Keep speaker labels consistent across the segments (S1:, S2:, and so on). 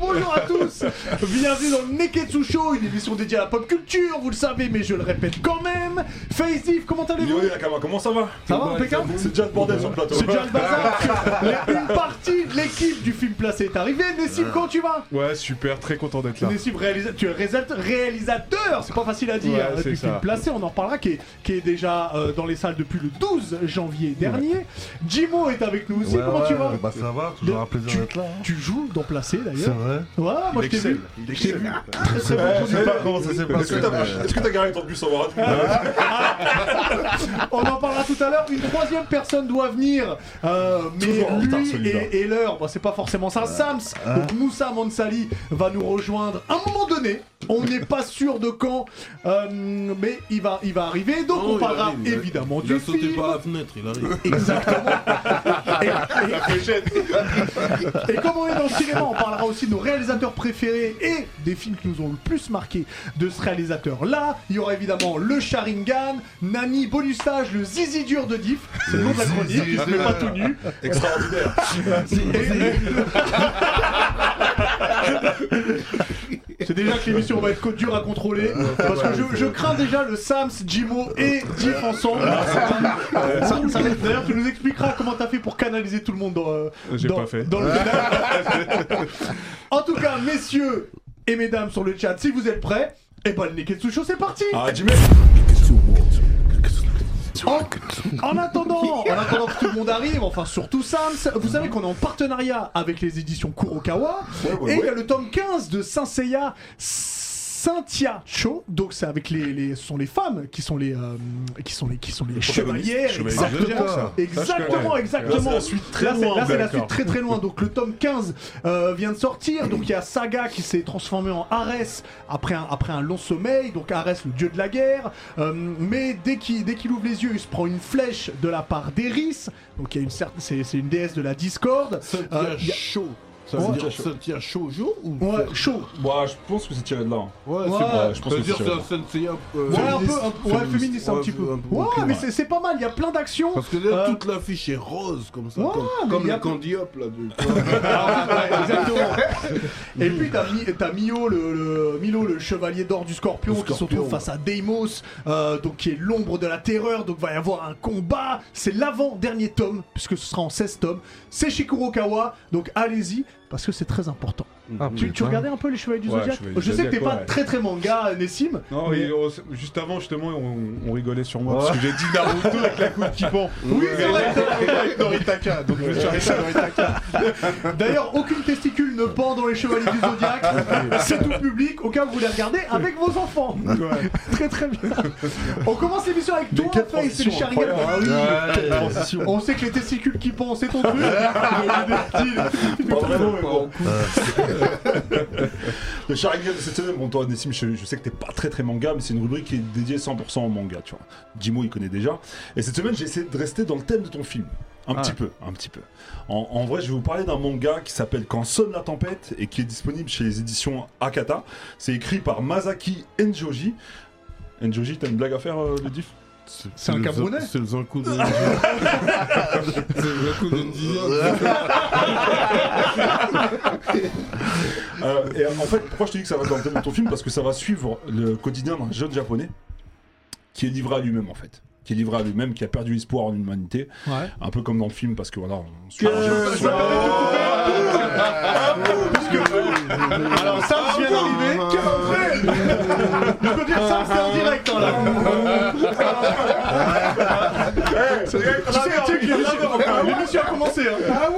S1: bonjour à tous Bienvenue dans le Neketsu Show, une émission dédiée à la pop culture, vous le savez, mais je le répète quand même. Face Diff, comment allez-vous
S2: Yo, Nakama, comment ça va
S1: Ça va, impeccable
S2: C'est déjà le bordel sur le plateau.
S1: C'est déjà le bazar La- Une partie de l'équipe du film placé est arrivée. Nessim, quand tu vas
S3: Ouais, super, très content d'être là.
S1: Nessim, réalisa- tu es résa- réalisateur, c'est pas facile à dire,
S3: Ouais,
S1: euh,
S3: c'est
S1: du
S3: ça.
S1: film placé, on en reparlera, qui est, qui est déjà euh, dans les salles depuis le 12 janvier dernier. Jimo est avec nous aussi,
S4: Ouais,
S1: comment tu
S4: ouais,
S1: vas
S4: Bah ça va, toujours un plaisir d'être là. hein.
S1: Tu joues dans placé
S4: C'est
S1: d'ailleurs
S4: vrai.
S1: Ouais, moi je t'ai vu.
S2: Il
S1: Je t'ai vu.
S4: Je sais
S2: Eh,
S4: pas, je sais
S2: mais-
S4: pas comment ça s'est
S2: Est-ce
S4: passé.
S2: que t'as
S4: mais-
S2: est-ce que t'as garé ton bus en baratin
S1: On en parlera tout à l'heure. Une troisième personne doit venir. Euh, mais
S2: Toujours en retard,
S1: lui
S2: celui-là.
S1: et, et l'heure, bon, c'est pas forcément ça. Sams, donc Moussa Mansali, va nous rejoindre à un moment donné. On n'est pas sûr de quand, euh, mais il va, il va arriver. Donc
S5: Ah
S6: Oh,
S1: on parlera évidemment
S5: Il
S1: du
S5: a sauté
S1: film.
S5: par la fenêtre, il arrive.
S2: La fléchette
S1: Et comme on est dans le cinéma, on parlera aussi de nos réalisateurs préférés et des films qui nous ont le plus marqué de ce réalisateur-là. Il y aura évidemment le Sharingan, Nani, Bonustage, le Zizi dur de Diff. C'est le nom de la chronique, il se met pas tout nu.
S2: Extraordinaire
S1: C'est déjà que l'émission va être co- dure à contrôler parce que je, je crains déjà le Sams, Jimo et Diff ensemble. Ça- ça- ça va être- D'ailleurs, tu nous expliqueras comment t'as fait pour canaliser tout le monde dans, euh,
S3: J'ai
S1: dans-
S3: pas fait.
S1: dans le En tout cas, messieurs et mesdames sur le chat, si vous êtes prêts, et ben le Neketsu Show, c'est parti
S2: Ah, Jimmy
S1: en, en attendant, en attendant que tout le monde arrive, enfin surtout Sams, vous savez qu'on est en partenariat avec les éditions Kurokawa
S2: ouais,
S1: et il y a
S2: ouais.
S1: le tome 15 de Saint Seiya Cynthia Cho, donc c'est avec les, les ce sont les femmes qui sont les euh, qui sont les qui sont les
S2: protagonistes.
S1: chevalières
S2: Chevaliers
S1: exactement
S4: de ça.
S1: exactement exactement
S2: Là, c'est la suite très
S1: Là, c'est-
S2: loin,
S1: là, c'est la
S3: d'accord.
S1: suite très très loin Hein, donc le tome 15 euh, vient de sortir donc il y a Saga qui s'est transformé en Arès après un, après un long sommeil donc Arès le dieu de la guerre Euh, mais dès qu'il dès qu'il ouvre les yeux il se prend une flèche de la part d'Eris donc il y a une cer- c'est c'est une déesse de la discorde Euh,
S5: Satya
S1: il y a-
S5: Show. Ça
S1: Ouais.
S5: veut dire Satya Shoujo ou
S1: ouais chaud
S2: Bah, je pense que c'est tiré de là. hein.
S5: Ouais,
S1: Ouais.
S5: c'est vrai.
S2: je pense
S5: Je pense
S2: que
S5: dire
S2: c'est
S5: c'est
S2: sûr.
S5: un sensei. euh,
S1: Ouais, un peu, un- ouais,
S5: féministe.
S1: féministe un
S5: Ouais,
S1: petit peu.
S5: un peu,
S1: ouais,
S5: ok,
S1: mais
S5: ouais.
S1: c'est- c'est pas mal, il y a plein d'actions.
S5: Parce que là,
S1: Euh,
S5: toute l'affiche est rose comme ça.
S1: Ouais, mais
S5: comme
S1: il
S5: comme
S1: y a-
S5: le Candy Hop là. du-
S1: Ah, ouais, exactement. Et puis t'as Mi- t'as Mio, le, le- Milo, le chevalier d'or du scorpion,
S5: Le
S1: qui se retrouve
S5: Scorpion,
S1: face à Deimos, euh, donc qui est l'ombre de la terreur. Donc va y avoir un combat. C'est l'avant-dernier tome, puisque ce sera en 16 tomes. C'est Shikurokawa, donc allez-y, parce que c'est très important. Tu, tu regardais un peu les chevaliers du
S3: Ouais,
S1: Zodiac
S3: Chevaliers
S1: Je
S3: du
S1: sais que t'es
S3: Zodiac,
S1: pas
S3: ouais.
S1: Ah, très très manga, Nessim.
S3: Non,
S1: mais-
S3: et on s- juste avant, justement, on, on rigolait sur moi parce que j'ai dit Naruto avec la coupe qui pend.
S1: Oui, c'est vrai, c'est vrai.
S3: Avec Noritaka, donc je me suis arrêté à Noritaka.
S1: D'ailleurs, aucune testicule ne pend dans les chevaliers du zodiaque. C'est tout public, au cas où vous les regardez avec vos enfants. très très bien. On commence l'émission avec toi,
S2: quelle
S1: Face, c'est le
S2: transition
S1: Sharingan. Ah oui.
S4: Ouais,
S1: On sait que les testicules qui pendent, c'est ton truc. Le
S2: Pas
S1: reptile.
S2: vraiment, mais bon.
S4: Euh,
S2: Le Sharingan de cette semaine, bon, toi, Nessim, je, je sais que t'es pas très très manga, mais c'est une rubrique qui est dédiée 100% au manga, tu vois. Jimo, il connaît déjà. Et cette semaine, j'ai essayé de rester dans le thème de ton film. Un
S1: Ah.
S2: petit peu, un petit peu. En, en vrai, je vais vous parler d'un manga qui s'appelle Quand sonne la tempête et qui est disponible chez les éditions Akata. C'est écrit par Masaki Enjoji. Enjoji, t'as une blague à faire, euh, le diff
S1: C'est un
S5: le-
S1: Camerounais
S5: C'est le Zankou de C'est le Zankou de
S2: Euh, et en fait, pourquoi je te dis que ça va dans le thème de ton film Parce que ça va suivre le quotidien d'un jeune japonais qui est livré à lui-même en fait. Qui est livré à lui-même, qui a perdu espoir en humanité.
S1: Ouais.
S2: Un peu comme dans le film, parce que voilà, on suit.
S1: euh, Alors, Sam vient d'arriver. Quel enfer Je peux dire Sam, c'est en direct. hein, là. Tu sais, tu sais que l'émission- L'émission a commencé. hein.
S5: Ah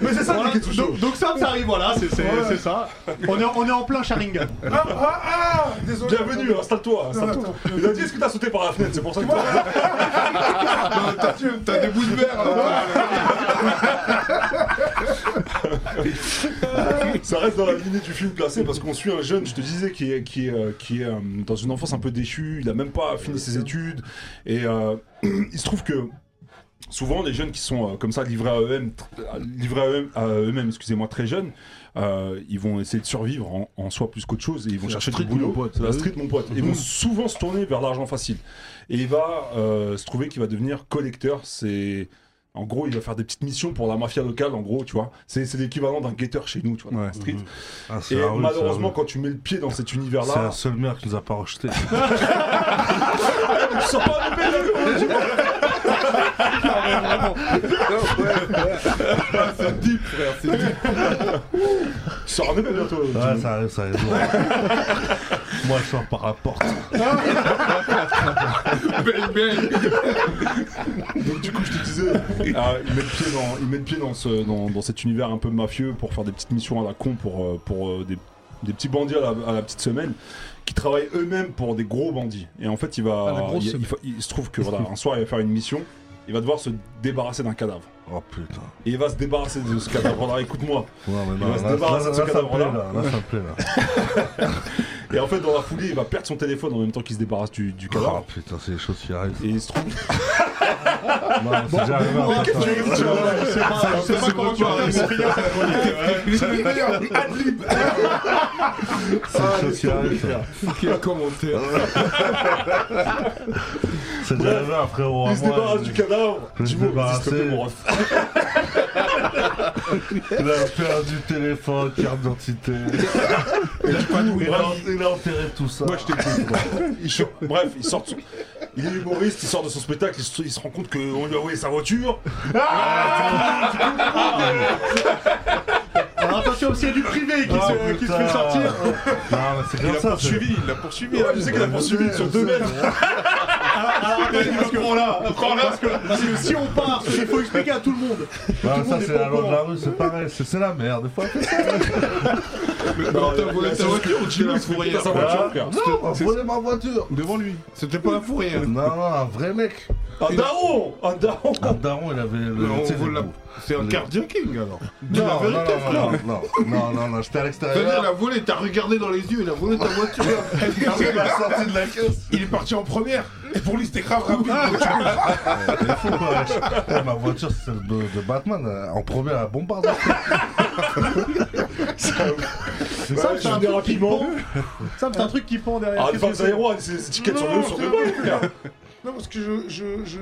S2: Mais c'est ça,
S1: Voilà,
S2: qui est tout chaud.
S1: donc, donc ça, ça arrive, voilà, c'est c'est- c'est ça. On est, en- on est en plein Sharingan.
S4: Ah,
S1: ah,
S3: hein.
S2: Bienvenue, installe-toi, installe-toi. Il a dit, est-ce que t'as sauté par la fenêtre C'est pour ça que toi.
S5: T'as des boules vertes
S2: Ça reste dans la lignée du film placé parce qu'on suit un jeune, je te disais, qui est, qui est, euh, qui est euh, dans une enfance un peu déchue, il a même pas fini ses études. Et euh, il se trouve que souvent les jeunes qui sont euh, comme ça livrés à eux-mêmes, tr- euh, livrés à eux- à eux-mêmes, excusez-moi, très jeunes, euh, ils vont essayer de survivre en, en soi plus qu'autre chose et ils vont
S5: C'est la
S2: chercher du
S5: street,
S2: boulot.
S5: mon pote.
S2: C'est la
S5: Ah oui.
S2: street, mon pote. Et ils vont souvent se tourner vers l'argent facile. Et il va euh, se trouver qu'il va devenir collecteur. C'est En gros, il va faire des petites missions pour la mafia locale, en gros, tu vois. C'est c'est l'équivalent d'un guetteur chez nous, tu vois, dans la
S3: Ouais.
S2: street.
S4: Ah, c'est
S2: Et
S4: la rue, c'est la
S2: malheureusement,
S4: rue.
S2: quand tu mets le pied dans cet
S4: c'est la
S2: univers-là,
S4: seule mère qui nous a pas rejeté.
S2: tu sors pas le pédalo, tu
S5: hein.
S2: vois.
S5: C'est deep, frère, c'est deep.
S2: Tu sors un bébé bientôt. tu vois.
S4: Ouais, ça arrive, ça arrive. Moi, je sors par la porte.
S5: Bang, bang.
S2: Donc du coup, je te disais, euh, ils mettent pied dans, ils mettent pied dans, ce, dans, dans cet univers un peu mafieux pour faire des petites missions à la con pour, euh, pour euh, des, des petits bandits à la, à la petite semaine qui travaillent eux-mêmes pour des gros bandits. Et en fait, il
S7: À Ah, la
S2: va,
S7: grosse
S2: Ah, il, il fa- il se trouve que voilà, un soir, il va faire une mission. Il va devoir se débarrasser d'un cadavre.
S4: Oh putain.
S2: Et il va se débarrasser de ce cadavre. Alors écoute-moi.
S4: Ouais, mais
S2: Il
S4: non,
S2: va
S4: là,
S2: se
S4: là,
S2: débarrasser
S4: là,
S2: de ce
S4: ça me plaît,
S2: cadavre-là.
S4: là. Là, ça me plaît, là.
S2: Et en fait, dans la foulée, il va perdre son téléphone en même temps qu'il se débarrasse du, du
S4: Oh
S2: cadavre.
S4: putain, c'est des choses qui arrivent.
S2: Et il se trouve.
S4: Non, c'est déjà arrivé un peu, ça.
S5: Je sais pas comment tu arrives, mon frère.
S4: C'est des choses qui arrivent, ça.
S5: Quel commentaire.
S4: C'est déjà arrivé un frérot à
S2: Il se
S4: moi,
S2: débarrasse
S4: il-
S2: du cadavre.
S4: Je me
S2: Dis-moi, vas-y, s'il te plaît,
S4: débarrasser.
S2: mon ref.
S4: Il a perdu téléphone, carte d'identité. Il a- il a enterré tout ça.
S2: Moi, je t'écoute. Il sort- Bref, il sort. de son- Il est humoriste, il sort de son spectacle, il se, il se rend compte qu'on lui a envoyé sa voiture.
S1: Alors attention, c'est du privé qui,
S4: Ah,
S1: se, qui se fait
S4: putain.
S5: hein.
S1: sortir.
S4: Non, mais c'est
S3: Il
S4: comme
S3: a
S4: ça, c'est-
S3: poursuivi, il l'a poursuivi.
S2: Ouais, je sais qu'il a poursuivi sur 2 mètres.
S5: Ah,
S1: Alors, attendez, Ah, parce que- parce que- parce que si on part, il faut expliquer à tout le monde.
S4: Ah,
S1: Tout le
S4: ça,
S1: monde est
S4: c'est
S1: pas
S4: la
S1: au
S4: loi de
S1: courant.
S4: la rue, c'est pareil, c'est c'est la merde. Faut arrêter ça.
S5: Mais on t'a volé ta voiture, tu l'as fourrière.
S2: sa voiture, frère.
S4: Ah, Non, on a volé ma voiture.
S5: Devant lui. C'était pas un fourrière.
S4: Non, non, un vrai mec.
S2: Un daron Un daron
S4: Un daron, il avait le.
S5: Mais on
S4: tu sais,
S5: vole
S4: les
S5: la-
S4: bouts.
S5: C'est un
S4: Le-
S5: cardio king alors. Dis
S4: Non,
S5: la
S4: non,
S5: vérité, frère.
S4: non, non, non, non, non, non, j'étais à
S5: C'est-à-dire, il
S4: l'extérieur.
S5: a volé, t'as regardé dans les yeux, il a volé ta voiture.
S4: Il m'a sorti de la caisse.
S5: il est parti en première, et pour lui c'était grave rapide.
S4: Ouais, il est fou, quoi, wesh. Eh, Ma voiture, c'est celle de, de Batman. euh, En premier, elle bombarde.
S1: Ça, me fait un truc qui pend. Ça, me fait un truc qui pend derrière.
S2: Ah,
S1: Qu'est-ce
S2: Van
S1: que c'est
S2: Zero, c'est c'est ticket sur deux sur deux balles, frère.
S5: non, parce que je. Je, je,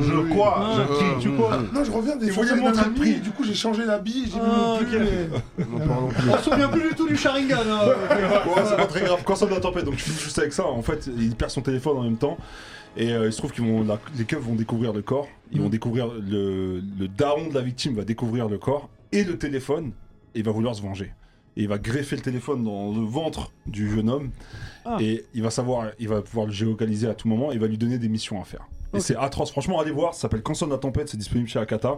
S4: Je
S5: je-
S4: crois,
S1: Ah,
S4: je
S5: euh,
S4: kiffe, tu crois.
S5: Non, je reviens des
S2: Il voulait
S5: soirées d'un
S2: montrer le
S5: ami,
S2: prix.
S5: et Du coup, j'ai changé l'habit, j'ai mis
S1: Ah,
S5: mon pull.
S1: ok.
S5: et-
S1: On se souvient plus du tout du Sharingan. hein.
S2: Ouais, c'est pas très grave. Quand ça de la tempête, donc je finis juste avec ça. En fait, il perd son téléphone en même temps. Et euh, il se trouve qu'ils vont, la- les keufs vont découvrir le corps. Ils
S1: Mm.
S2: vont découvrir le, le daron de la victime va découvrir le corps et le téléphone. Et il va vouloir se venger. Et il va greffer le téléphone dans le ventre du jeune homme.
S1: Ah.
S2: Et il va savoir, il va pouvoir le géolocaliser à tout moment. Et il va lui donner des missions à faire. Et
S1: Ok.
S2: c'est atroce. Franchement, allez voir. Ça s'appelle Quand sonne la tempête. C'est disponible chez Akata.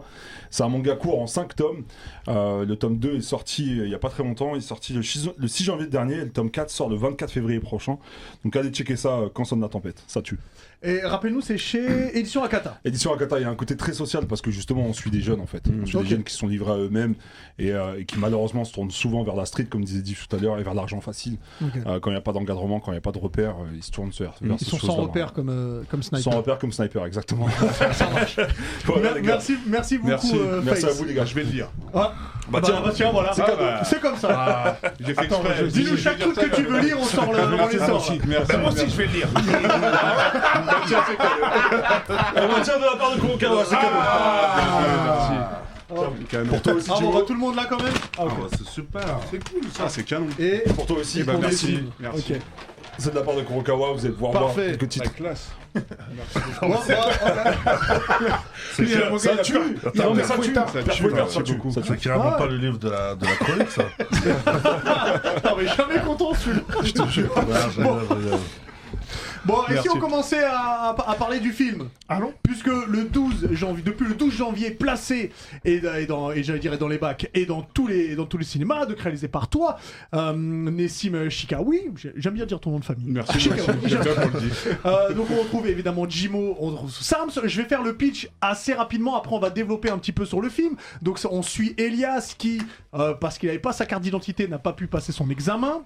S2: C'est un manga court en 5 tomes. Euh, le tome 2 est sorti euh, il y a pas très longtemps. Il est sorti le 6, le 6 janvier dernier. et Le tome 4 sort le 24 février prochain. Donc allez checker ça euh, quand sonne la tempête. Ça tue.
S1: Et rappelez-nous, c'est chez Édition Akata.
S2: Édition Akata, il y a un côté très social parce que justement on suit des jeunes en fait. On suit
S1: Ok.
S2: des jeunes qui sont livrés à eux-mêmes et, euh, et qui malheureusement se tournent souvent vers la street, comme disait Div tout à l'heure, et vers l'argent facile. Euh, quand il n'y a pas d'encadrement, quand il n'y a pas de repères, euh, ils se tournent vers, vers ces
S7: Ils sont sans
S2: choses-là.
S7: repère comme, euh, comme
S2: Sans
S7: Sniper.
S2: repères comme sniper, exactement. Voilà,
S1: Mer-
S2: les gars.
S1: Merci, merci beaucoup,
S3: Merci.
S1: euh,
S2: Merci à
S1: Face.
S2: vous les gars.
S3: Je vais le dire.
S1: Ah,
S2: Bah tiens,
S1: bah, tiens, voilà.
S2: c'est
S1: Ah,
S2: cadeau.
S1: bah, C'est comme ça.
S3: Ah, j'ai fait exprès.
S5: je-
S1: Dis-nous chaque truc que tu veux lire, on sort le, on les sort.
S3: Merci, merci.
S5: Bah, moi aussi, je vais le lire.
S2: Ah, bah, tiens, de la part de Kuro Kawa, c'est cadeau.
S3: Merci. Canon.
S2: Pour toi aussi,
S1: Ah, bon, on
S2: Jiro.
S1: voit tout le monde là quand même. Ah, ok.
S4: C'est super.
S5: C'est cool ça.
S3: bah, Ah, c'est canon.
S1: Et
S2: Pour toi aussi,
S1: Et
S2: bah,
S1: pour
S2: merci.
S1: Delphine.
S3: Merci.
S1: Ok.
S2: C'est de la part de Kurokawa, vous allez pouvoir voir
S1: Parfait.
S2: quelques
S3: La
S2: titres.
S3: classe.
S1: Bon, bah,
S5: Il
S1: euh,
S5: y a un manga, il a perdu- il a
S2: Non, mais
S5: perdu
S2: ça tue.
S5: tard.
S2: Pierre Fouettard, ça tue. Ça tue.
S4: C'est carrément
S1: Ah.
S4: pas le livre de la, de la chronique, ça.
S1: on est jamais content celui-là.
S8: Ah,
S4: Ouais, je rigole, je rigole.
S1: Bon, et si on commençait à, à- à parler du film Allons Puisque le 12 janvier, depuis le 12 janvier, placé, et, dans- et dans, et j'allais dire dans les bacs, et dans tous les, dans tous les cinémas, donc réalisé par toi, euh, Nessim Chikawi, j'ai- j'aime bien dire ton nom de famille. Ah,
S3: Merci, merci. J'aime bien qu'on le dise.
S1: Euh, donc on retrouve évidemment Jimo, on retrouve Sams. Je vais faire le pitch assez rapidement. Après on va développer un petit peu sur le film. Donc ça- on suit Elias qui, euh, parce qu'il n'avait pas sa carte d'identité, n'a pas pu passer son examen.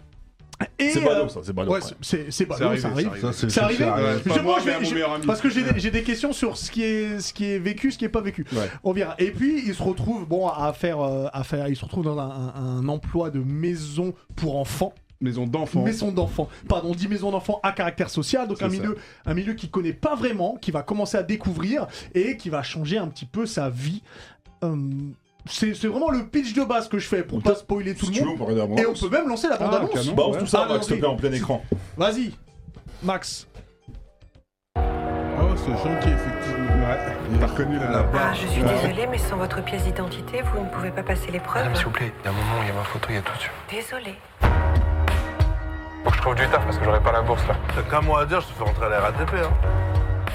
S1: Et, euh,
S2: C'est ballot, ça, c'est ballot.
S1: ouais, c'est- c'est c'est ballot,
S3: arrivé,
S1: ça
S3: c'est
S1: arrive.
S3: arrivé.
S4: Ça, c'est
S1: C'est arrivé
S4: ça,
S3: Ouais.
S1: Je-
S3: Pas
S1: moi,
S3: moi,
S1: je
S3: mais
S1: vais-
S3: à mon
S1: je-
S3: meilleur ami.
S1: Parce que j'ai des, j'ai des questions sur ce qui, est, ce qui est vécu, ce qui est pas vécu.
S2: Ouais.
S1: On verra. Et puis, il se retrouve bon, à, faire, euh, à faire. Il se retrouve dans un, un- un emploi de maison pour enfants.
S3: Maison d'enfants.
S1: Maison d'enfants. Pardon, on dit maison d'enfants à caractère social, donc
S3: C'est
S1: un
S3: ça.
S1: milieu, un milieu qu'il connaît pas vraiment, qui va commencer à découvrir et qui va changer un petit peu sa vie. Euh, c'est c'est vraiment le pitch de base que je fais pour
S2: On
S1: pas spoiler tout
S2: Si
S1: le
S2: tu veux,
S1: monde.
S2: on peut regarder
S1: Et
S2: la
S1: on peut même lancer la
S3: Ah,
S1: bande-annonce.
S3: canon.
S2: Balance
S3: Ouais.
S2: tout ça,
S1: Ah,
S2: Max, s'il te
S1: ok.
S2: plaît, en plein écran.
S1: Vas-y, Max. Ah,
S3: Oh, c'est gentil, effectivement. Ouais. T'as reconnu la.
S6: Bah,
S7: Ah, je suis désolée, mais sans votre pièce d'identité, vous ne pouvez pas passer l'épreuve.
S6: Madame, s'il vous plaît, il y a un moment, il y a ma photo, il y a tout dessus.
S7: Désolée.
S6: Faut que je trouve du taf parce que j'aurai pas la bourse là.
S5: T'as qu'un mot à dire, je te fais rentrer à la RATP. Hein.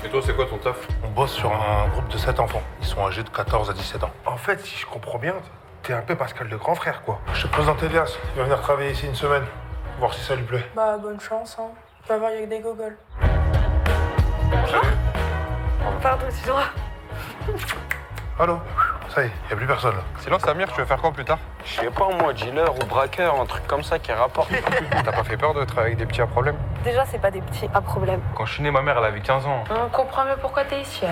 S6: Et toi, c'est quoi ton taf
S5: On bosse sur un groupe de 7 enfants. Ils sont âgés de 14 à 17 ans. En fait, si je comprends bien, t'es un peu Pascal le grand frère, quoi. Je te présente Elias. Il va venir travailler ici une semaine. Voir si ça lui plaît.
S9: Bah, bonne chance, hein. Tu vas voir, il y a que des gogoles. Oh,
S7: Pardon, excuse-moi.
S5: Allô Ça y est, y a plus personne, là.
S6: Silence, Amir, tu veux faire quoi plus tard Je sais pas, moi, dealer ou braqueur, un truc comme ça qui rapporte. T'as pas fait peur de travailler avec des petits à problème
S9: Déjà, c'est pas des petits à problème.
S6: Quand je suis né, ma mère, elle avait 15 ans.
S9: On comprend mieux pourquoi t'es ici.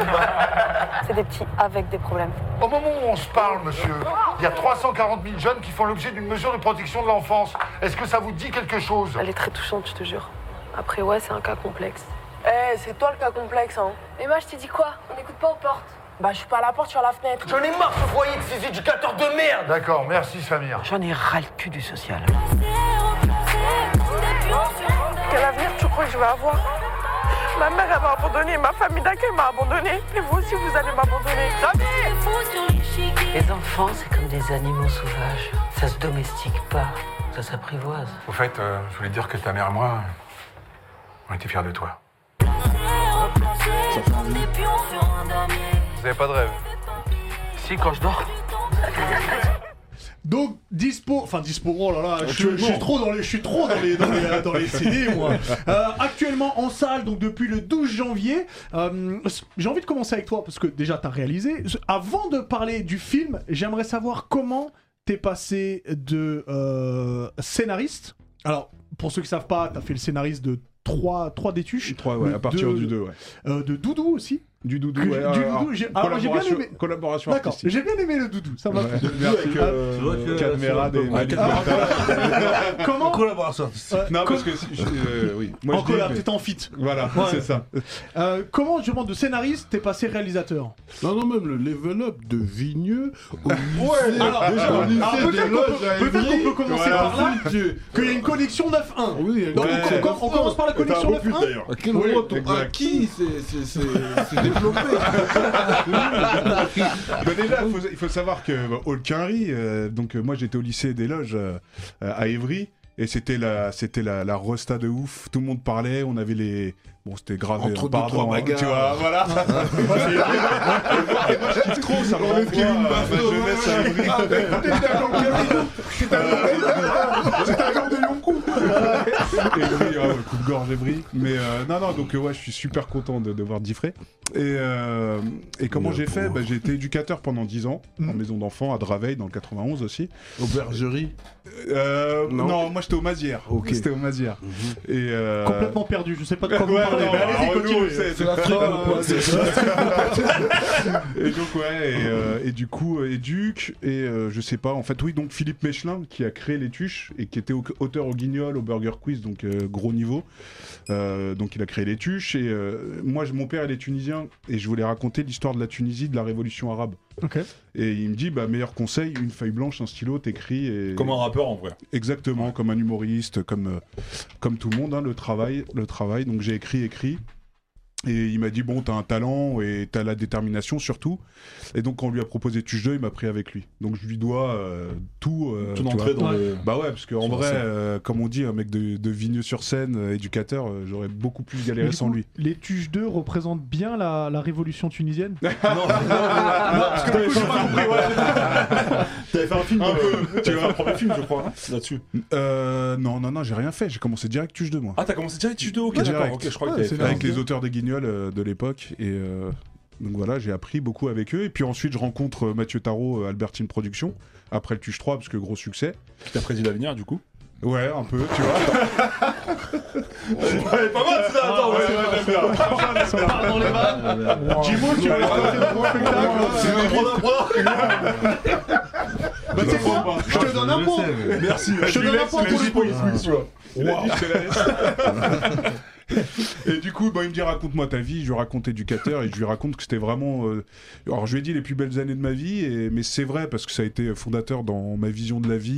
S9: c'est des petits avec des problèmes.
S5: Au moment où on se parle, monsieur, il y a 340 000 jeunes qui font l'objet d'une mesure de protection de l'enfance. Est-ce que ça vous dit quelque chose
S9: Elle est très touchante, je te jure. Après, ouais, c'est un cas complexe. Eh, c'est toi le cas complexe, hein. Et moi, je t'ai dit quoi On n'écoute pas aux portes. Bah, je suis pas à la porte, je suis à la fenêtre.
S10: J'en ai marre ce foyer de ces éducateurs de merde
S5: D'accord, merci Samir.
S10: J'en ai ras Ah, le cul du social.
S9: Quel avenir tu crois que je vais avoir Ma mère, elle m'a abandonné, ma famille d'accueil m'a abandonné. Et vous aussi, vous allez m'abandonner.
S10: Les enfants, c'est comme des animaux sauvages. Ça se domestique pas, ça s'apprivoise.
S6: Au fait, euh, je voulais dire que ta mère et moi, on était fiers de toi. Vous avez pas de rêve
S10: Si, quand je dors.
S1: Donc dispo, enfin dispo, oh là là, je, suis-
S2: Actuellement.
S1: je suis trop dans les, je suis trop dans les, dans les, euh, dans les CD moi. Euh, actuellement en salle, donc depuis le 12 janvier. Euh, j'ai envie de commencer avec toi parce que déjà t'as réalisé. Avant de parler du film, j'aimerais savoir comment t'es passé de euh, scénariste. Alors pour ceux qui savent pas, t'as fait le scénariste de 3 trois détuches,
S3: 3, ouais,
S1: Le
S3: à partir
S1: deux-
S3: du 2, ouais.
S1: euh, de Doudou aussi.
S3: Du doudou,
S1: Que-
S3: ouais.
S1: du
S3: euh,
S1: doudou,
S3: alors,
S1: j'ai- ah, moi, j'ai bien
S3: collaboration-
S1: aimé.
S3: Collaboration
S1: D'accord.
S3: artistique.
S1: J'ai bien aimé le Doudou, ça m'a.
S3: Ouais.
S1: plu.
S3: Mais avec euh,
S4: C'est vrai que-
S3: Cadmera
S4: c'est un peu-
S3: des
S4: Ah,
S3: Malik
S1: Ah,
S3: Martin.
S1: comment
S5: Collaboration.
S1: euh,
S3: Non,
S1: com-
S3: Ah, parce que. si- je- euh, oui. Moi,
S1: en
S3: je dis,
S1: collab,
S3: mais-
S1: t'étais en fit.
S3: Voilà,
S1: Ouais.
S3: c'est ça.
S1: Euh, comment, je demande, de scénariste, t'es passé réalisateur
S4: Non, non, même le level up de Vigneux au lycée.
S1: alors,
S4: déjà, au lycée
S1: alors, peut-être
S4: des
S1: qu'on
S4: Loges
S1: peut-
S4: à
S1: peut-être
S4: Évry,
S1: qu'on peut commencer
S4: voilà.
S1: par là.
S4: Ensuite,
S1: Qu'il y a une connexion 9-1.
S4: Ah Oui, il y a une
S1: Donc,
S4: connexion
S1: on, com- on commence par la
S2: T'as un
S1: connexion
S2: beau pute
S1: 9-1
S2: d'ailleurs.
S4: À quel
S3: Oui,
S4: moment ton
S3: exact.
S4: acquis s'est- s'est s'est- s'est développé
S3: Bah déjà, il faut, il faut savoir que bah, Holquinry, euh, donc euh, moi j'étais au lycée des Loges euh, euh, à Évry, et c'était la, c'était la, la resta de ouf. Tout le monde parlait, on avait les. Bon, c'était gravé
S4: Entre deux,
S3: par
S4: trois
S3: droit,
S4: bagarres.
S3: hein, tu vois, voilà. Et moi, je kiffe trop, ça me
S4: Enlève
S3: renvoie
S4: Kevin
S3: à
S4: Bastien,
S3: ma jeunesse à Évry. Et oui, ah ouais, coupe gorge et bris. Mais euh, non, non, donc euh, ouais, je suis super content de, de voir Diffray. Et, euh, et comment
S4: Le
S3: j'ai fait
S4: pauvre.
S3: bah, J'ai été éducateur pendant 10 ans, en
S1: Mhm.
S3: maison d'enfants, à Draveil, dans le 91 aussi.
S4: Aubergerie.
S3: Euh, non.
S4: Non.
S3: moi j'étais au Mazières.
S4: Ok. Mm-hmm.
S3: C'était au Mazières. Et euh...
S1: Complètement perdu, je sais pas de quoi vous
S3: Ouais,
S1: parlez.
S3: non,
S1: mais
S3: alors,
S1: Allez-y,
S3: nous,
S1: continuez.
S3: c'est-
S4: C'est la fin,
S3: euh,
S4: quoi,
S3: c'est-
S4: c'est ça.
S3: Et donc ouais, et, euh, et du coup euh, éduque et euh, je sais pas. En fait oui, donc Philippe Mechelin qui a créé les tuches et qui était au- auteur au Guignol, au Burger Quiz, donc euh, gros niveau. Euh, donc il a créé les tuches et euh, moi je- mon père il est tunisien et je voulais raconter l'histoire de la Tunisie, de la Révolution arabe.
S1: Ok.
S3: Et il me dit bah meilleur conseil, une feuille blanche, un stylo, t'écris et
S2: Comme un rappeur en vrai.
S3: Exactement, comme un humoriste, comme, euh, comme tout le monde, hein, le travail, le travail. Donc j'ai écrit, écrit. Et il m'a dit, bon, t'as un talent et t'as la détermination surtout. Et donc quand on lui a proposé Tuche 2, il m'a pris avec lui. Donc je lui dois euh, tout. euh,
S2: Ton
S3: tu
S2: entrée dans
S3: vois.
S1: Ouais.
S2: le.
S3: Bah ouais, parce qu'en
S2: Sur la
S3: vrai,
S2: scène.
S3: euh, comme on dit, un mec de, de Vigneux-sur-Seine, euh, éducateur, euh, j'aurais beaucoup plus
S1: Mais
S3: galéré
S1: du
S3: sans
S1: coup,
S3: lui.
S1: Les Tuches 2 représentent bien la, la révolution tunisienne
S2: Parce que t'avais fait un film, T'avais fait un film, euh, t'avais fait un premier film, je crois, hein, là-dessus.
S3: Euh, non, non, non, j'ai rien fait. J'ai commencé direct Tuche 2, moi.
S2: Ah, t'as commencé direct, tu te ok,
S3: Ouais,
S2: d'accord,
S3: direct.
S2: ok, je crois
S1: Ouais,
S2: que
S1: c'est
S2: t'avais fait.
S1: vrai.
S2: un-
S3: avec les auteurs des guignols euh, de l'époque. Et euh, donc voilà, j'ai appris beaucoup avec eux. Et puis ensuite, je rencontre euh, Mathieu Tarot, euh, Albertine Productions, après le Tuche 3, parce que gros succès.
S2: Qui t'a prédit l'avenir, du coup
S3: Ouais, un peu, tu vois.
S2: Ouais, pas mal, ça, attends, ouais, ouais, j'aime bien.
S1: Part dans les vannes.
S4: Bah,
S1: Jimo, tu vas aller faire un gros spectacle.
S2: C'est le gros d'un
S1: Bah, tu sais quoi Je te donne un point.
S2: Merci.
S1: Je te donne un point pour le point.
S3: Et du coup, bon, il me dit raconte-moi ta vie, je lui raconte éducateur et je lui raconte que c'était vraiment. euh, Alors je lui ai dit les plus belles années de ma vie, et... mais c'est vrai parce que ça a été fondateur dans ma vision de la vie,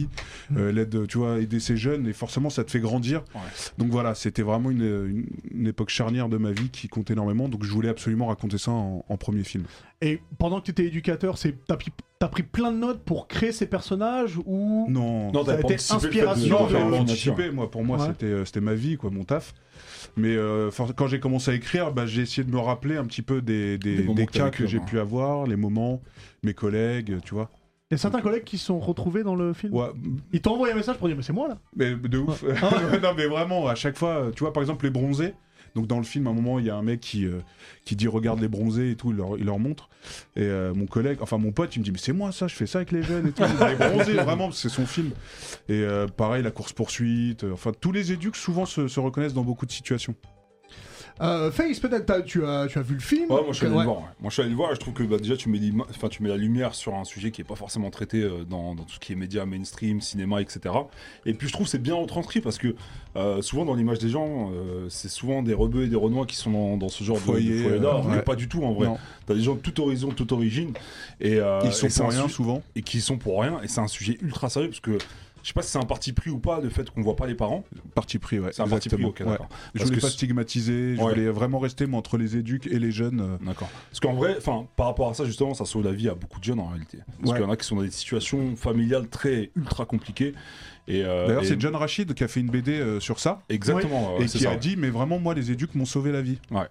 S1: Mm.
S3: euh, l'aide, tu vois, aider ces jeunes et forcément ça te fait grandir. Donc voilà, c'était vraiment une, une- une époque charnière de ma vie qui compte énormément, donc je voulais absolument raconter ça en, en premier film.
S1: Et pendant que tu étais éducateur, c'est- t'as pris, t'as pris plein de notes pour créer ces personnages ou
S3: Non,
S2: Non,
S1: ça a
S2: t'as
S1: été
S2: anticipé le fait de-
S1: inspiration
S2: Non, j'avais
S1: de-
S2: pas
S3: anticipé, moi pour moi
S1: Ouais.
S3: c'était euh, c'était ma vie quoi, mon taf. Mais euh, for- quand j'ai commencé à écrire, bah, j'ai essayé de me rappeler un petit peu des, des-
S2: Des moments
S3: des
S2: que t'as
S3: cas
S2: vécu,
S3: que j'ai
S2: hein.
S3: pu avoir, les moments, mes collègues, tu vois.
S1: Il y a certains collègues qui se sont retrouvés dans le film.
S3: Ouais,
S1: Ils t'ont envoyé un message pour dire mais c'est moi là.
S3: mais de ouf.
S1: Ah
S3: non mais vraiment, à chaque fois, tu vois par exemple les bronzés. Donc dans le film, à un moment, il y a un mec qui, euh, qui dit regarde les bronzés et tout, il leur, il leur montre. Et euh, mon collègue, enfin mon pote, il me dit mais c'est moi ça, je fais ça avec les jeunes et tout. les bronzés, vraiment, parce que c'est son film. Et euh, pareil, la course-poursuite, euh, enfin tous les éducs souvent se- se reconnaissent dans beaucoup de situations.
S1: Euh, Face peut-être t'as- tu
S3: Euh,
S1: as tu as vu le film.
S2: Ouais, moi je suis allé
S1: Ouais.
S2: le voir. ouais. Moi je suis allé le voir et je trouve que bah, déjà tu mets, l'ima- enfin, tu mets la lumière sur un sujet qui est pas forcément traité euh, dans, dans tout ce qui est médias, mainstream, cinéma, etc. Et puis je trouve que c'est bien retranscrit parce que euh, souvent dans l'image des gens, euh, c'est souvent des rebeux et des renois qui sont dans, dans ce genre de, de
S3: Foyer,
S2: foyer-là,
S3: euh,
S2: alors que
S3: ouais.
S2: pas du tout en vrai.
S3: Non.
S2: T'as des gens de tout horizon, de toute origine. Et, euh,
S3: Ils sont
S2: et c'est
S3: pour
S2: un
S3: rien
S2: su-
S3: souvent.
S2: et qui sont pour rien. Et c'est un sujet ultra sérieux parce que je sais pas si c'est un parti pris ou pas le fait qu'on voit pas les parents.
S3: Parti pris, ouais.
S2: C'est un parti pris,
S3: exactement,
S2: ok,
S3: ouais.
S2: d'accord.
S3: Je
S2: Parce
S3: voulais
S2: que
S3: pas
S2: c-
S3: stigmatiser, je
S2: Ouais.
S3: voulais vraiment rester moi, entre les éduques et les jeunes. euh,
S2: D'accord. Parce qu'en vrai, enfin, par rapport à ça, justement, ça sauve la vie à beaucoup de jeunes en réalité. Parce
S3: Ouais.
S2: qu'il y en a qui sont dans des situations familiales très ultra compliquées. Et euh,
S3: D'ailleurs,
S2: et-
S3: c'est John Rachid qui a fait une BD euh, sur ça
S2: Exactement. ouais,
S3: et
S2: c'est
S3: qui
S2: ça.
S3: a dit Mais vraiment, moi, les éduques m'ont sauvé la vie.
S2: Ouais.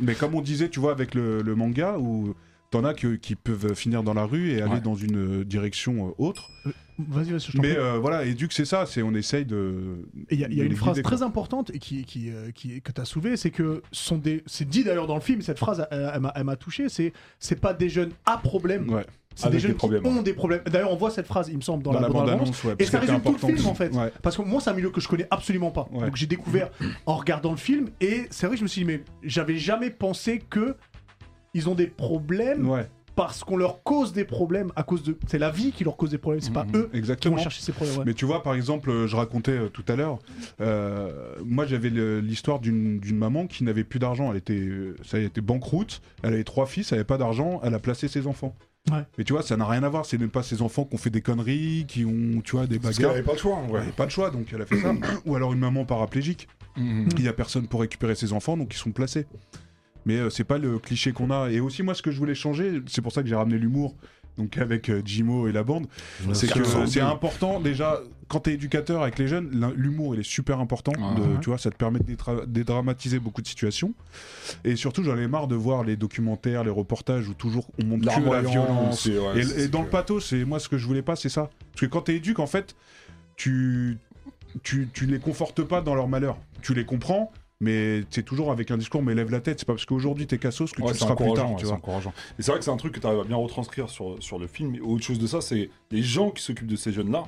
S3: Mais comme on disait, tu vois, avec le, le manga, où t'en as que- qui peuvent finir dans la rue et aller
S2: Ouais.
S3: dans une euh, direction euh, autre.
S1: Vas-y vas-y je t'en prie.
S3: Mais euh, voilà, éduque, c'est ça, c'est on essaye de.
S1: Et Il y a, il y a
S3: de
S1: une
S3: les
S1: phrase
S3: guider,
S1: très
S3: quoi.
S1: importante et qui, qui, euh, qui- que tu as soulevée, c'est que sont des. C'est dit d'ailleurs dans le film, cette phrase, elle, elle m'a- elle m'a touché, c'est c'est pas des jeunes à problème,
S3: Ouais. Ah,
S1: c'est des
S2: Avec
S1: jeunes
S2: des problèmes,
S1: qui
S2: ouais.
S1: ont des problèmes. D'ailleurs, on voit cette phrase, il me semble, dans,
S3: Dans, la
S1: bande-annonce.
S3: bande-annonce, ouais.
S1: Et
S3: parce
S1: ça
S3: qu'elle était
S1: résume tout le
S3: importante.
S1: film en fait.
S3: Ouais.
S1: Parce que moi, c'est un milieu que je connais absolument pas.
S3: Ouais.
S1: Donc j'ai découvert en regardant le film et c'est vrai que je me suis dit, mais j'avais jamais pensé que ils ont des problèmes
S3: Ouais,
S1: parce qu'on leur cause des problèmes à cause de. C'est la vie qui leur cause des problèmes, c'est pas eux qui vont
S3: Mhm. exactement.
S1: chercher ces problèmes. ouais.
S3: Mais tu vois, par exemple, euh, je racontais euh, tout à l'heure, euh, moi j'avais le- l'histoire d'une d'une maman qui n'avait plus d'argent. Elle était, euh, ça était banqueroute, elle avait trois fils, elle n'avait pas d'argent, elle a placé ses enfants.
S1: Ouais.
S3: Mais tu vois, ça n'a rien à voir. C'est même pas ses enfants qui ont fait des conneries, qui ont, tu vois, des
S2: Parce qu'elle
S3: bagarres.
S2: avait pas le choix en vrai.
S3: Elle avait pas de choix, donc elle a fait ça. Ou alors une maman paraplégique.
S2: Mhm.
S3: Il n'y a personne pour récupérer ses enfants, donc ils sont placés. Mais euh, c'est pas le cliché qu'on a. Et aussi, moi, ce que je voulais changer, c'est pour ça que j'ai ramené l'humour, donc avec euh, Jimo et la bande, c'est que euh, c'est important déjà quand t'es éducateur avec les jeunes, l'in- l'humour il est super important.
S2: Ouais.
S3: de- tu vois, ça te permet de détra- dédramatiser beaucoup de situations. Et surtout, j'en ai marre de voir les documentaires, les reportages où toujours on montre que la violence.
S2: et, ouais,
S3: et,
S2: c'est-
S3: et dans le plateau, c'est moi ce que je voulais pas, c'est ça. Parce que quand t'es éduque, en fait, tu, tu tu les confortes pas dans leur malheur. Tu les comprends. Mais t'es toujours avec un discours, mais lève la tête. C'est pas parce qu'aujourd'hui t'es cassos que
S2: Ouais,
S3: tu le
S2: c'est
S3: seras plus
S2: encourageant,
S3: tard.
S2: ouais,
S3: tu
S2: c'est
S3: vois.
S2: encourageant. Et c'est vrai que c'est un truc que tu arrives à bien retranscrire sur, sur le film. Et autre chose de ça, c'est les gens qui s'occupent de ces jeunes-là.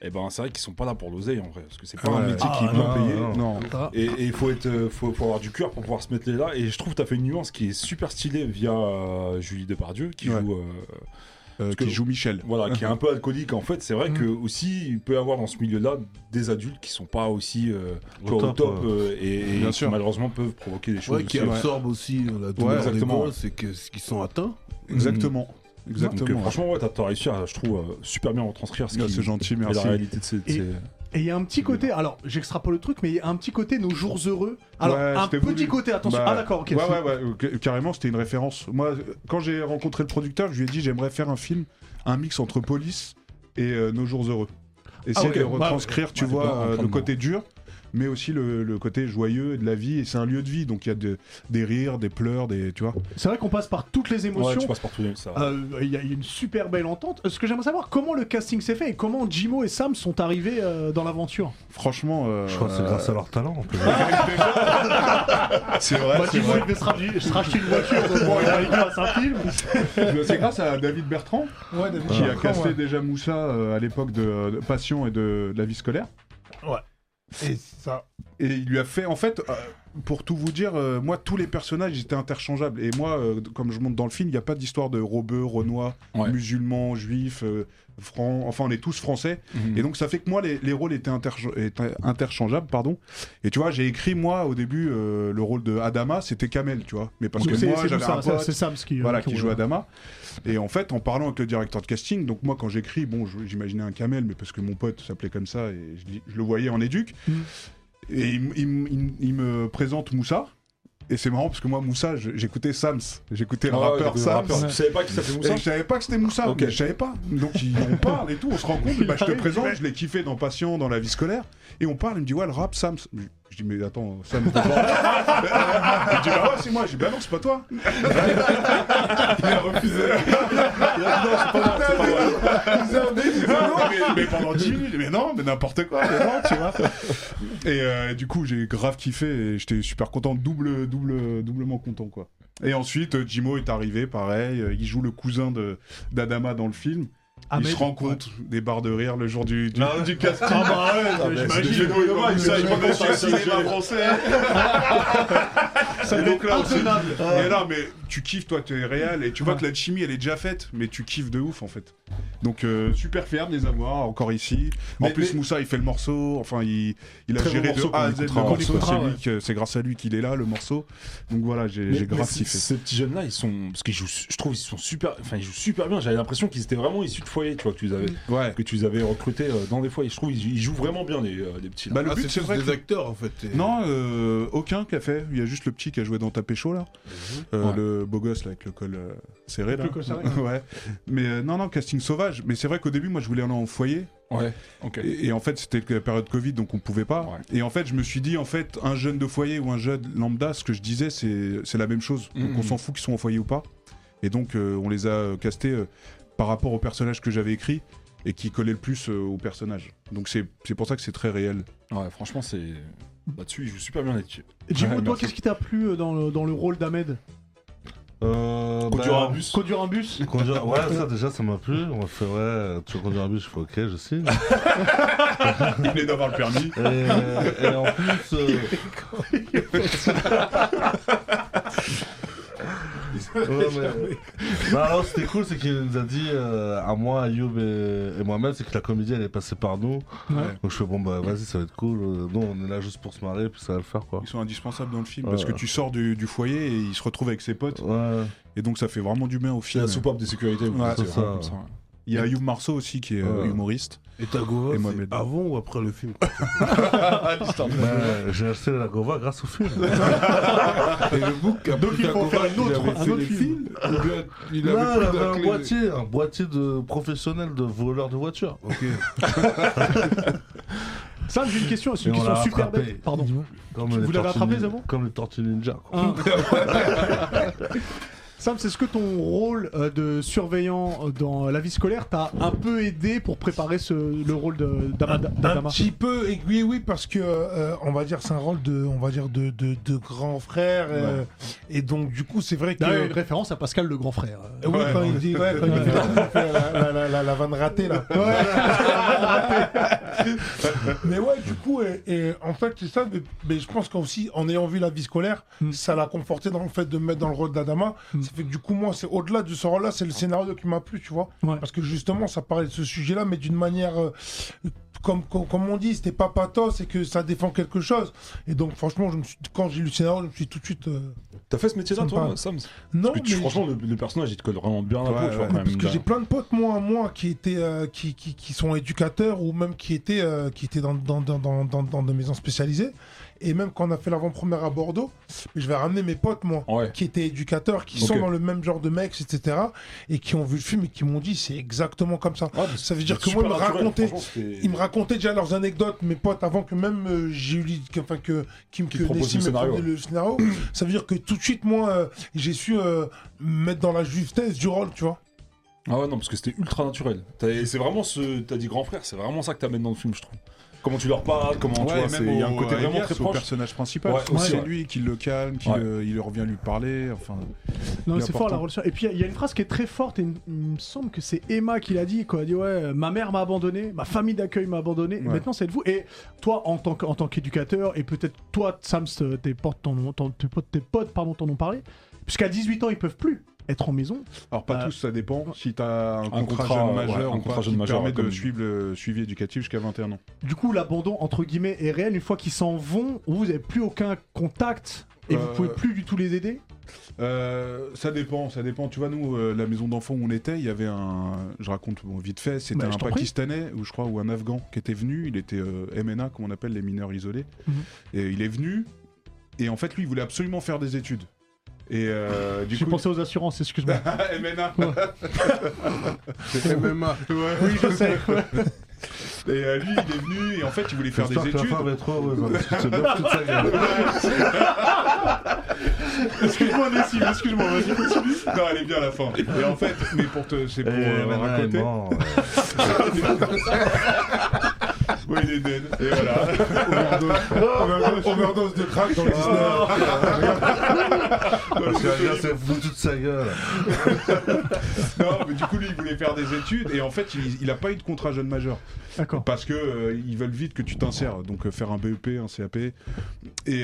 S2: Et ben, c'est vrai qu'ils sont pas là pour l'oseille en vrai, parce que c'est pas un
S3: Ouais.
S2: métier qui est
S1: Ah,
S2: bien
S1: non,
S2: payé.
S3: non, non.
S1: Ah.
S2: Et il faut, être, euh, faut, faut avoir du cœur pour pouvoir se mettre les là. Et je trouve que tu as fait une nuance qui est super stylée via euh, Julie Depardieu, qui
S3: Ouais.
S2: joue, euh,
S3: Euh,
S2: Parce que-
S3: qui joue Michel. Mm.
S2: voilà, qui est un peu alcoolique. En fait, c'est vrai que aussi, il peut y avoir dans ce milieu-là des adultes qui sont pas aussi euh, tu vois, au, top,
S5: top, ouais.
S2: euh, et, et
S3: Bien
S2: qui,
S3: sûr.
S2: malheureusement peuvent provoquer des choses.
S5: Ouais, qui
S2: aussi.
S5: absorbe aussi euh, la douleur des
S2: exactement.
S5: gosses et que- ce qu'ils sont atteints.
S3: Exactement.
S2: Donc, euh,
S3: Exactement. ouais.
S2: franchement, ouais, t'as t'as réussi à, je trouve, euh, super bien retranscrire ce
S3: Ouais,
S2: qui
S3: C'est gentil,
S2: est
S3: merci.
S2: la réalité de ces. de
S1: Et-
S2: ces-
S1: Et il y a un petit côté, alors j'extrapole le truc, mais il y a un petit côté nos jours heureux. Alors
S3: Ouais,
S1: un
S3: c'était
S1: petit
S3: voulu.
S1: côté, attention.
S3: Bah,
S1: ah d'accord, ok.
S3: Ouais, ouais, ouais, euh, ca- carrément, c'était une référence. Moi, euh, quand j'ai rencontré le producteur, je lui ai dit j'aimerais faire un film, un mix entre police et euh, Nos Jours Heureux. Essayer
S1: Ah, ok, Bah,
S3: de
S1: ouais,
S3: retranscrire, tu
S2: ouais,
S3: vois,
S2: c'est pas un
S3: euh,
S2: plan
S3: le
S2: de
S3: côté dur, mais aussi le, le côté joyeux de la vie. Et c'est un lieu de vie, donc il y a de- des rires, des pleurs, des. Tu vois
S1: C'est vrai qu'on passe par toutes les
S2: Ouais, tu
S1: émotions.
S2: passes partout. Ça.
S1: Euh, Il y, a il y a une super belle entente. Euh, Ce que j'aimerais savoir, comment le casting s'est fait et comment Jimo et Sam sont arrivés euh, dans l'aventure.
S3: Franchement. euh,
S5: Je crois que c'est grâce à leur talent. en fait.
S3: C'est vrai,
S1: Bah,
S3: c'est
S1: Jimo,
S3: vrai.
S1: il devait se racheter- se racheter une voiture, donc bon, il a- il passe un film.
S3: C'est grâce à David Bertrand.
S1: Ouais, David,
S3: qui a casté déjà Moussa euh, à l'époque de, de Passion et de, de la vie scolaire.
S1: Et ça.
S3: et il lui a fait. En fait, euh, pour tout vous dire, euh, moi, tous les personnages étaient interchangeables. Et moi, euh, comme je monte dans le film, il n'y a pas d'histoire de robeux, renois,
S2: Ouais.
S3: musulmans, juifs, euh, francs. Enfin, on est tous français.
S2: Mhm.
S3: Et donc, ça fait que moi, les, les rôles étaient, intercha- étaient interchangeables. pardon. Et tu vois, j'ai écrit, moi, au début, euh, le rôle de Adama, c'était Kamel, tu vois. Mais parce
S1: Donc
S3: que
S1: c'est-
S3: moi,
S1: c'est
S3: j'avais
S1: ça,
S3: un
S1: ça,
S3: pote
S1: c'est Sam qui, euh,
S3: voilà, qui
S1: roule.
S3: joue Adama. Et en fait, en parlant avec le directeur de casting, donc moi quand j'écris, bon, je- j'imaginais un camel, mais parce que mon pote s'appelait comme ça et je, l'ai- je le voyais en éduc.
S1: Mhm.
S3: Et il, m- il m- il m- il me présente Moussa. Et c'est marrant parce que moi, Moussa, je- j'écoutais Sams. J'écoutais le
S2: Ah ouais,
S3: rappeur
S2: le
S3: Sams.
S2: rappeur. Tu savais pas qui s'appelait Moussa
S3: Et Je savais pas que c'était Moussa,
S2: Ok.
S3: mais je savais pas. Donc ils- on parle et tout, on se rend compte.
S1: Il
S3: bah, je te
S1: arrive,
S3: présente, je l'ai kiffé dans Patient, dans la vie scolaire. Et on parle, il me dit, ouais, le rap, Sams. Je- Je dis, mais attends, Sams. d'abord. il me dit, bah ouais, c'est moi. Je dis, bah non, c'est pas toi.
S2: Il a refusé. Il a dit, non, c'est pas moi, c'est pas moi.
S3: Non, mais, mais pendant 10 minutes, mais non, mais n'importe quoi, mais non, tu vois. Et euh, du coup, j'ai grave kiffé et j'étais super content, double, double, doublement content, quoi. Et ensuite, euh, Jimo est arrivé, pareil, euh, il joue le cousin de- d'Adama dans le film.
S1: Ahmed.
S3: il se rend compte des barres de rire le jour du, du,
S2: Non,
S3: du casting.
S1: Ah bah ouais,
S2: Ah, mais
S1: j'imagine.
S2: c'est des jeux de mots, il
S3: Ça,
S2: savait
S3: je
S2: pas
S3: connais
S2: comment ça
S3: sur le
S2: s'appelait.
S3: cinéma français.
S1: Ça
S3: Et
S1: devait
S3: donc
S1: être
S3: là, on se-
S1: intenable.
S3: Mais non, mais tu kiffes, toi, t'es réel, et tu vois que la chimie, elle est déjà faite, mais tu kiffes de ouf, en fait. Donc, euh, super fier de les avoir, encore ici. En
S2: Mais-
S3: plus,
S2: mais-
S3: Moussa, il fait le morceau, enfin, il, il a
S2: Très bon
S3: géré de
S2: morceau
S3: A à
S2: qu'on
S3: Z le
S2: écoutera,
S3: morceau,
S2: qu'on
S1: écoutera,
S3: c'est
S1: ouais.
S3: lui que- c'est grâce à lui qu'il est là, le morceau. Donc voilà, j'ai
S2: Mais-
S3: j'ai
S2: mais
S3: grave
S2: c-
S3: kiffé.
S2: Ces petits jeunes là, ils sont parce qu'ils jouent su- je trouve ils sont super enfin ils jouent super bien, j'avais l'impression qu'ils étaient vraiment issus de foyers, tu vois que tu les avais
S5: Mm.
S3: Ouais.
S2: que tu les avais recrutés euh, dans des foyers. Je trouve ils, ils jouent vraiment bien les, euh, les petits là.
S3: Bah, le
S5: Ah,
S3: but, c'est
S5: c'est
S3: vrai
S5: juste
S3: que-
S5: des acteurs en fait. Et-
S3: Non, euh, aucun qui a fait. Il y a juste le petit qui a joué dans Tapécho, là. Euh,
S2: Ouais.
S3: Le beau gosse, là, avec le col euh, serré, là.
S1: Le col serré.
S3: ouais. Mais euh, non, non, casting sauvage. Mais c'est vrai qu'au début, moi, je voulais aller en foyer.
S2: Ouais. OK.
S3: Et, et en fait, c'était la période Covid, donc on pouvait pas.
S2: Ouais.
S3: Et en fait, je me suis dit, en fait, un jeune de foyer ou un jeune lambda, ce que je disais, c'est c'est la même chose. Donc
S2: Mhm.
S3: on s'en fout qu'ils sont en foyer ou pas. Et donc, euh, on les a euh, castés euh, par rapport au personnage que j'avais écrit et qui collait le plus euh, au personnage. Donc c'est c'est pour ça que c'est très réel.
S2: Ouais, franchement c'est là-dessus ils jouent super bien les petits.
S1: Jimbo,
S2: Ouais,
S1: toi,
S2: merci.
S1: qu'est-ce qui t'a plu euh, dans le, dans le rôle d'Ahmed
S8: Euh,
S2: Conduire
S3: Ben,
S8: bah,
S2: un bus.
S1: Conduire un bus
S8: Conduire, ouais, ça déjà ça m'a plu. On m'a fait, ouais, tu veux conduire un bus Je fais, ok, je sais.
S3: Il venait d'avoir le permis.
S8: Et, et en plus. euh, Ouais, Bah, mais- Non, non, c'était cool, c'est qu'il nous a dit euh, à moi, à Youb et, et moi-même, c'est que la comédie elle est passée par nous. Donc je fais, bon, bah vas-y, ça va être cool. Euh, Nous, on est là juste pour se marrer, puis ça va le faire quoi.
S3: Ils sont indispensables dans le film
S8: Ouais.
S3: parce que tu sors du, du foyer et il se retrouve avec ses potes.
S8: Ouais.
S3: Et donc ça fait vraiment du bien au
S2: C'est
S3: film.
S2: la soupape de sécurité
S3: Ouais,
S2: c'est
S8: c'est ça.
S2: vraiment comme ça, ouais.
S3: Il y a Youb Marceau aussi qui est euh,
S8: Ouais.
S3: humoriste.
S5: Et Tagova,
S3: Et
S5: c'est
S3: Mohamed.
S5: avant ou après le film
S1: Ah,
S8: Ouais, J'ai acheté la Gova grâce au film.
S5: Et le book, après
S1: Donc, il faut
S5: Tagova,
S1: faire une autre-
S5: il avait
S1: un
S5: fait
S1: autre
S5: les
S1: film.
S5: films Ou bien il
S8: Non,
S5: avait
S8: elle
S5: plus
S8: avait
S5: la
S8: un
S5: clé.
S8: boîtier, un boîtier de professionnel de voleur de voiture.
S5: Ok.
S1: Sam, j'ai une question, c'est une
S8: Et on l'a
S1: question super
S8: rattrapé.
S1: bête. Pardon.
S8: Comme
S1: Tu
S8: les
S1: voulais
S8: Tortues
S1: rattraper,
S8: Nin-
S1: Zamo
S8: Comme les Tortues Ninja. quoi.
S1: Hein Ah. Sam, c'est ce que ton rôle euh, de surveillant euh, dans la vie scolaire t'a un peu aidé pour préparer ce, le rôle de- d'Amad-
S5: Ah, Un
S1: d'Adama
S5: petit peu aiguillé, oui, parce que euh, on va dire c'est un rôle de, on va dire de, de, de grand frère, euh, et donc du coup c'est vrai que
S1: D'ailleurs, une référence à Pascal le grand frère.
S5: Euh, oui, quand il dit, ouais, quand il fait la, la, la, la, la vanne ratée là. mais ouais, du coup, et, et en fait, c'est ça. Mais, mais je pense qu'en aussi, en ayant vu la vie scolaire,
S1: Hmm.
S5: ça l'a conforté dans le fait de me mettre dans le rôle d'Adama. Ça fait que du coup, moi, c'est au-delà de ce rôle-là, c'est le scénario qui m'a plu, tu vois.
S1: Ouais.
S5: Parce que justement, ça parlait de ce sujet-là, mais d'une manière. euh, comme, comme, comme on dit, c'était pas pathos et que ça défend quelque chose. Et donc, franchement, je me suis, quand j'ai lu le scénario, je me suis tout de suite. euh,
S2: T'as fait ce métier là
S5: Ça me
S2: toi
S5: parle.
S2: Sam
S5: Non,
S2: Parce que tu-
S5: mais-
S2: franchement le, le personnage il te colle vraiment bien la peau,
S3: Ouais,
S2: tu vois
S3: ouais.
S2: quand
S5: parce
S2: même.
S5: que j'ai
S2: là.
S5: plein de potes, moi, à moi, qui étaient, euh, qui, qui, qui sont éducateurs ou même qui étaient, euh, qui étaient dans, dans, dans, dans, dans, dans des maisons spécialisées. Et même quand on a fait l'avant-première à Bordeaux, je vais ramener mes potes, moi,
S2: Ouais.
S5: qui étaient éducateurs, qui
S2: Ok.
S5: sont dans le même genre de mecs, etc., et qui ont vu le film et qui m'ont dit c'est exactement comme ça.
S2: Ouais,
S5: ça veut dire
S2: c'est
S5: que moi, ils me
S2: super naturel,
S5: racontaient,
S2: franchement, c'était-
S5: ils me racontaient déjà leurs anecdotes, mes potes, avant que même euh, j'ai eu l'id- que- enfin que Kim
S2: Qu'ils te proposent le scénario,
S5: le scénario. ça veut dire que tout de suite, moi, euh, j'ai su euh, me mettre dans la justesse du rôle, tu vois.
S2: Ah ouais, non, parce que c'était ultra naturel. T'as- C'est vraiment ce. T'as dit grand frère, c'est vraiment ça que t'amènes dans le film, je trouve. comment tu leur parles, comment
S3: Ouais,
S2: tu vois,
S3: même
S2: c'est- il y a un
S3: au-
S2: côté
S3: à
S2: vraiment
S3: Elias,
S2: très
S3: au
S2: proche.
S3: personnage principal,
S2: Ouais, aussi,
S3: c'est
S2: ouais.
S3: lui qui le calme, qui
S2: Ouais.
S3: le- il revient lui parler. Enfin,
S1: Non,
S3: il est
S1: c'est fort la
S3: important.
S1: relation. Et puis il y a une phrase qui est très forte, et il me semble que c'est Emma qui l'a dit, quoi. Elle a dit ouais, ma mère m'a abandonné, ma famille d'accueil m'a abandonné, et
S3: Ouais.
S1: maintenant c'est de vous. Et toi, en tant que- en tant qu'éducateur, et peut-être toi, Sam, ce- tes potes, t'en- t'en- tes potes, tes potes, pardon, t'en ont parlé, puisqu'à 18 ans, ils peuvent plus être en maison. Euh,
S3: Alors pas tous, ça dépend. Si t'as un, contrat,
S2: contrat,
S3: jeune
S2: ouais,
S3: majeur,
S2: un
S3: ou
S2: contrat
S3: pas,
S2: jeune
S3: qui te
S2: majeur,
S3: permet
S2: ouais,
S3: de
S2: comme-
S3: suivre le suivi éducatif jusqu'à 21 ans.
S1: Du coup, l'abandon entre guillemets est réel. Une fois qu'ils s'en vont, vous n'avez plus aucun contact et vous
S3: Euh,
S1: pouvez plus du tout les aider.
S3: Euh, ça dépend, ça dépend. Tu vois, nous, euh, la maison d'enfants où on était, il y avait un. Je raconte bon, vite fait, c'était
S1: Bah, je
S3: un
S1: t'en prie.
S3: Pakistanais, ou je crois, ou un Afghan qui était venu. Il était euh, MNA, comme on appelle les mineurs isolés.
S1: Mhm.
S3: Et il est venu, et en fait, lui, il voulait absolument faire des études. Et euh, du
S1: J'ai
S3: coup.
S1: pensé aux assurances, excuse-moi.
S2: Eh,
S3: MNA
S1: Ouais.
S3: C'est MMA
S1: oui, je sais. ouais.
S3: Et euh, lui, il est venu, et en fait, il voulait faire des
S8: J'espère que la
S3: études.
S8: femme est trop heureuse. hein, parce que c'est bien toute sa gueule.
S3: Excuse-moi, Nessim, excuse-moi, vas-y, continue. Non, elle est bien à la fin. Et en fait, mais pour te. C'est pour
S8: Eh,
S3: euh,
S8: maintenant, elle
S3: raconter.
S8: est morte.
S3: Oui, il est dead. Et voilà.
S8: Oh.
S5: Overdose overdose de crack dans le 19.
S1: Ah,
S8: Parce que la
S1: bah,
S8: gueule s'est foutue toute sa gueule.
S3: Non, mais du coup, lui, il voulait faire des études et en fait, il, il a pas eu de contrat jeune majeur.
S1: D'accord.
S3: Parce que euh, ils veulent vite que tu t'insères, donc euh, faire un BEP, un CAP. Et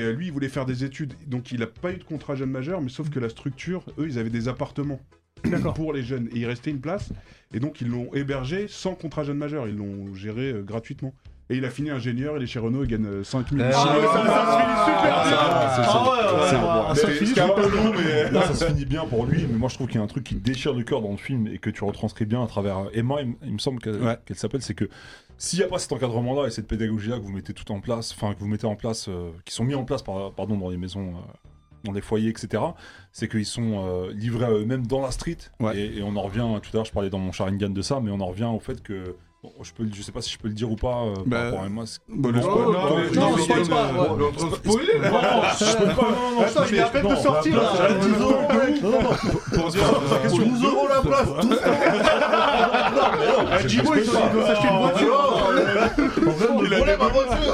S3: euh, lui, il voulait faire des études, donc il a pas eu de contrat jeune majeur, mais sauf que la structure, eux, ils avaient des appartements
S1: D'accord.
S3: pour les jeunes et il restait une place et donc ils l'ont hébergé sans contrat jeune majeur, ils l'ont géré euh, gratuitement. Et il a fini ingénieur, il est chez Renault, il gagne euh, 5000
S8: Ah, mais ça-
S1: Ah, ça finit
S2: C'est un
S1: super
S2: peu long, mais là, ça se finit bien pour lui. Mais moi, je trouve qu'il y a un truc qui déchire le cœur dans le film et que tu retranscris bien à travers euh, Emma. Il, m- il me semble qu'elle
S3: Ouais.
S2: qu'elle s'appelle. C'est que s'il n'y a pas cet encadrement-là et cette pédagogie-là que vous mettez tout en place, enfin que vous mettez en place, euh, qui sont mis en place, par, pardon, dans les maisons. euh, dans les foyers, etc., c'est qu'ils sont euh, livrés à eux-mêmes dans la street.
S3: Ouais.
S2: Et, et on en revient, tout à l'heure, je parlais dans mon Sharingan de ça, mais on en revient au fait que. bon, je, peux, je sais pas si je peux le dire ou pas euh,
S3: Bah,
S2: par rapport à Emma. c'est-
S3: Bon, le
S2: Oh, Non,
S3: spoil-
S2: non,
S3: mais-
S2: non,
S3: non,
S2: mais-
S3: spoil pas,
S2: non,
S3: ouais.
S2: non, je peux pas, non, non, non,
S1: Attends,
S2: je-
S1: mais il a à peine de
S2: non.
S1: sortir là.
S2: Pour dire, euh,
S8: Pour 12 euros la place, tous
S2: je respecte pas.
S11: Ah,
S8: On vient de voler ma voiture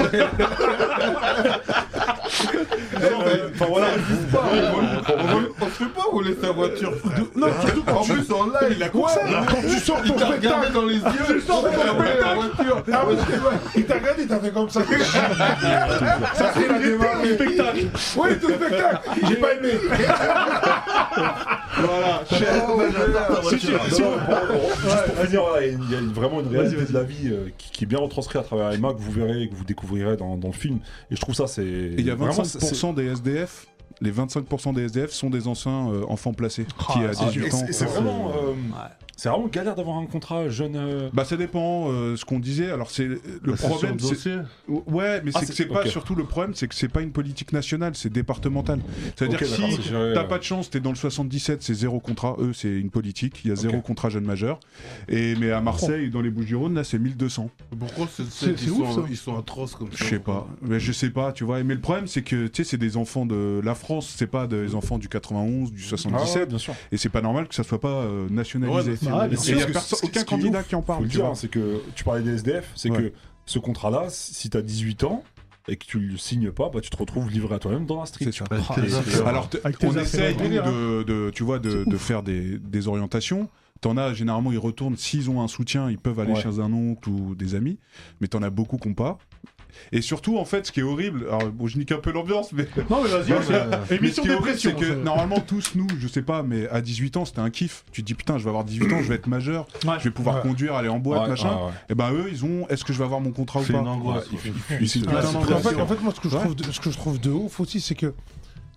S2: Non, mais, enfin, voilà,
S11: On se fait pas rouler sa voiture, frère.
S5: Non, surtout quand
S11: En plus, en live, il a quoi
S5: quand tu sors
S11: Il
S5: ton
S11: t'a regardé
S5: spectacle.
S11: dans les yeux, il
S5: sors
S11: t'a
S5: ton
S11: regardé la
S5: spectacle.
S11: voiture.
S5: Ah, parce que, ouais, Il t'a regardé, il t'a fait comme ça. ça c'est la démarré. spectacle. Oui, tout le spectacle. J'ai pas aimé.
S2: Non, non, bon, bon, juste pour finir, voilà, il y a vraiment une réalité de la vie euh, qui, qui est bien retranscrite à travers Emma que vous verrez, et que vous découvrirez dans, dans le film. Et je trouve ça, c'est.
S3: Et il y a
S2: vraiment, c'est-
S3: 25% des SDF. Les 25% des SDF sont des anciens euh, enfants placés qui
S1: Ah,
S3: à
S2: c'est- ah,
S3: 18
S2: et
S3: ans.
S2: c'est- et C'est vraiment. euh, C'est vraiment galère d'avoir un contrat jeune. euh,
S3: Bah ça dépend euh, ce qu'on disait. Alors Bah, c'est
S2: Bah,
S3: le
S8: Le
S3: problème. c'est-
S8: dossier
S3: Ouais, mais
S2: Ah,
S3: c'est que
S2: c'est-
S3: c'est pas
S2: ok.
S3: surtout le problème, c'est que c'est pas une politique nationale, c'est départemental. C'est-à-dire
S2: Ok,
S3: que
S2: d'accord,
S3: si
S2: c'est géré,
S3: t'as
S2: euh,
S3: pas de chance, t'es dans le 77, c'est zéro contrat. Eux, c'est une politique. Il y a zéro
S2: Ok.
S3: contrat jeune majeur. Et mais à Marseille, dans les Bouches-du-Rhône, là, c'est 1200.
S11: Pourquoi c'est-
S1: C'est-
S11: ils
S1: c'est ouf,
S6: hein
S11: sont-
S1: ça.
S11: ils sont atroces comme ça
S3: Je sais pas. Mais je sais pas, tu vois. Mais le problème, c'est que tu sais, c'est des enfants de la France. C'est pas des enfants du 91, du
S2: ah ouais,
S3: 77.
S2: bien sûr.
S3: Et c'est pas normal que ça soit pas euh, nationalisé.
S11: Ouais,
S1: bah, ouais, bien
S3: et il y
S1: sûr.
S3: a perso-
S2: Ce qui-
S3: aucun
S2: ce qui est
S3: candidat
S2: ouf,
S3: qui en
S2: Faut
S3: parle.
S2: le
S3: tu
S2: dire,
S3: vois.
S2: hein, c'est que tu parlais des SDF, c'est
S3: Ouais.
S2: que ce contrat-là, si t'as 18 ans et que tu le signes pas, bah tu te retrouves livré à toi-même dans la street. Ah,
S3: C'est ça.
S8: Avec tes
S2: Et-
S8: affaires.
S3: Bah, Alors, t-
S1: Avec tes
S3: on
S1: affaires,
S3: essaye
S1: ouais.
S2: hein.
S3: de, de- tu vois, de, de faire des, des orientations. T'en as, généralement, ils retournent, s'ils ont un soutien, ils peuvent aller
S2: Ouais.
S3: chez un oncle ou des amis, mais t'en as beaucoup qui n'ont pas. Et surtout, en fait, ce qui est horrible, alors bon, je nique un peu l'ambiance, mais...
S1: Non mais vas-y.
S3: Non,
S1: vas-y.
S3: mais
S1: Émission
S3: ce qui est horrible,
S1: dépression,
S3: c'est que
S1: ça.
S3: normalement, tous nous, je sais pas, mais à 18 ans, c'était un kiff. Tu te dis, putain, je vais avoir 18 ans, je vais être majeur,
S1: Ouais.
S3: je vais pouvoir
S5: Ouais.
S3: conduire, aller en boîte,
S2: Ouais,
S3: machin.
S2: ouais, ouais.
S3: Et ben eux, ils ont, est-ce que je vais avoir mon contrat ou
S8: C'est
S3: pas
S8: une angoisse.
S2: Ouais,
S8: quoi.
S2: Puis c'est-
S3: Putain,
S5: En
S3: d'angoisse.
S5: fait, Ah, en fait, moi, ce que, je
S3: Ouais.
S5: trouve de, ce que je trouve de ouf aussi, c'est que,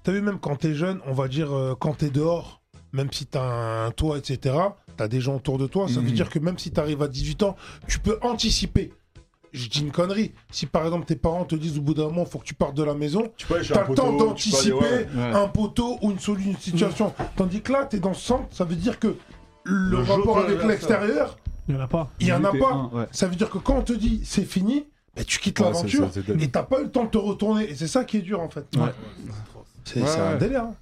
S5: t'as vu, même quand t'es jeune, on va dire, euh, quand t'es dehors, même si t'as un toit, etc., t'as des gens autour de toi, ça veut
S2: Mhm.
S5: dire que même si t'arrives à 18 ans, tu peux anticiper. Je dis une connerie. Si par exemple tes parents te disent au bout d'un moment, faut que tu partes de la maison,
S2: Tu peux aller chez
S5: t'as
S2: un
S5: le temps
S2: poteau, tu peux aller-
S5: d'anticiper
S2: ouais.
S8: ouais.
S5: un poteau ou une, solution, une situation. Tandis que là, t'es dans ce centre, ça veut dire que le,
S8: Le
S5: rapport
S8: joker,
S5: avec
S8: là,
S5: l'extérieur,
S1: Il y en a pas.
S5: il n'y en a
S8: Limité,
S5: pas.
S8: un, ouais.
S5: Ça veut dire que quand on te dit c'est fini, bah, tu quittes
S2: Ouais, c'est-
S5: l'aventure
S2: c'est- c'est-
S12: Euh,
S5: et t'as pas eu le temps de te retourner. Et c'est ça qui est dur en fait.
S3: Ouais.
S5: C'est
S3: Ouais,
S5: c'est un
S3: ouais.
S5: délire. hein.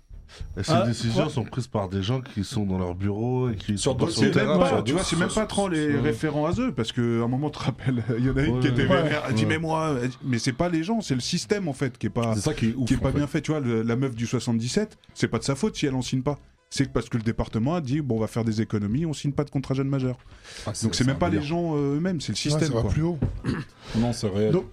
S8: Et ces
S3: Ah,
S8: décisions
S3: ouais.
S8: sont prises par des gens qui sont dans leur bureau et qui sont pas sur le
S3: C'est même
S8: terrain,
S3: pas,
S8: sur-
S3: tu vois, c'est même pas trop les
S8: sur-
S3: référents à eux, parce qu'à un moment, tu te rappelles, il y en a une qui
S8: Ouais,
S3: était
S8: ouais.
S3: vénère, elle dit
S8: Ouais.
S3: mais moi, elle dit, mais c'est pas les gens, c'est le système en fait qui est pas,
S2: C'est ça qui est ouf,
S3: est pas
S2: en fait.
S3: bien fait. Tu vois, le- la meuf du 77, c'est pas de sa faute si elle en signe pas. C'est parce que le département a dit bon, on va faire des économies, on signe pas de contrat jeune majeur. Donc c'est même pas les gens euh, eux-mêmes, c'est le système.
S1: ça va
S3: quoi.
S1: plus haut.
S2: Non, c'est réel.
S1: Donc,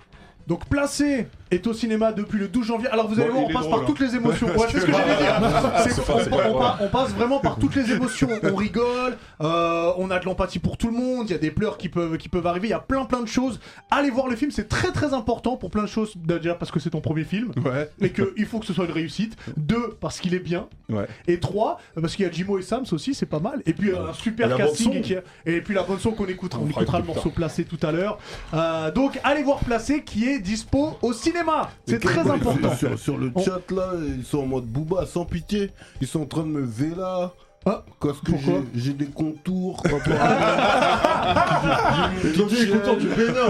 S1: donc placé est au cinéma depuis le 12 janvier. Alors vous allez
S2: Bon,
S1: voir,
S2: il
S1: on
S2: est
S1: passe
S2: drôle,
S1: par
S2: hein.
S1: toutes les émotions.
S2: Ouais,
S1: Ouais, c'est ce que
S2: parce que-
S1: j'allais dire. C'est-
S2: C'est
S1: on,
S2: pas- c'est
S1: on
S2: pas-
S1: pa- on passe vraiment par toutes les émotions. On rigole, euh, on a de l'empathie pour tout le monde. Il y a des pleurs qui peuvent qui peuvent arriver. Il y a plein plein de choses. Allez voir le film, c'est très très important pour plein de choses. Déjà parce que c'est ton premier film et que il faut que ce soit une réussite. Deux parce qu'il est bien.
S3: Ouais.
S1: Et trois parce qu'il y a Jimo et Sams aussi, c'est pas mal. Et puis un
S2: Et
S1: super
S2: la
S1: casting
S2: bande-son.
S1: et, qui a- et puis la bonne son qu'on écoutera. On
S2: fera
S1: écoutera le
S2: écouter plus
S1: morceau
S2: tard.
S1: placé tout à l'heure. Euh, donc allez voir placé qui est dispo au cinéma. C'est très important.
S6: Sur, sur le chat là, ils sont en mode booba sans pitié. Ils sont en train de me véla.
S1: Ah,
S6: parce que j'ai- j'ai des contours. par rapport à- J'ai mon petit contours du Bénin.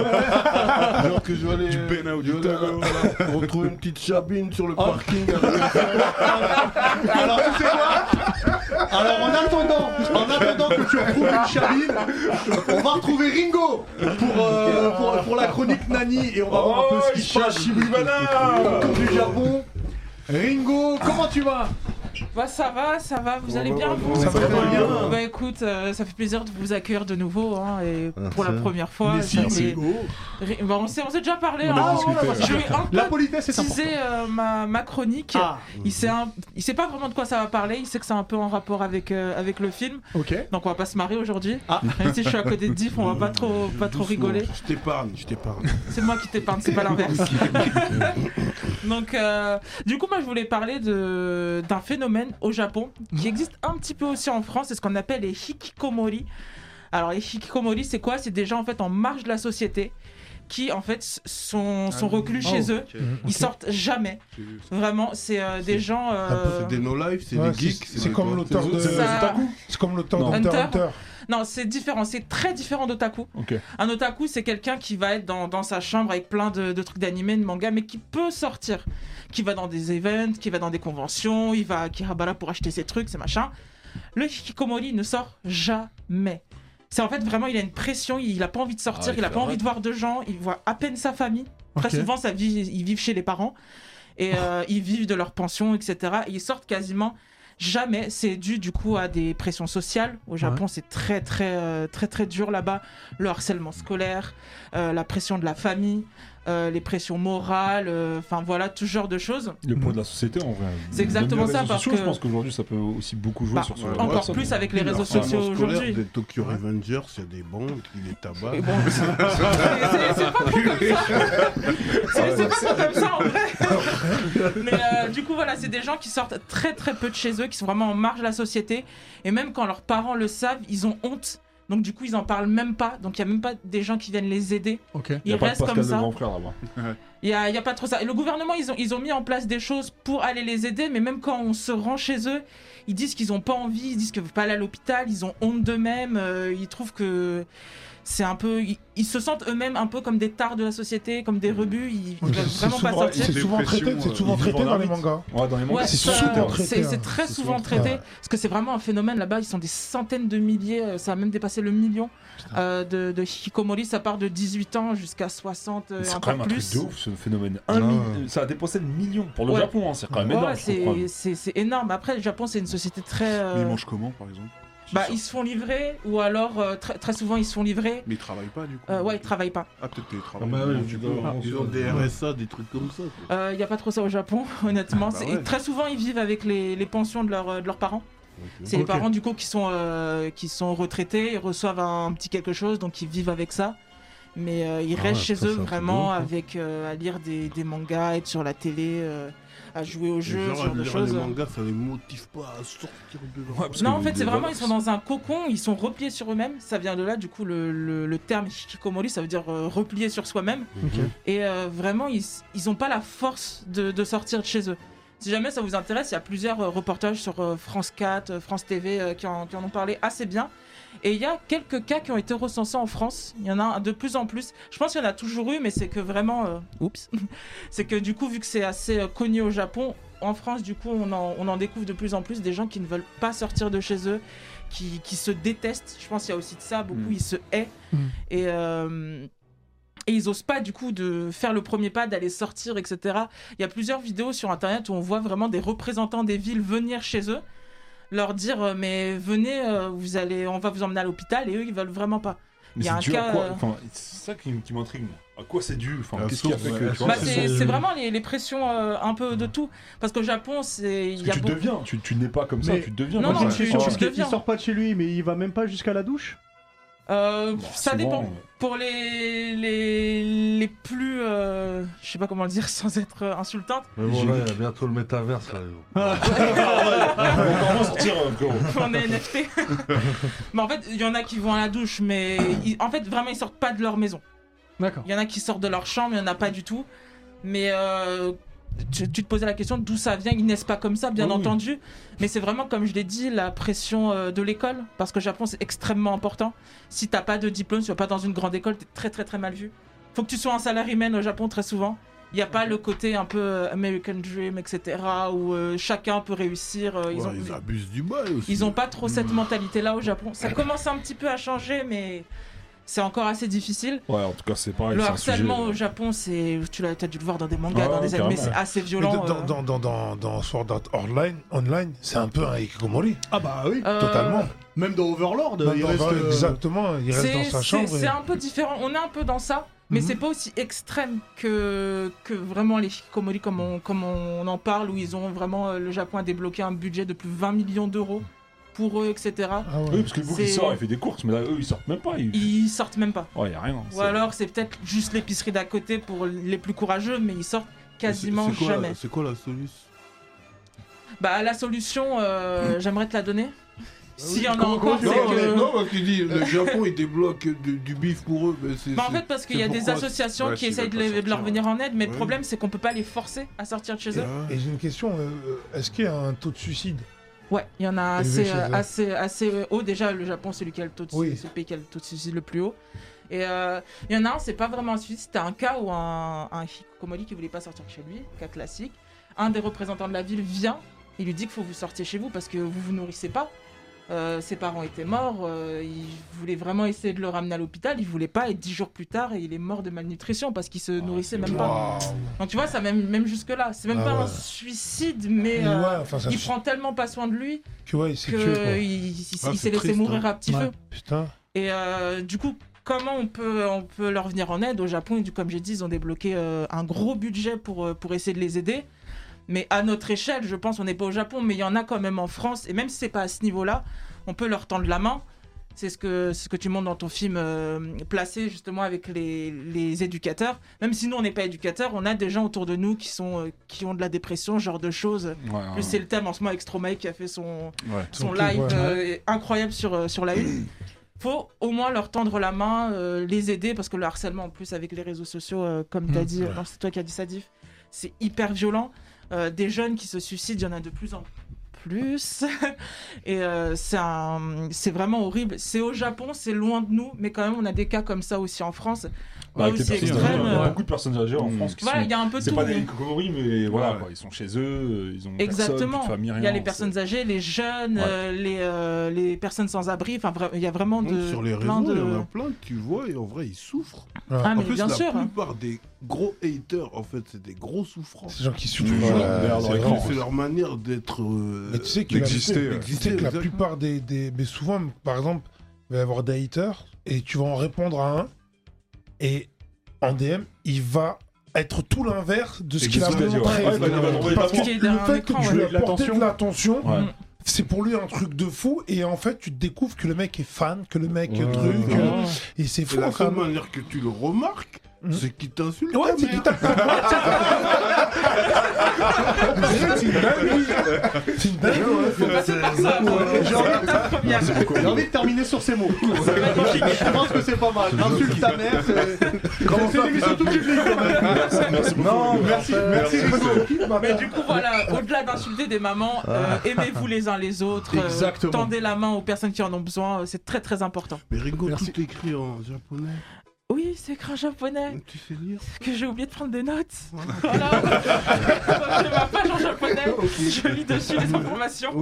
S6: Genre que je vais aller, je vais aller, voilà, retrouver une petite chabine sur
S3: Ah.
S6: le parking.
S1: Alors tu sais quoi Alors en attendant, en attendant que tu retrouves une chabine, on va retrouver Ringo pour, euh, pour, pour la chronique Nani et on va voir un peu ce qui
S5: Oh,
S1: change autour du Japon. Ringo, comment tu vas
S12: Bah ça va, ça va, vous
S1: Bon,
S12: allez
S1: bah,
S12: bien
S1: bah,
S12: vous
S1: bah, ça va
S12: Bah,
S1: très bien.
S12: Bah écoute, euh, ça fait plaisir de vous accueillir de nouveau hein, et pour la
S1: Merci.
S12: première fois.
S1: Mais
S12: ça
S1: si,
S12: fait-
S1: c'est beau.
S12: Ri- bah, on s'est on s'est déjà parlé.
S1: On
S12: hein.
S1: a discuté,
S12: voilà,
S1: ouais.
S12: je vais un peu
S1: La politesse est
S12: teaser, euh, ma, ma chronique.
S1: Ah.
S12: Il sait un- il sait pas vraiment de quoi ça va parler. Il sait que c'est un peu en rapport avec euh, avec le film.
S1: Ok.
S12: Donc on va pas se marrer aujourd'hui.
S1: Ah.
S12: Même si je suis à côté de Diff, on va pas trop pas trop rigoler.
S6: Je t'épargne, je t'épargne.
S12: C'est moi qui t'épargne, c'est pas l'inverse. Donc, euh, du coup, moi, je voulais parler de- d'un phénomène au Japon qui existe un petit peu aussi en France, c'est ce qu'on appelle les hikikomori. Alors, les hikikomori, c'est quoi C'est des gens en fait en marge de la société qui en fait s- sont, sont
S6: Ah,
S12: reclus
S6: oh,
S12: chez eux.
S6: ok.
S12: Ils sortent jamais.
S6: J'ai vu
S12: Vraiment, c'est euh, des gens. euh,
S6: Ah, C'est des no-life, c'est
S12: Ouais,
S6: des geeks.
S5: C'est comme l'auteur de. C'est comme l'auteur de Hunter x Hunter.
S12: Non, c'est différent, c'est très différent d'otaku.
S5: Ok.
S12: Un otaku, c'est quelqu'un qui va être dans, dans sa chambre avec plein de, de trucs d'animé, de manga, mais qui peut sortir. Qui va dans des events, qui va dans des conventions, il va à Kirabara pour acheter ses trucs, ses machins. Le Hikikomori ne sort jamais. C'est en fait vraiment, il a une pression, il n'a pas envie de sortir,
S13: Ah, il
S12: il n'a
S13: fait
S12: pas
S13: la
S12: envie de voir de gens, il voit à peine sa famille. Très
S13: Ok.
S12: souvent, ça vit, ils vivent chez les parents et euh, ils vivent de leur pension, etc. Et ils sortent quasiment jamais. C'est dû du coup à des pressions sociales. Au Japon,
S13: Ouais.
S12: c'est très très euh, très très dur là-bas. Le harcèlement scolaire, euh, la pression de la famille, euh, les pressions morales, euh, enfin voilà, tout ce genre de choses.
S2: Le
S8: Mhm.
S2: poids de la société en vrai.
S12: C'est exactement
S2: Même les
S12: ça,
S2: réseaux
S12: parce
S2: sociaux,
S12: que-
S2: Je pense qu'aujourd'hui ça peut aussi beaucoup jouer
S12: Bah,
S2: sur ce
S12: encore plus avec les réseaux sociaux aujourd'hui.
S6: Des Tokyo Revengers, il y a des bandes, il est tabac.
S12: Et bon, c'est- c'est- c'est pas trop comme C'est c'est pas trop comme ça en vrai. Mais euh, du coup voilà, c'est des gens qui sortent très très peu de chez eux, qui sont vraiment en marge de la société. Et même quand leurs parents le savent, ils ont honte. Donc du coup ils en parlent même pas. Donc il y a même pas des gens qui viennent les aider.
S2: Il
S12: Ils
S2: n'y a pas de
S12: restent
S2: Pascal
S12: comme
S2: le
S12: ça.
S2: grand frère là-bas.
S12: Il n'y a, il y a pas trop ça. Et le gouvernement, ils ont, ils ont mis en place des choses pour aller les aider, mais même quand on se rend chez eux, ils disent qu'ils n'ont pas envie, ils disent qu'ils ne veulent pas aller à l'hôpital, ils ont honte d'eux-mêmes, euh, ils trouvent que c'est un peu. Ils, ils se sentent eux-mêmes un peu comme des tards de la société, comme des rebuts, ils ne veulent
S5: C'est
S12: vraiment pas
S5: souvent,
S12: sortir.
S5: c'est souvent traité, c'est souvent traité dans les mangas.
S12: Ouais,
S5: c'est
S12: ça,
S5: souvent traité.
S12: c'est-
S5: hein.
S12: c'est très
S5: C'est
S12: souvent
S5: traité.
S12: traité. Parce que c'est vraiment un phénomène là-bas. Ils sont des centaines de milliers. euh, Ça a même dépassé le million euh, de, de hikikomori. Ça part de 18 ans jusqu'à 60, euh,
S2: C'est quand
S12: encore
S2: même un truc
S12: plus.
S2: de ouf ce phénomène. Un mi- Ça a dépassé le million pour le
S12: Ouais.
S2: Japon, hein, c'est quand même
S12: Ouais,
S2: énorme. je
S12: c'est-
S2: trouve, quand même.
S12: C'est c'est énorme. Après, le Japon, c'est une société très. euh,
S3: Mais ils mangent comment, par exemple
S12: bah, ils se font livrer, ou alors euh, très, très souvent ils se font livrer.
S3: Mais ils travaillent pas du coup.
S12: Euh, ouais, ils travaillent pas.
S3: Ah, peut-être qu'ils
S6: Ah
S3: travaillent.
S6: bah ouais,
S3: Non,
S6: ils
S3: tu
S6: doivent
S3: peux-
S6: avoir- ils ont des RSA, des trucs comme ça. quoi.
S12: Il n'y Euh, a pas trop ça au Japon, honnêtement.
S6: bah
S12: C'est-
S6: ouais.
S12: Très souvent, ils vivent avec les, les pensions de, leurs euh, de leurs parents. C'est les
S6: Ok.
S12: parents, du coup, qui sont, euh, qui sont retraités, ils reçoivent un petit quelque chose, donc ils vivent avec ça. Mais euh, ils
S13: Ah
S12: restent
S13: ouais,
S12: chez
S13: ça,
S12: eux
S13: c'est un truc de
S12: vraiment
S13: ouf, hein.
S12: avec euh, à lire des, des mangas, être sur la télé, euh, à jouer aux
S6: Et
S12: jeux, ce
S6: genre,
S12: genre de
S6: lire
S12: choses. hein.
S6: Les mangas, ça les motive pas à sortir de leur.
S12: non, en fait, c'est vraiment, ils sont dans un cocon, ils sont repliés sur eux-mêmes. Ça vient de là, du coup, le, le- le terme hikikomori, ça veut dire euh, replié sur soi-même.
S13: Ok.
S12: Et euh, vraiment, ils n'ont pas la force de, de sortir de chez eux. Si jamais ça vous intéresse, il y a plusieurs euh, reportages sur euh, France 4, euh, France TV euh, qui, en, qui en ont parlé assez bien. Et il y a quelques cas qui ont été recensés en France. Il y en a de plus en plus. Je pense qu'il y en a toujours eu, mais c'est que vraiment. euh, oups. c'est que du coup, vu que c'est assez euh, connu au Japon, en France, du coup, on en, on en découvre de plus en plus des gens qui ne veulent pas sortir de chez eux, qui, qui se détestent. Je pense qu'il y a aussi de ça, beaucoup
S13: Mm.
S12: ils se haient.
S13: Mm.
S12: Et, euh, et ils osent pas, du coup, de faire le premier pas, d'aller sortir, etc. Il y a plusieurs vidéos sur Internet où on voit vraiment des représentants des villes venir chez eux, leur dire euh, Mais venez, euh, vous allez, on va vous emmener à l'hôpital, et eux, ils veulent vraiment pas. Il
S2: Mais
S12: y
S2: c'est
S12: a un
S2: dû à
S12: cas.
S2: quoi
S12: euh,
S2: Enfin, c'est ça qui, qui m'intrigue. moi. À quoi c'est dû enfin,
S8: La
S2: Qu'est-ce qui a fait
S8: source,
S2: que
S8: ouais,
S2: tu vois,
S12: Bah,
S2: ce
S12: c'est
S2: sont-
S12: c'est vraiment les, les pressions euh, un peu de tout. Parce qu'au Japon, c'est. il
S2: Parce
S12: y
S2: que
S12: a
S2: tu
S12: beaucoup-
S2: deviens, tu, tu n'es pas comme ça,
S1: Mais-
S2: tu deviens.
S12: Non,
S1: Moi, j'ai
S12: non,
S1: une
S12: tu-
S1: question,
S12: tu
S1: parce qu'il
S12: deviens.
S1: sort pas de chez lui, mais il va même pas jusqu'à la douche
S12: Euh, ça
S1: souvent,
S12: dépend.
S1: ouais.
S12: Pour les, les, les plus. euh, je sais pas comment le dire sans être euh, insultante.
S8: Mais bon, là, il y a bientôt le métaverse. Là, gros.
S2: On va sortir, euh, gros.
S12: On est NFT. mais en fait, il y en a qui vont à la douche, mais ils- en fait, vraiment, ils sortent pas de leur maison.
S1: D'accord.
S12: Il y en a qui sortent de leur chambre, il y en a pas du tout. Mais euh, tu, tu te posais la question d'où ça vient, ils naissent pas comme ça, bien
S13: Oui, oui.
S12: entendu. Mais c'est vraiment, comme je l'ai dit, la pression euh, de l'école. Parce que au Japon, c'est extrêmement important. Si t'as pas de diplôme, si tu vas pas dans une grande école, t'es très très très mal vu. Faut que tu sois un salarié au Japon très souvent. Il n'y a pas le côté un peu euh, American Dream, etc., où euh, chacun peut réussir. euh, ils
S6: Ouais,
S12: ont-
S6: ils abusent du bal aussi. Mmh.
S12: ils n'ont pas trop cette mentalité-là au Japon. Ça commence un petit peu à changer, mais c'est encore assez difficile.
S2: Ouais, en tout cas, c'est pareil.
S12: Le
S2: c'est un
S12: harcèlement
S2: sujet-
S12: au Japon, c'est tu l'as as dû le voir dans des mangas,
S2: Ah
S12: dans
S2: ouais,
S12: des animés,
S2: carrément.
S12: c'est assez violent. euh.
S5: Mais dans, dans, dans, dans, dans Sword Art Online, online c'est un peu un Hikikomori.
S1: Ah bah oui,
S12: Euh,
S5: totalement.
S1: Même dans Overlord,
S5: Même
S1: il
S5: dans
S1: reste,
S5: Overlord,
S1: euh,
S5: Exactement, il reste
S12: C'est-
S5: dans sa
S12: c'est-
S5: chambre.
S12: C'est un peu différent. On est un peu dans ça, mais c'est pas aussi extrême que, que vraiment les Hikikomori comme on, comme on en parle, où ils ont vraiment euh, le Japon a débloqué un budget de plus de 20 millions d'euros pour eux, etc.
S8: Ah
S2: Oui, parce que le bouc il
S12: C'est-
S2: sort, il fait des courses, mais là, eux, ils sortent même pas. Ils...
S12: Ils sortent même pas.
S2: Ouais, y a rien.
S12: Ou alors c'est peut-être juste l'épicerie d'à côté pour les plus courageux, mais ils sortent quasiment
S6: C'est quoi la-
S12: jamais. Ah
S6: C'est quoi la solution
S12: Bah la solution, euh, j'aimerais te la donner. S'il y en a
S6: Hmm. Bah Comment- comment
S12: encore,
S6: tu
S12: c'est
S6: vois, mais
S12: que...
S6: Non, parce qu'il dit le Japon il débloque du, du bif pour eux. Mais c'est-
S12: Bah, en
S6: c'est-
S12: fait parce qu'il
S6: c'est
S12: y a des
S6: pourquoi-
S12: associations
S6: Ouais,
S12: qui
S6: s'ils
S12: essayent de,
S6: veulent pas
S12: les- de leur
S6: sortir.
S12: venir en aide, mais
S6: Ouais. Ah.
S12: le problème c'est qu'on peut pas les forcer à sortir de chez eux.
S5: Et j'ai une question, euh, est-ce qu'il y a un taux de suicide
S12: Ouais, il y en a
S5: Élevé
S12: assez, euh,
S5: chez eux.
S12: assez, assez haut. Déjà, le Japon, c'est lequel taux de
S5: Oui.
S12: suicide- c'est le pays qui a le taux de suicide le plus haut. Et euh, il y en a un, c'est pas vraiment un suicide, c'était un cas où un, un hikikomori qui voulait pas sortir de chez lui, cas classique. Un des représentants de la ville vient, il lui dit qu'il faut vous sortir chez vous parce que vous vous nourrissez pas. Euh, ses parents étaient morts, euh, il voulait vraiment essayer de le ramener à l'hôpital, il voulait pas, et dix jours plus tard, il est mort de malnutrition parce qu'il se nourrissait même pas.
S5: Ah, Waouh.
S12: Donc tu vois, ça même, même jusque-là, c'est même
S5: Ah
S12: pas un
S5: ouais.
S12: suicide, mais
S5: Ouais,
S12: euh,
S5: enfin, ça
S12: il
S5: se-
S12: prend tellement pas soin de lui
S5: Que ouais, il s'est
S12: que
S5: tué, quoi.
S12: il, il- il
S5: Ah, c'est
S12: s'est laissé
S5: triste,
S12: mourir
S5: hein.
S12: à petit
S5: Ouais.
S12: feu.
S5: Putain.
S12: Et euh, du coup, comment on peut, on peut leur venir en aide Au Japon, du- comme j'ai dit, ils ont débloqué euh, un gros budget pour, euh, pour essayer de les aider. Mais à notre échelle, je pense, on n'est pas au Japon, mais il y en a quand même en France. Et même si c'est pas à ce niveau-là, on peut leur tendre la main. C'est ce que, c'est ce que tu montres dans ton film euh, placé justement avec les, les éducateurs. Même si nous, on n'est pas éducateurs, on a des gens autour de nous qui, sont, euh, qui ont de la dépression, ce genre de choses.
S13: Ouais,
S12: Plus
S13: ouais.
S12: c'est le thème en ce moment avec Stromae qui a fait son,
S13: Ouais.
S12: son
S13: Son clip,
S12: live
S13: ouais.
S12: euh, euh, incroyable sur, euh, sur la une. Faut au moins leur tendre la main, euh, les aider, parce que le harcèlement, en plus, avec les réseaux sociaux, euh, comme tu as
S2: Mmh.
S13: Mm.
S12: dit, euh,
S13: Ouais.
S12: non, c'est toi qui as dit ça, Diff, c'est hyper violent. Euh, des jeunes qui se suicident, il y en a de plus en plus. Et euh, c'est un- c'est vraiment horrible. C'est au Japon, c'est loin de nous, mais quand même, on a des cas comme ça aussi en France.
S2: Bah,
S12: Pas
S2: avec les Hmm.
S12: aussi
S2: personnes
S12: extrême,
S2: âgées, Il y a
S12: euh,
S2: beaucoup de personnes âgées en France qui
S12: Voilà,
S2: sont.
S12: il y a un peu
S2: C'est
S12: tout,
S2: pas des
S12: mais-
S2: Hikokomori, mais voilà,
S12: Ouais.
S2: quoi, ils sont chez eux, euh, ils ont
S12: Exactement.
S2: personne, plus de famille,
S12: il y a
S2: rien,
S1: hein,
S12: les personnes âgées, les jeunes,
S2: Ouais.
S12: euh, les, euh, les personnes sans abri. Enfin, vra- il y a vraiment
S6: Même
S12: de
S6: sur les
S12: euh, plein
S6: réseaux, il
S12: de.
S6: y en a plein que tu vois et en vrai ils souffrent.
S12: Ah,
S6: en
S12: mais
S6: plus,
S12: bien
S6: la
S12: sûr.
S6: plupart des gros haters, en fait, c'est des gros souffrants.
S5: Ces gens qui souffrent
S6: Ouais,
S5: toujours
S6: derrière
S5: c'est
S6: leur
S5: vrai.
S6: écran. C'est leur manière d'être. euh,
S5: Mais tu sais que,
S6: d'exister,
S5: la, tu sais
S6: d'exister,
S5: que la
S6: exact.
S5: plupart des, des- Mais souvent, par exemple, il va y avoir des haters et tu vas en répondre à un. Et en DM, il va être tout l'inverse de ce qu'il a
S2: Exactement.
S5: montré.
S2: Ouais, ouais, bah, il va demander
S5: Parce que
S2: d'amour.
S5: le fait que
S2: Ouais.
S5: tu
S2: Il
S5: lui
S2: veut
S5: as
S2: de
S5: porté
S2: l'attention.
S5: de l'attention.
S2: Ouais.
S5: C'est pour lui un truc de fou et en fait tu te découvres que le mec est fan, que le mec
S6: Ouais.
S5: truc
S6: Ouais.
S5: euh, et c'est fou. hein.
S6: la
S5: quand
S6: seule
S5: même.
S6: manière que tu le remarques, c'est qu'ils t'insultent.
S5: Hum. Ouais,
S6: ta
S5: c'est
S6: mère.
S5: putain. C'est une dinguerie. C'est une dinguerie.
S1: Bah Faut passer par ça, quoi. J'ai envie de- J'ai envie de terminer sur ces mots. Je pense que c'est pas mal. Insulte ta mère, c'est- c'est c'est une émission tout public quand même.
S12: Non,
S1: Oh, merci, merci Rico.
S12: Mais du coup, voilà, au-delà d'insulter des mamans, euh, aimez-vous les uns les autres. euh,
S6: Ah. Exactement.
S12: tendez la main aux personnes qui en ont besoin, euh, c'est très très important.
S6: Mais Ringo, tout est écrit en japonais.
S12: Oui, c'est écrit en japonais.
S6: Tu sais lire
S12: Que j'ai oublié de prendre des notes. Voilà. J'ai ma page en japonais. Je lis dessus les informations.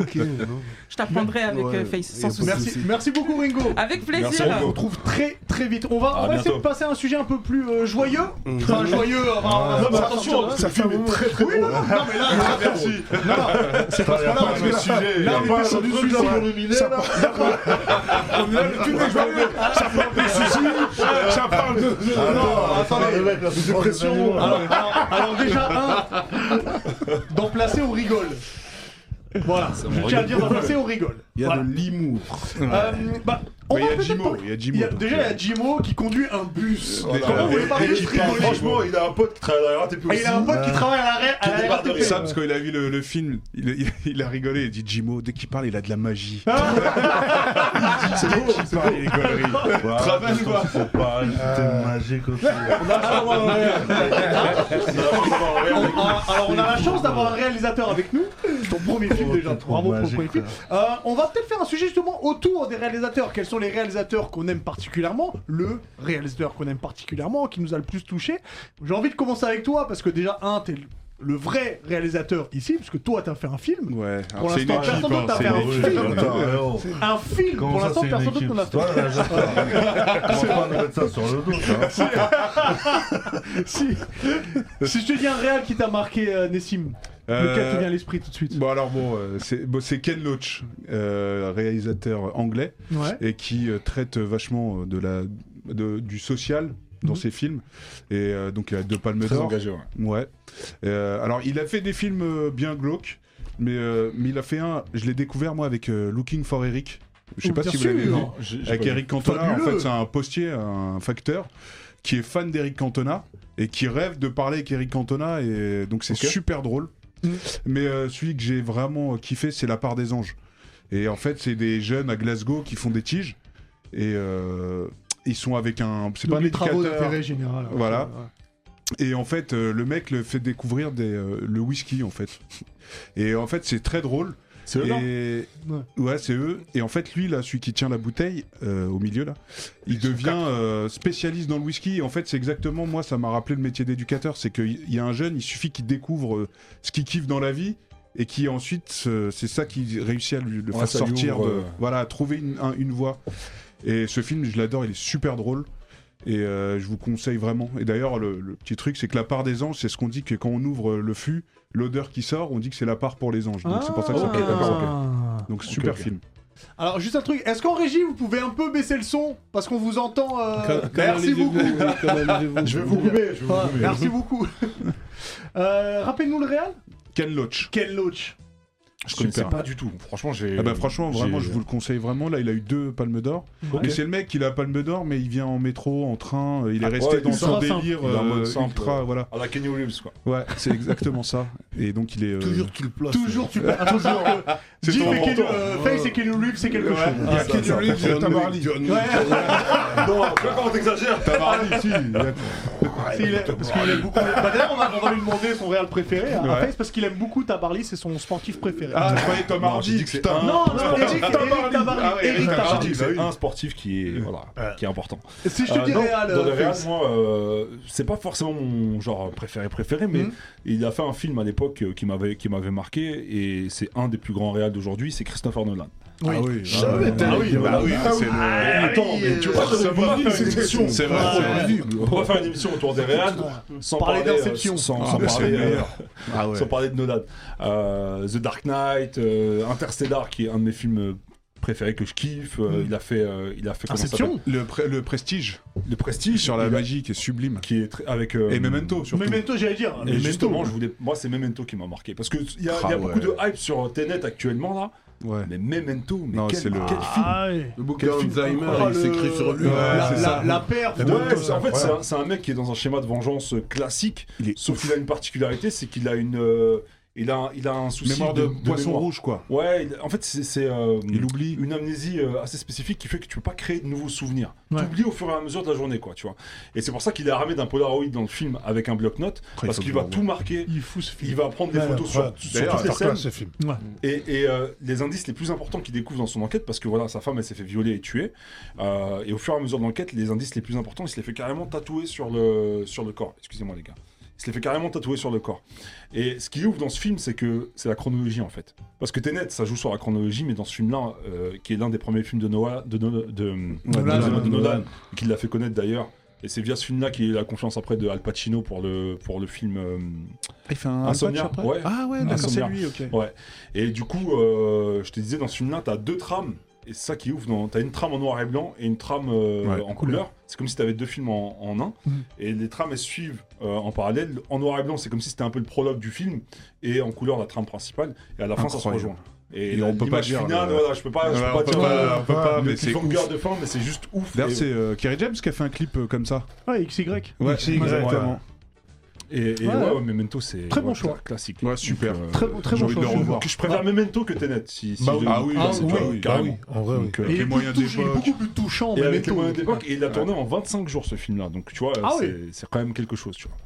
S12: Je t'apprendrai avec
S1: Ouais,
S12: euh, Face,
S1: y a
S12: sans souci.
S1: pas de souci. Merci, merci beaucoup Ringo.
S12: Avec plaisir.
S1: Merci, on se retrouve très très vite. On va,
S12: À
S1: on va essayer de
S12: bientôt.
S1: passer à un sujet un peu plus euh, joyeux. Enfin joyeux. euh, enfin,
S2: Ah,
S1: on va
S2: non, mais
S1: pas
S2: attention,
S1: sortir de là.
S2: ça filme est très, très
S1: Oui, non, non, non, mais là,
S2: Ah,
S1: c'est
S2: merci.
S1: Non, non, c'est parce
S2: Attends, y
S1: qu'on
S2: a
S1: là,
S2: pas un
S1: on est
S2: autre
S1: là,
S2: sujet,
S1: là,
S2: y a
S1: on est
S2: pas
S1: plus
S2: un
S1: sur
S2: autre
S1: du
S2: truc
S1: suicide.
S2: dans l'illuminé,
S1: Ça
S2: là
S1: parle- On est là, le public joyeux. Ah, Ça parle de suicide, ça parle de- Non, attendez. Alors, alors- alors déjà, un, d'en placer, on rigole. Voilà, je tiens à dire d'en placer, on rigole.
S6: Il y a
S1: Voilà.
S6: de l'humour.
S1: Euh, bah, on
S6: Mais
S1: va
S6: il y a
S1: peut-être
S6: Jimo,
S1: parler-
S6: il y a Jimo,
S1: il y a-
S6: donc,
S1: Déjà, il y a Jimo qui conduit un bus.
S2: Voilà.
S1: Comment vous voulez
S2: Et-
S1: parler
S2: et
S1: de
S2: qui
S1: Free
S2: parle-
S1: Boli
S2: Franchement, Oh, il a un pote qui travaille à la RATP
S1: Ah, il a un
S2: aussi.
S1: pote qui travaille à la- à la
S2: Qui débarque dans les-
S3: Ah, Ça, parce quand il a vu le, le film, il, il- il a rigolé. Il dit Jimo, dès qu'il parle, il a de la magie.
S2: Ah.
S8: C'est beau, c'est beau.
S3: les conneries.
S8: Travaille quoi C'est pas
S1: Euh,
S8: putain magique aussi.
S1: Ah, Alors, on a la chance d'avoir un réalisateur avec nous. Ton premier film déjà. Bravo pour le premier film. Euh, on va peut-être faire un sujet justement autour des réalisateurs. Quels sont les réalisateurs qu'on aime particulièrement Le réalisateur qu'on aime particulièrement, qui nous a le plus touché. J'ai envie de commencer avec toi parce que déjà, un, t'es le- le vrai réalisateur ici, parce que toi, t'as fait un film.
S3: Ouais,
S1: Pour l'instant, personne d'autre n'a fait un film. Un film. Pour l'instant, personne d'autre ne l'a fait.
S8: Comment pas nous mettre ça sur le dos ça
S1: si. si je te dis un réel qui t'a marqué, euh, Nessim, lequel te vient à l'esprit tout de suite
S3: Bon alors bon, euh, c'est bon, c'est Ken Loach, euh, réalisateur anglais,
S1: Ouais.
S3: et qui euh, traite vachement euh, de la de- du social
S1: Mhm.
S3: dans ses films et euh, donc euh, de Palme
S2: Très
S3: d'Or.
S2: engagé, ouais.
S3: Euh, alors il a fait des films euh, bien glauques, mais euh, mais il a fait un, je l'ai découvert moi avec euh, Looking for Eric. Je sais
S1: Oh,
S3: pas
S1: bien
S3: si vous l'avez
S1: sûr.
S3: vu.
S1: Non, j'ai- j'ai
S3: Avec
S1: pas vu.
S3: Eric Cantona, en
S1: Fabuleux.
S3: fait, c'est un postier, un facteur qui est fan d'Eric Cantona et qui rêve de parler avec Eric Cantona et donc c'est super drôle.
S1: Mm.
S3: Mais euh, celui que j'ai vraiment euh, kiffé, c'est La part des anges. Et en fait, c'est des jeunes à Glasgow qui font des tiges et euh, ils sont avec un c'est
S1: Donc,
S3: pas un
S1: les travaux
S3: éducateur.
S1: d'intérêt général.
S3: Voilà.
S1: Ouais.
S3: Et en fait, euh, le mec le fait découvrir des, euh, le whisky en fait. Et en fait, c'est très drôle.
S2: C'est eux,
S3: Et... Ouais, c'est eux. Et en fait, lui, là, celui qui tient la bouteille, euh, au milieu, là, il devient euh, spécialiste dans le whisky. Et en fait, c'est exactement, moi, ça m'a rappelé le métier d'éducateur. C'est qu'il y a un jeune, il suffit qu'il découvre euh, ce qu'il kiffe dans la vie. Et qui ensuite, euh, c'est ça qui réussit à lui, le
S2: Ouais,
S3: faire
S2: ça lui
S3: sortir,
S2: ouvre,
S3: de-
S2: euh,
S3: voilà, à trouver une, un- une voie. Et ce film, je l'adore, il est super drôle. Et euh, je vous conseille vraiment. Et d'ailleurs, le, le petit truc, c'est que la part des anges, c'est ce qu'on dit que quand on ouvre le fût, l'odeur qui sort, on dit que c'est la part pour les anges. Donc c'est pour ça que ça
S1: Ah,
S3: s'appelle la part.
S1: ok.
S3: Donc
S1: Ok,
S3: super
S1: ok.
S3: film.
S1: Alors juste un truc, est-ce qu'en régie vous pouvez un peu baisser le son parce qu'on vous entend euh,
S2: Can-
S1: Merci
S2: canalisez-vous,
S1: beaucoup.
S2: oui, canalisez-vous. Je vais vous couper, je vais vous
S1: Ah,
S2: couper.
S1: Merci beaucoup. Euh, Rappelez-nous le Real.
S3: Ken Loach.
S1: Ken Loach.
S2: Je connaissais pas du tout. Franchement, j'ai.
S3: Ah bah franchement, vraiment,
S2: j'ai-
S3: je vous le conseille vraiment. Là, il a eu deux palmes d'or.
S2: Ok.
S3: Mais c'est le mec, il a palme d'or, mais il vient en métro, en train. euh, Il est
S2: Ah,
S3: resté
S2: ouais,
S3: dans son
S2: ultra simple.
S3: délire
S2: Il est en mode
S3: euh,
S2: simple,
S3: ultra,
S2: euh,
S3: voilà.
S2: À la Kenny Williams, quoi.
S3: Ouais, c'est exactement ça. Et donc il est. euh, Toujours
S6: tu le places.
S1: Toujours tu peux. Ah, Toujours.
S3: C'est
S1: euh, Jim
S3: ton
S1: et Ken,
S3: mentor.
S1: euh, Face et Ken Reeves, c'est quelque
S3: Ouais,
S1: chose.
S3: il y a Ah, ça, Keanu ça, Reeves et John Tabarly. Wick, John Wick.
S2: Non, quand on t'exagère, t'as marre
S3: ici.
S1: Si, il est- parce qu'il aime beaucoup. Bah, D'ailleurs, on, va- on va lui demander son réel préféré. à- à
S3: Ouais.
S1: Face, parce qu'il aime beaucoup Tabarly, c'est son sportif préféré.
S3: Ah, je croyais Tom
S2: Non,
S3: Hardy,
S2: j'ai dit que c'est
S3: putain.
S2: un-
S1: Non, non,
S2: Tabarly.
S1: Eric Tabarly.
S2: Ah ouais, Eric
S1: Eric
S2: Tabarly,
S1: Tabarly.
S2: C'est un sportif qui est, voilà, qui est important.
S1: Et si je te dis
S2: non,
S1: Real,
S2: dans le
S1: euh,
S2: Real,
S1: Félix
S2: moi, euh, c'est pas forcément mon genre préféré préféré, mais
S1: Hmm.
S2: il a fait un film à l'époque euh, qui m'avait qui m'avait marqué et c'est un des plus grands réals d'aujourd'hui, c'est Christopher Nolan.
S1: Oui. Ah oui,
S2: ah oui,
S1: ah oui,
S2: bah
S1: ah
S2: oui,
S1: oui,
S2: c'est le-
S1: ah oui,
S2: Attends, mais tu vois,
S1: euh,
S2: on va
S1: c'est
S2: faire une
S1: vrai,
S2: émission.
S1: c'est vrai.
S2: Ah,
S1: Ouais.
S2: On va faire une émission autour des réals sans
S1: Parler
S2: parler euh,
S1: d'Inception.
S2: sans,
S1: Ah,
S2: sans
S1: mais c'est
S2: parler,
S1: le meilleur.
S2: euh,
S1: Ah ouais.
S2: sans parler de Nolan. Euh, The Dark Knight, euh, Interstellar, qui est un de mes films euh, préférés que je kiffe. euh,
S3: Mm.
S2: Il a fait, euh, il a fait comment ça
S3: Inception
S2: s'appelle
S3: le, pre- le prestige.
S2: Le prestige.
S3: Sur la
S2: il a-
S3: magie qui est sublime.
S2: Qui est avec euh,
S3: Et Memento surtout.
S1: Memento, j'allais dire.
S2: Et
S1: Memento.
S2: justement, je voulais... moi, c'est Memento qui m'a marqué. Parce qu'il y a,
S3: Ah
S2: y a
S3: ouais.
S2: beaucoup de hype sur Tenet actuellement, là. Mais Memento, mais
S3: Non,
S2: quel,
S3: c'est le-
S2: quel film
S1: Ah ouais.
S6: Le bouquin
S2: Quel film Ah,
S6: Alzheimer,
S2: incroyable.
S6: il s'écrit sur lui.
S2: Ouais,
S1: La-
S2: c'est
S1: la-
S2: ça.
S1: la paire,
S2: Ouais,
S1: Memento, c'est
S2: c'est- en fait, c'est
S1: incroyable.
S2: un, c'est un mec qui est dans un schéma de vengeance classique. Sauf qu'il a une particularité, c'est qu'il a une. euh, Il a, il a un souci
S3: Mémoire de poisson rouge, quoi.
S2: Ouais, il- en fait, c'est- c'est euh, une amnésie euh, assez spécifique qui fait que tu peux pas créer de nouveaux souvenirs.
S3: Ouais.
S2: Tu oublies au fur et à mesure de la journée, quoi, tu vois. Et c'est pour ça qu'il est armé d'un Polaroid dans le film avec un bloc-notes,
S3: Après, il
S2: parce
S3: faut
S2: qu'il
S3: que
S2: va
S3: je le
S2: tout marquer.
S1: Il, film.
S2: va prendre des
S3: Ouais,
S2: photos
S3: ouais.
S2: sur, sur
S3: D'ailleurs,
S2: toutes les
S3: Starcraft,
S2: scènes.
S3: ce film.
S1: Ouais.
S2: Et, et, euh, les indices les plus importants qu'il découvre dans son enquête, parce que voilà, sa femme, elle s'est fait violer et tuer. euh, et au fur et à mesure de l'enquête, les indices les plus importants, il se les fait carrément tatouer sur le, sur le corps. Excusez-moi, les gars. Il se les fait carrément tatouer sur le corps. Et ce qui est ouf dans ce film, c'est que c'est la chronologie, en fait. Parce que t'es net, ça joue sur la chronologie, mais dans ce film-là, euh, qui est l'un des premiers films de Noah, de, No- de,
S3: Nolan.
S2: de- de- de
S3: Nolan.
S2: Nolan, qui l'a fait connaître d'ailleurs. Et c'est via ce film-là qu'il a eu la confiance après de Al Pacino pour le, pour le film. euh,
S1: Il fait un
S2: Insomnia,
S1: patch après
S2: ouais.
S1: Ah ouais, d'accord, c'est
S2: Insomnia.
S1: lui, ok.
S2: Ouais. Et du coup, euh, je te disais, dans ce film-là, t'as deux trames. Et c'est ça qui est ouf. dans- T'as une trame en noir et blanc et une trame euh,
S3: Ouais.
S2: en couleur. C'est comme si t'avais deux films en, en un.
S3: Mhm.
S2: Et les trames, elles se suivent euh, en parallèle. En noir et blanc, c'est comme si c'était un peu le prologue du film. Et en couleur, la trame principale. Et à la fin, ça se
S3: Incroyable.
S2: rejoint. Et,
S3: Et on peut pas
S2: l'image
S3: dire,
S2: finale,
S3: euh,
S2: voilà, je peux pas, je
S3: ouais,
S2: peux
S3: on
S2: pas
S3: peut
S2: dire
S3: pas-
S2: le-
S3: on peut pas,
S2: le
S3: mais c'est
S2: cliffhanger
S3: ouf.
S2: de fin, mais c'est juste ouf.
S3: D'ailleurs,
S2: Et-
S3: c'est euh, Kerry James qui a fait un clip euh, comme ça.
S1: Ouais, XY.
S3: Ouais,
S2: XY,
S3: exactement.
S2: Et, et ouais, ouais, Memento, c'est
S1: Très bon
S2: ouais,
S1: choix.
S2: classique. euh,
S3: Ouais, super.
S1: Très bon- très
S2: j'ai
S1: bon
S2: envie
S1: choix.
S2: de le revoir.
S1: Je Bah,
S2: Je préfère Memento que Tenet. Si, si
S3: Bah
S2: je
S3: oui.
S2: devais-
S3: Ah oui,
S2: bah,
S3: ah
S2: c'est
S3: oui,
S2: toi,
S3: ah oui,
S2: carrément.
S3: en vrai, oui.
S2: Donc, euh,
S3: Et les moyens
S1: touche- il est
S3: d'époque.
S1: beaucoup plus touchant.
S2: Et avec les
S1: Memento.
S2: moyens d'époque, et il a
S1: Ouais.
S2: tourné en 25 jours ce film-là. Donc, tu vois,
S1: Ah
S2: c'est
S1: oui.
S2: c'est quand même quelque chose, tu vois.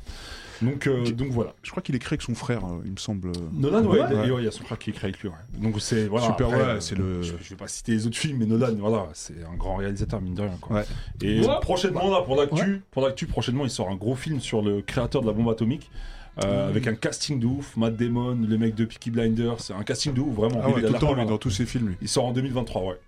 S2: Donc, euh, donc voilà.
S3: Je crois qu'il est créé avec son frère,
S2: hein,
S3: euh, il me semble.
S2: Nolan, ouais, il- il- ouais, il y a son frère qui écrit avec lui. ouais. Donc c'est voilà.
S3: Super,
S2: après,
S3: ouais,
S2: euh,
S3: c'est le-
S2: Je, je vais pas citer les autres films, mais Nolan, voilà, c'est un grand réalisateur mine de rien. Quoi. Et
S3: Ouais.
S2: prochainement là, pour l'actu, pour l'actu, prochainement, il sort un gros film sur le créateur de la bombe atomique. euh,
S3: Mm.
S2: Avec un casting de ouf, Matt Damon, le mec de Peaky Blinders, c'est un casting de ouf, vraiment.
S3: Ah ouais,
S2: Il a
S3: tout le
S2: l'air
S3: temps,
S2: pas
S3: lui,
S2: mal.
S3: dans tous ses films. lui.
S2: Il sort en 2023, ouais.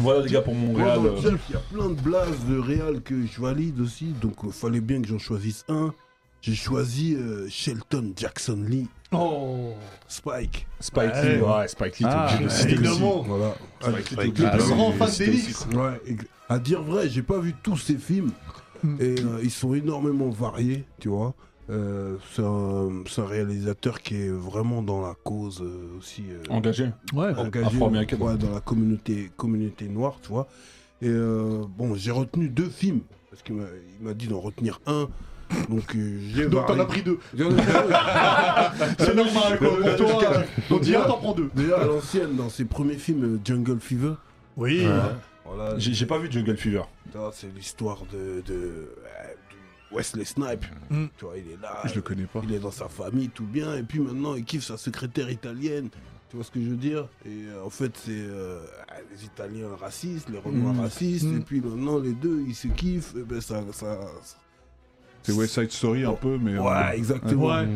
S2: Voilà Ah, les gars pour mon
S6: Moi,
S2: réal.
S6: dans le
S2: euh,
S6: chat, il y a plein de blases de Real que je valide aussi, donc il fallait bien que j'en choisisse un. J'ai choisi euh, Shelton Jackson Lee.
S1: Oh
S6: Spike.
S2: Spike Lee, ouais, Spike Lee, t'es obligé de le citer aussi.
S6: Voilà.
S2: Spike Lee, t'es obligé
S6: Ah,
S2: de le
S6: grand
S2: citer
S6: fan
S2: aussi.
S6: d'Elix. Ouais, et- à dire vrai, j'ai pas vu tous ces films et euh, ils sont énormément variés, tu vois. Euh, c'est un, c'est un réalisateur qui est vraiment dans la cause euh, aussi euh,
S2: Engagé. Ouais,
S6: engagé,
S2: afro-américaine.
S6: ouais, dans la communauté communauté noire, tu vois. Et euh, bon, j'ai retenu deux films parce qu'il m'a il m'a dit d'en retenir un. Donc euh, j'ai
S1: Donc t'en
S6: varié.
S1: as pris deux.
S6: J'en ai pris deux.
S1: C'est normal, quoi. Pour toi,
S6: Déjà-
S1: on dit un, t'en prends deux.
S6: Déjà, à l'ancienne, dans ses premiers films, euh, Jungle Fever.
S1: Oui.
S6: Voilà,
S2: J'ai j'ai pas vu Jungle Fever.
S6: Oh putain, c'est l'histoire de, de, euh, de Wesley Snipes.
S1: Mm.
S6: Tu vois, il est là.
S3: Je le connais pas.
S6: Il est dans sa famille, tout bien. Et puis maintenant, il kiffe sa secrétaire italienne. Tu vois ce que je veux dire Et euh, en fait, c'est euh, les Italiens racistes, les Renois
S3: Mm.
S6: racistes.
S3: Mm.
S6: Et puis maintenant, les deux, ils se kiffent. Et ben, ça, ça,
S3: C'est West Side Story un peu, mais. euh,
S6: Ouais, exactement.
S3: Ouais.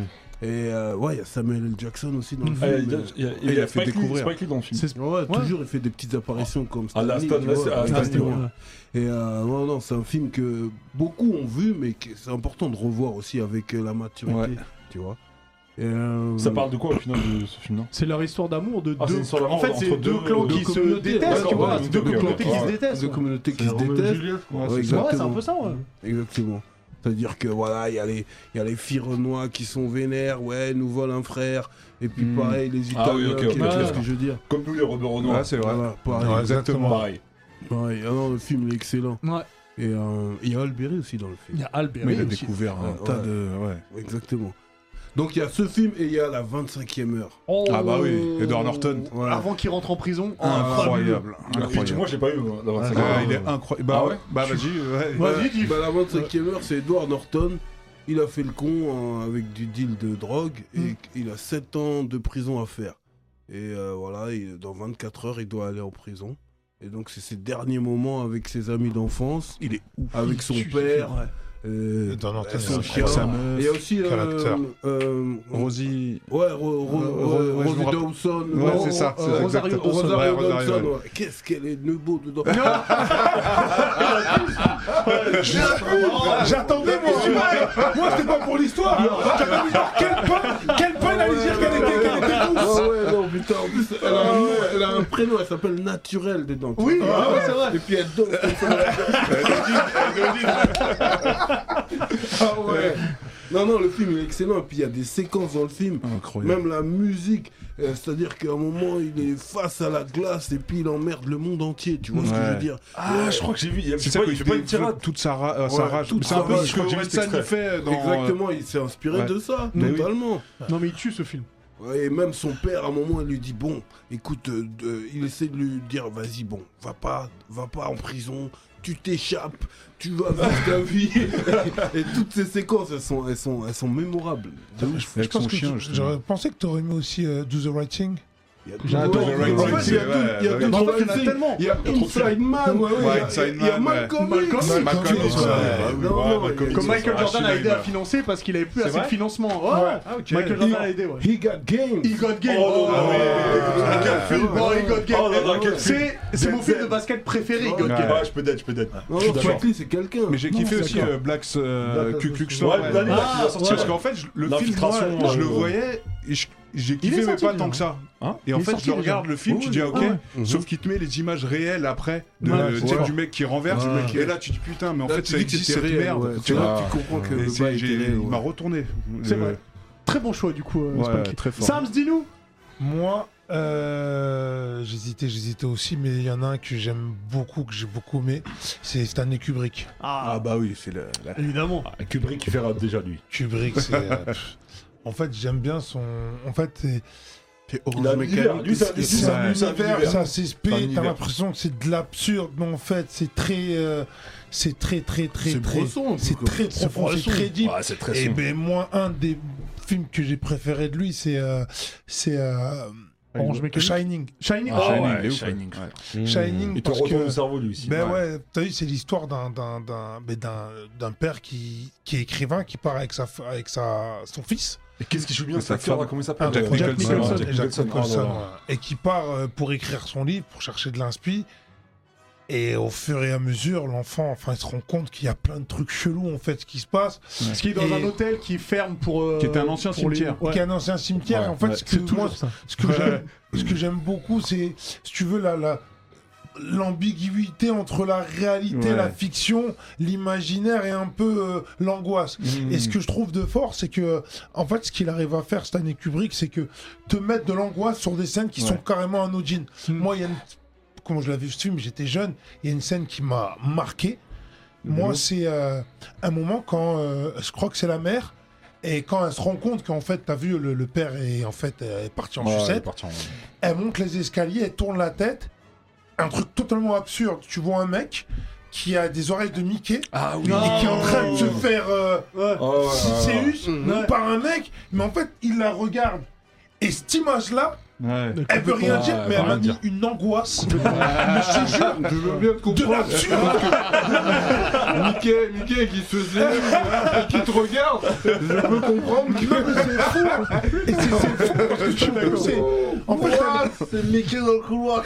S6: Et euh, ouais, il y a Samuel L. Jackson aussi dans le
S2: Ah, il y a-
S6: film.
S2: il y a-
S6: Et
S2: il y a Spike Lee- Spike Lee dans le film.
S6: Ouais, toujours il fait des petites apparitions comme ça.
S2: Ah, là, Stan- là, c'est- ah, Stan Lee, ouais.
S6: Et euh, non, non, c'est un film que beaucoup ont vu, mais que c'est important de revoir aussi avec euh, la maturité.
S2: Ouais.
S6: Tu vois. Et, euh,
S2: Ça parle de quoi au final de ce film-là
S1: C'est leur histoire d'amour de
S2: Ah, c'est
S1: deux.
S2: une histoire d'amour
S1: En fait,
S2: entre
S1: c'est
S2: deux- euh,
S1: deux clans
S2: deux
S1: qui se
S2: communautés,
S1: détestent,
S2: ouais,
S1: tu
S2: ouais,
S1: vois.
S2: ouais,
S1: C'est Deux
S2: ouais,
S1: communautés qui
S2: ouais.
S1: se détestent.
S6: Deux
S1: ouais.
S6: communautés qui
S1: C'est
S6: se
S1: Roméo et
S6: détestent.
S1: Juliette, quoi.
S6: Ouais,
S1: Ouais, c'est
S6: exactement.
S1: un peu ça, ouais.
S6: Exactement. C'est-à-dire que voilà, il y, a les- il y a les filles renois qui sont vénères, ouais, nous volent un frère. Et puis
S2: Hmm.
S6: pareil, les Italiens,
S2: Ah oui, ok, ok,
S6: qui-
S2: ok.
S6: tu vois ce que je veux dire.
S2: Comme nous, les Robert Renoir.
S6: Ah, c'est vrai. Voilà, pareil,
S2: Ouais,
S6: exactement.
S2: Pareil.
S6: Pareil, ah non, le film il est excellent. Et euh, il y a Alberi aussi dans le film.
S1: Il y a Alberi
S6: Mais
S1: Mais il a aussi.
S3: découvert un tas de- ouais.
S6: Exactement. Donc il y a ce film et il y a la 25e heure.
S1: Oh.
S3: Ah bah oui, Edward Norton.
S6: Ouais.
S1: Avant qu'il rentre en prison.
S3: Incroyable.
S2: Moi, j'ai pas eu la 25e
S3: Ah,
S2: heure.
S3: Il est incroyable. Bah
S2: Ah
S3: ouais,
S2: ouais
S3: bah vas-y. ouais.
S6: Bah, bah, la 25e heure, c'est Edward Norton. Il a fait le con hein, avec du deal de drogue et
S3: Mm.
S6: il a 7 ans de prison à faire. Et euh, voilà, il- dans 24 heures, il doit aller en prison. Et donc, c'est ses derniers moments avec ses amis d'enfance. Il est Avec son père. euh,
S5: Edward Norton,
S6: euh, son
S5: c'est
S6: chien.
S5: sa meuf,
S6: Et il y a aussi. euh,
S5: caractère.
S6: euh,
S3: Rosie.
S6: Ouais, Ro-
S3: Euh,
S6: Ro- Ro-
S3: ouais, je me
S6: Rosie
S3: rappelle.
S6: Dawson.
S3: Ouais,
S6: Ro-
S3: c'est ça,
S6: euh,
S3: c'est ça,
S6: Rosario
S3: exactement.
S6: Dawson.
S3: Ouais,
S6: Rosario
S3: Rosario,
S6: Dawson,
S3: ouais.
S6: ouais. Qu'est-ce qu'elle est nebo dedans.
S5: J'attendais moi aussi, ouais. Moi c'était pas pour l'histoire J'avais vu genre quel point Quel point il allait dire qu'elle était qu'elle était douce
S6: Ouais, Ah ouais, non, putain, en plus, elle a, un nom, elle a un prénom, elle s'appelle Naturel dedans. tu
S1: Oui,
S6: vois.
S2: ah
S1: ouais, ouais, c'est vrai.
S6: Et puis elle danse comme ça. ah ouais. Non, non, le film est excellent. Et puis il y a des séquences dans le film. Même la musique. Euh, C'est-à-dire qu'à un moment, il est face à la glace et puis il emmerde le monde entier. Tu vois ce que je veux
S3: Ouais.
S6: dire
S2: Ah, je crois que j'ai vu. il y a-
S3: C'est
S2: je
S3: ça
S2: sais
S3: que
S2: pas, il
S3: je
S2: fait pas une tirade.
S3: Toute sa, ra- euh,
S6: Ouais,
S3: sa rage.
S6: toute
S3: C'est
S6: sa
S3: un peu
S6: Ah, rage.
S3: ce que
S6: Ouais,
S3: Orelsan
S6: cet extrait.
S3: fait dans. euh,
S6: Exactement, il s'est inspiré de ça, totalement.
S1: Non, mais il tue ce film.
S6: Et même son père, à un moment, il lui dit Bon, écoute, euh, euh, il essaie de lui dire Vas-y, bon, va pas, va pas en prison, tu t'échappes, tu vas vivre ta vie. et toutes ces séquences, elles sont, elles sont, elles sont mémorables. De ouf.
S5: Je pense que tu- j'aurais pensé que t'aurais aimé aussi euh, Do the Writing.
S6: J'adore The Right
S5: En
S6: Thing,
S5: fait, il y a
S6: ouais,
S5: deux- il y a
S6: ouais,
S5: deux-
S6: ouais.
S5: en
S6: En
S5: fait,
S6: fait,
S5: il y en a
S6: c'est-
S5: tellement.
S6: il
S5: Il y
S6: y a
S5: a trop de
S6: Inside
S5: films.
S6: Man, ouais, ouais,
S5: Ouais,
S6: il y a-
S5: Inside
S6: il y a
S5: Man, ouais.
S6: Malcolm
S5: Malcolm
S6: X,
S5: X,
S6: ouais,
S5: Malcolm X,
S6: Malcolm X,
S5: ouais.
S6: ouais.
S5: Ouais,
S6: Non, non,
S5: Malcolm
S6: il y
S1: Comme Michael
S6: Ah,
S1: Jordan a
S6: Shinobi,
S1: aidé à
S6: ouais.
S1: financer parce qu'il avait plus
S6: C'est
S1: assez de
S6: vrai
S1: financement. Ouais,
S6: Ah ouais.
S1: ah, ok.
S6: He-
S1: Michael Jordan a aidé, ouais.
S6: He got game.
S1: He got game.
S6: Oh,
S1: Ah,
S6: ouais.
S1: ouais.
S6: Ah,
S1: Quel
S6: ouais.
S1: film.
S6: Ouais.
S1: Oh, He got game.
S6: Oh, là là, quel film.
S1: C'est c'est mon film de basket préféré, He got Ah, game.
S2: Ouais, je peux d'être, je peux d'être. Je
S6: Non,
S2: suis
S6: non,
S2: d'accord.
S6: Spike Lee, c'est quelqu'un.
S3: Mais j'ai
S6: Non,
S3: kiffé
S6: c'est
S3: aussi
S6: d'accord.
S3: euh, Black euh,
S6: Black
S3: Ku Klux
S6: Klux
S3: Klan.
S6: Klan. Ouais, l'année
S3: Ah,
S6: qu'il a sorti,
S3: Parce
S6: ouais.
S3: qu'en fait, je- le film, moi,
S6: L'infiltration,
S3: je
S6: euh,
S3: le
S6: ouais.
S3: voyais et je- j'ai
S6: Il est
S3: kiffé, mais
S6: sorti
S3: pas
S6: déjà.
S3: tant que ça.
S6: Hein
S3: et
S6: Il
S3: en
S6: est
S3: fait,
S6: sorti
S3: je
S6: déjà.
S3: regarde le film,
S6: Oui,
S3: tu dis
S6: oui.
S3: ok,
S6: Ah ouais.
S3: sauf qu'il te met les images réelles après de,
S6: Ouais.
S3: tu sais,
S6: Ouais.
S3: du mec qui renverse,
S6: Ouais.
S3: du mec qui- et là tu dis putain, mais en
S6: Là,
S3: fait
S6: tu
S3: ça
S6: dis que
S3: existe,
S6: c'était
S3: cette
S6: réel,
S3: merde.
S6: ouais. Tu vois, tu comprends que
S3: Et
S6: le
S3: c'est-
S6: bail
S3: j'ai-
S6: était réel,
S3: Il m'a
S6: ouais.
S3: retourné.
S1: C'est
S3: Euh,
S1: vrai. Très bon choix, du coup, euh,
S3: Ouais,
S1: Spike Lee.
S3: très fort.
S1: Sams, dis-nous
S5: Moi, euh, j'hésitais, j'hésitais aussi, mais il y en a un que j'aime beaucoup, que j'ai beaucoup aimé, c'est Stanley Kubrick.
S1: Ah,
S6: bah oui, c'est le.
S1: Évidemment.
S5: Ah,
S2: Kubrick, il fait rap déjà, lui.
S5: Kubrick, c'est. euh, pff, en fait, j'aime bien son. En fait, c'est. c'est
S6: Il a un univers, lui, c'est un-
S5: c'est
S6: c'est
S5: un
S6: un- c'est un
S5: univers,
S6: univers.
S5: ça s'inspire,
S6: C'est un
S5: t'as
S6: univers.
S5: l'impression que c'est de l'absurde, mais en fait, c'est très, euh, c'est très, très, très,
S6: C'est
S5: très,
S6: bresson, un peu,
S5: c'est
S6: quoi.
S5: très
S6: C'est
S5: profond, c'est
S6: bresson.
S5: très deep.
S6: Ouais, c'est très
S5: Et
S6: sombre.
S5: ben moi, un des films que j'ai préféré de lui, c'est, euh, c'est euh,
S1: Orange Mécanique
S5: Shining.
S1: Shining,
S5: Ah,
S1: oh,
S5: Shining,
S1: ouais,
S5: il est ouf,
S1: Shining.
S5: ouais.
S1: Ouais. Mmh.
S5: Shining,
S1: Il te
S5: parce
S1: retourne
S5: que-
S1: le cerveau, lui aussi.
S5: Ben
S1: Ouais.
S5: ouais, t'as vu, c'est l'histoire d'un d'un d'un ben, d'un d'un père qui qui est écrivain qui part avec sa f- avec sa son fils.
S2: Et qu'est-ce qui joue bien
S5: Avec
S2: cet
S5: sa
S2: acteur,
S5: femme.
S2: là, comment il s'appelle
S5: Jack
S2: Jack
S5: Nicholson.
S2: Nicholson.
S5: Ouais, Jack
S2: Jack
S5: Nicholson,
S2: Nicholson.
S5: ouais. Et qui part euh, pour écrire son livre, pour chercher de l'inspi. Et au fur et à mesure, l'enfant, enfin, il se rend compte qu'il y a plein de trucs chelous en fait qui se passent.
S1: Ouais. Ce qui est dans
S5: Et-
S1: un hôtel qui ferme pour. euh,
S5: qui est un
S3: ancien
S1: pour les- ouais.
S5: Qui est un ancien cimetière.
S1: Ouais,
S5: et en fait,
S1: ouais.
S5: ce
S1: C'est
S5: que
S1: toujours
S5: moi,
S1: ça.
S5: ce que
S1: Ouais.
S5: j'aime, ce que j'aime beaucoup, c'est, si tu veux, la, la- l'ambiguïté entre la réalité,
S3: Ouais.
S5: la fiction, l'imaginaire et un peu euh, l'angoisse.
S2: Mmh.
S5: Et ce que je trouve de fort, c'est que, en fait, ce qu'il arrive à faire, Stanley Kubrick, c'est que te mettre de l'angoisse sur des scènes qui
S3: Ouais.
S5: sont carrément anodines.
S2: Mmh.
S5: Moi, il y a une... Quand je l'avais vu ce film, j'étais jeune, il y a une scène qui m'a marqué. Moi, c'est euh, un moment quand euh, je crois que c'est la mère. Et quand elle se rend compte qu'en fait, t'as vu, le, le père est en fait euh, est parti en
S2: Ouais, il est
S5: sucette.
S2: parti en-
S5: Elle monte les escaliers, elle tourne la tête. Un truc totalement absurde. Tu vois un mec qui a des oreilles de Mickey et qui est en train de se faire euh,
S2: Oh, ouais, ouais, ouais.
S5: Siséus
S2: Ouais.
S5: par un mec, mais en fait, il la regarde. Et cette image-là,
S3: Ouais.
S5: elle peut euh, rien dire,
S4: euh,
S5: mais elle m'a mis une angoisse. Mais je te jure,
S6: Je veux bien te
S5: de
S6: comprendre. Mickey, Mickey qui se faisait, euh, qui te regarde, je peux comprendre que
S5: c'est fou. hein. Et c'est- c'est fou parce que tu peux, c'est- En fait,
S6: c'est Mickey dans le couloir.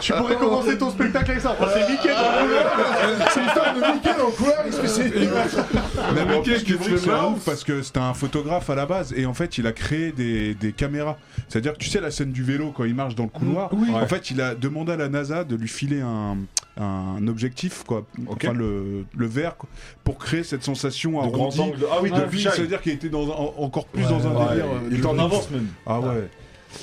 S1: Tu pourrais commencer ton spectacle avec ça. Enfin, c'est Mickey dans le couloir.
S5: C'est l'histoire de Mickey dans le couloir. Est-ce que c'est.
S3: Ah, Mais
S5: Mais en
S3: Mickey
S5: plus, Kubrick,
S3: Kubrick,
S5: c'est
S3: c'est un
S5: ouf.
S3: ouf parce que c'était un photographe à la base et en fait il a créé des, des caméras. C'est-à-dire que tu sais la scène du vélo quand il marche
S2: Mm.
S3: dans le couloir,
S5: Oui.
S3: en
S5: Ouais.
S3: fait il a demandé à la NASA de lui filer un, un objectif, quoi, enfin le, le verre, quoi, pour créer cette sensation
S2: De grands
S3: arrondie
S2: angles. Ah oui, de
S3: de vie.
S2: fisheye.
S3: C'est-à-dire qu'il était dans un- en- encore plus
S2: Ouais,
S3: dans un
S2: ouais,
S3: délire.
S2: ouais.
S3: euh,
S2: Il
S3: du
S2: était en
S3: Kubrick.
S2: avance même.
S3: Ah ouais.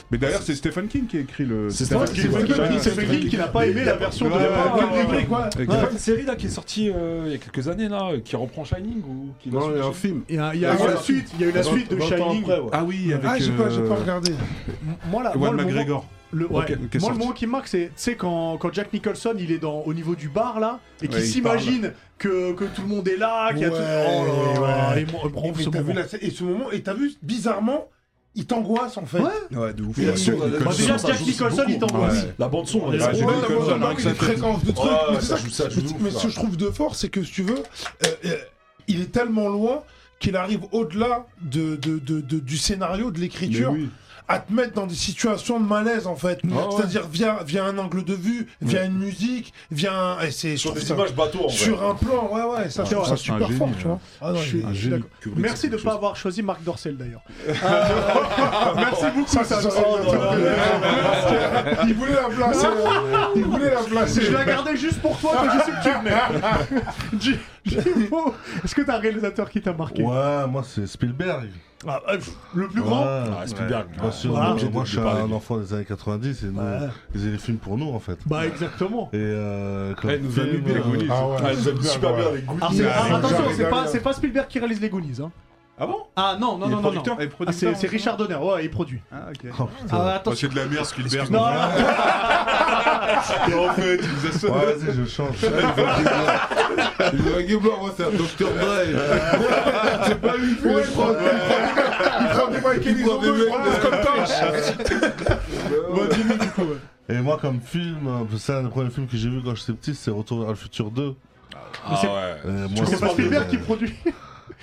S3: Mais d'ailleurs c'est Stephen King qui a écrit le.
S2: C'est Stephen King,
S3: ouais.
S2: Stephen King,
S3: Ouais,
S2: Stephen King qui n'a pas aimé la version de
S3: Ouais,
S2: l'époque.
S3: ouais, ouais,
S2: Kubrick,
S3: ouais.
S2: quoi. Il y a
S3: Exact.
S2: pas une série là qui est sortie euh, il y a quelques années là, euh, qui reprend Shining ou qui
S6: Non, il y a un film.
S1: Il y a, il y a
S2: Ah,
S1: eu la
S2: ouais.
S1: suite, il y a eu la
S2: Vingt-
S1: suite de
S2: vingt ans
S1: Shining.
S2: après, ouais.
S3: Ah oui, avec,
S1: Ah, j'ai pas- j'ai pas
S3: euh,
S1: regardé. Moi, là,
S3: Ewan
S1: moi, le moment-
S3: McGregor.
S1: le- ouais.
S3: Ok, qui est
S1: Moi, le
S3: sorti.
S1: moment qui me marque, c'est tu sais, quand, quand Jack Nicholson il est dans, au niveau du bar là et qu'il
S3: Ouais, il
S1: s'imagine que, que tout le monde est là, qu'il y a tout.
S5: Ouais,
S1: Oh là là,
S5: ouais.
S1: et moi, bravo,
S5: Et mais
S1: ce
S5: t'as
S1: moment.
S5: vu la scène- Et ce moment, et t'as vu, bizarrement, il t'angoisse en fait.
S3: Ouais, de ouf.
S5: Et la sourde, la-
S1: Bah, déjà, Jack Nicholson, il t'envoie.
S2: La bande son,
S5: Ouais, ouais, ouais, ouais,
S1: hein,
S5: ouais, ouais, une fréquence de trucs. mais c'est ça que-
S2: ça joue
S5: mais-
S2: de ouf, hein.
S5: mais
S2: là.
S5: ce que je trouve de fort, c'est que si tu veux, euh, euh, il est tellement loin qu'il arrive au-delà de, de- de- de- du scénario, de l'écriture.
S2: Mais oui.
S5: à te mettre dans des situations de malaise en fait
S2: Ah ouais.
S5: c'est-à-dire via via un angle de vue via une musique via un et c'est
S2: Sur
S5: je trouve
S2: des
S5: ça-
S2: images bateaux, en vrai. Ah,
S5: sur un plan ouais ouais ça je
S1: C'est
S5: trouve
S1: vrai,
S5: ça
S1: c'est
S5: super
S1: un
S5: fort
S1: génie,
S2: hein.
S1: hein.
S5: tu vois Ah non,
S1: Je suis-
S5: il-
S1: je suis d'accord. Merci de ne pas avoir choisi Marc Dorcel d'ailleurs. Euh,
S5: Merci beaucoup, ça, ça, Il voulait la placer. hein. Il voulait la placer.
S1: Je la gardais juste pour toi, mais je sais que tu venais. Ji- Jimo, est-ce que t'as un réalisateur qui t'a marqué
S8: Ouais, moi c'est Spielberg.
S1: Ah, euh, Le plus grand
S2: Ah,
S8: Ouais, ouais. Bien sûr,
S1: Voilà.
S8: moi, moi je suis un enfant des années 90 et nous,
S1: Ouais.
S8: ils faisaient les films pour nous en fait.
S1: Bah, exactement.
S8: Et euh, comme
S2: Eh, nous
S8: film,
S2: a mis bien,
S8: euh,
S2: les Goonies. Ah ouais. Ah, nous a mis super bien, les Goonies.
S1: Ah, c'est- ah,
S8: Ouais.
S1: attention, c'est pas, c'est pas Spielberg qui réalise les Goonies. Hein. Ah bon Ah non, non,
S3: Il
S1: non,
S3: est
S1: non.
S3: producteur
S1: non.
S3: et
S1: Ah,
S3: producteur
S1: c'est, c'est
S3: en
S1: Richard Donner, ouais, il produit.
S3: Ah, ok.
S1: Ah,
S3: Bah,
S1: attention.
S3: c'est de la merde, Spielberg.
S1: Non, non,
S3: Et en fait, il nous a sauvé.
S8: Ouais, vas-y, je change.
S6: Le reggae blanc, moi, c'est un Dr. Dre. C'est pas lui qui le prend. Il prend des mecs, il prend des mecs comme
S8: Et moi, comme film, euh, c'est un des premiers films que j'ai vu quand j'étais petit, c'est Retour vers le futur 2.
S1: Mais c'est-
S8: Euh,
S1: Tu
S8: moi,
S1: sais, c'est pas
S8: c'était-
S1: Spielberg qui produit.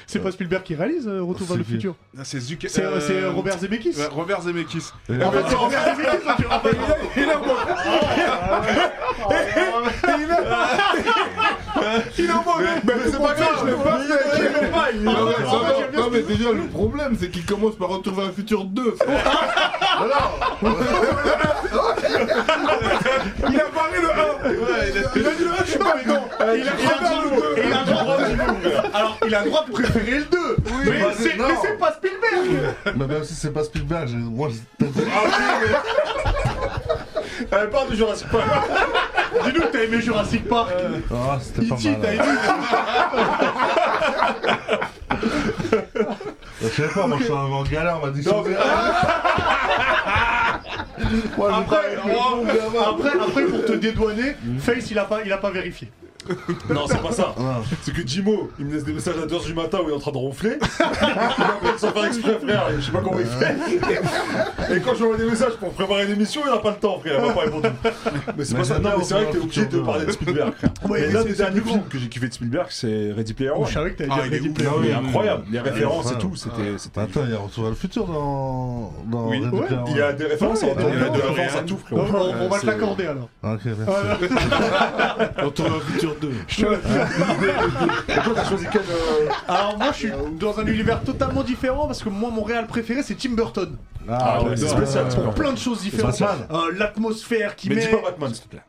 S1: C'est pas Spielberg qui réalise euh, Retour vers
S8: C'est
S1: le
S8: qui
S1: futur.
S3: Non, C'est Zuc-
S1: C'est, euh, c'est, euh, Robert Zemeckis.
S3: Ouais, Robert Zemeckis.
S1: En fait, c'est Robert Zemeckis. donc, en fait,
S3: Il est en mode. Il est- Il est en mode. Mais c'est pas grave, je l'ai pas fait. je l'ai pas, il est-
S6: Non, mais,
S3: En fait,
S6: Ah ça va. Non, mais déjà, le problème, c'est qu'il commence par Retour vers le futur 2.
S3: Il a parlé le 1. Il a dit le 1, je suis pas dedans.
S1: Euh, Il a grandi, et il a grandi. Alors, il a le droit de préférer le 2. mais,
S8: bah,
S1: c'est,
S8: non.
S1: mais c'est pas Spielberg.
S8: Mais même si c'est pas Spielberg, j'ai- moi, je-
S1: Elle part de Jurassic Park. Euh. Dis-nous que t'as aimé Jurassic Park.
S8: Ah, c'était pas
S1: E.T.,
S8: mal.
S1: t'as
S8: hein.
S1: aimé
S8: Je sais pas, moi, je suis un grand galère, on m'a dit que c'était-
S6: Moi, je
S1: Après, oh.
S6: parle avec le bon gamin.
S1: après, après, pour te dédouaner, Face, il a pas, il a pas vérifié. Ah.
S2: Non, c'est pas ça. C'est que Jimo, il me laisse des messages à 2h du matin où il est en train de ronfler. Il m'appelle sans faire exprès, frère. Je sais pas comment il
S1: Ah.
S2: fait. Et quand je lui envoie des messages pour préparer l'émission, il n'a pas le temps, frère. Il m'a pas répondu. Mais c'est
S8: Mais
S2: pas ça.
S8: j'aime
S2: Non,
S8: bien
S2: mais c'est vrai que t'es
S8: Retour
S2: obligé
S8: vers le
S2: de
S8: futur
S2: parler de
S8: deux.
S2: Spielberg, frère.
S1: Ouais,
S2: Mais
S1: mais
S2: l'un
S1: c'est-
S2: des
S1: c'est
S2: derniers
S1: plus grand.
S2: films que j'ai kiffé de Spielberg, c'est Ready Player One.
S1: je savais que t'allais dire Ready
S2: il est
S1: Player
S2: ouf. Ah oui,
S1: One.
S2: incroyable. Les
S8: Ah,
S2: références et
S8: frère.
S2: tout, c'était. c'était-
S8: Ah, Attends, il y a Retour vers le futur dans. dans
S2: Oui,
S8: Red
S2: ouais,
S8: Player
S2: il y a
S8: One.
S2: des références à
S8: Ouais,
S2: tout. Il y a
S8: ouais.
S2: des références à tout, frérot.
S1: On, va- on va
S8: c'est-
S1: te l'accorder alors.
S8: Ah, Ok, merci.
S6: Retour vers le futur 2.
S1: Je te le dis. Alors moi je suis dans un univers totalement différent parce que moi mon réal préféré c'est Tim Burton. Euh,
S2: Ah ouais, c'est spécial.
S1: Pour plein de choses différentes.
S8: Batman.
S1: Euh, L'atmosphère qui
S2: Mais
S1: met.
S2: dis pas Batman, s'il te plaît.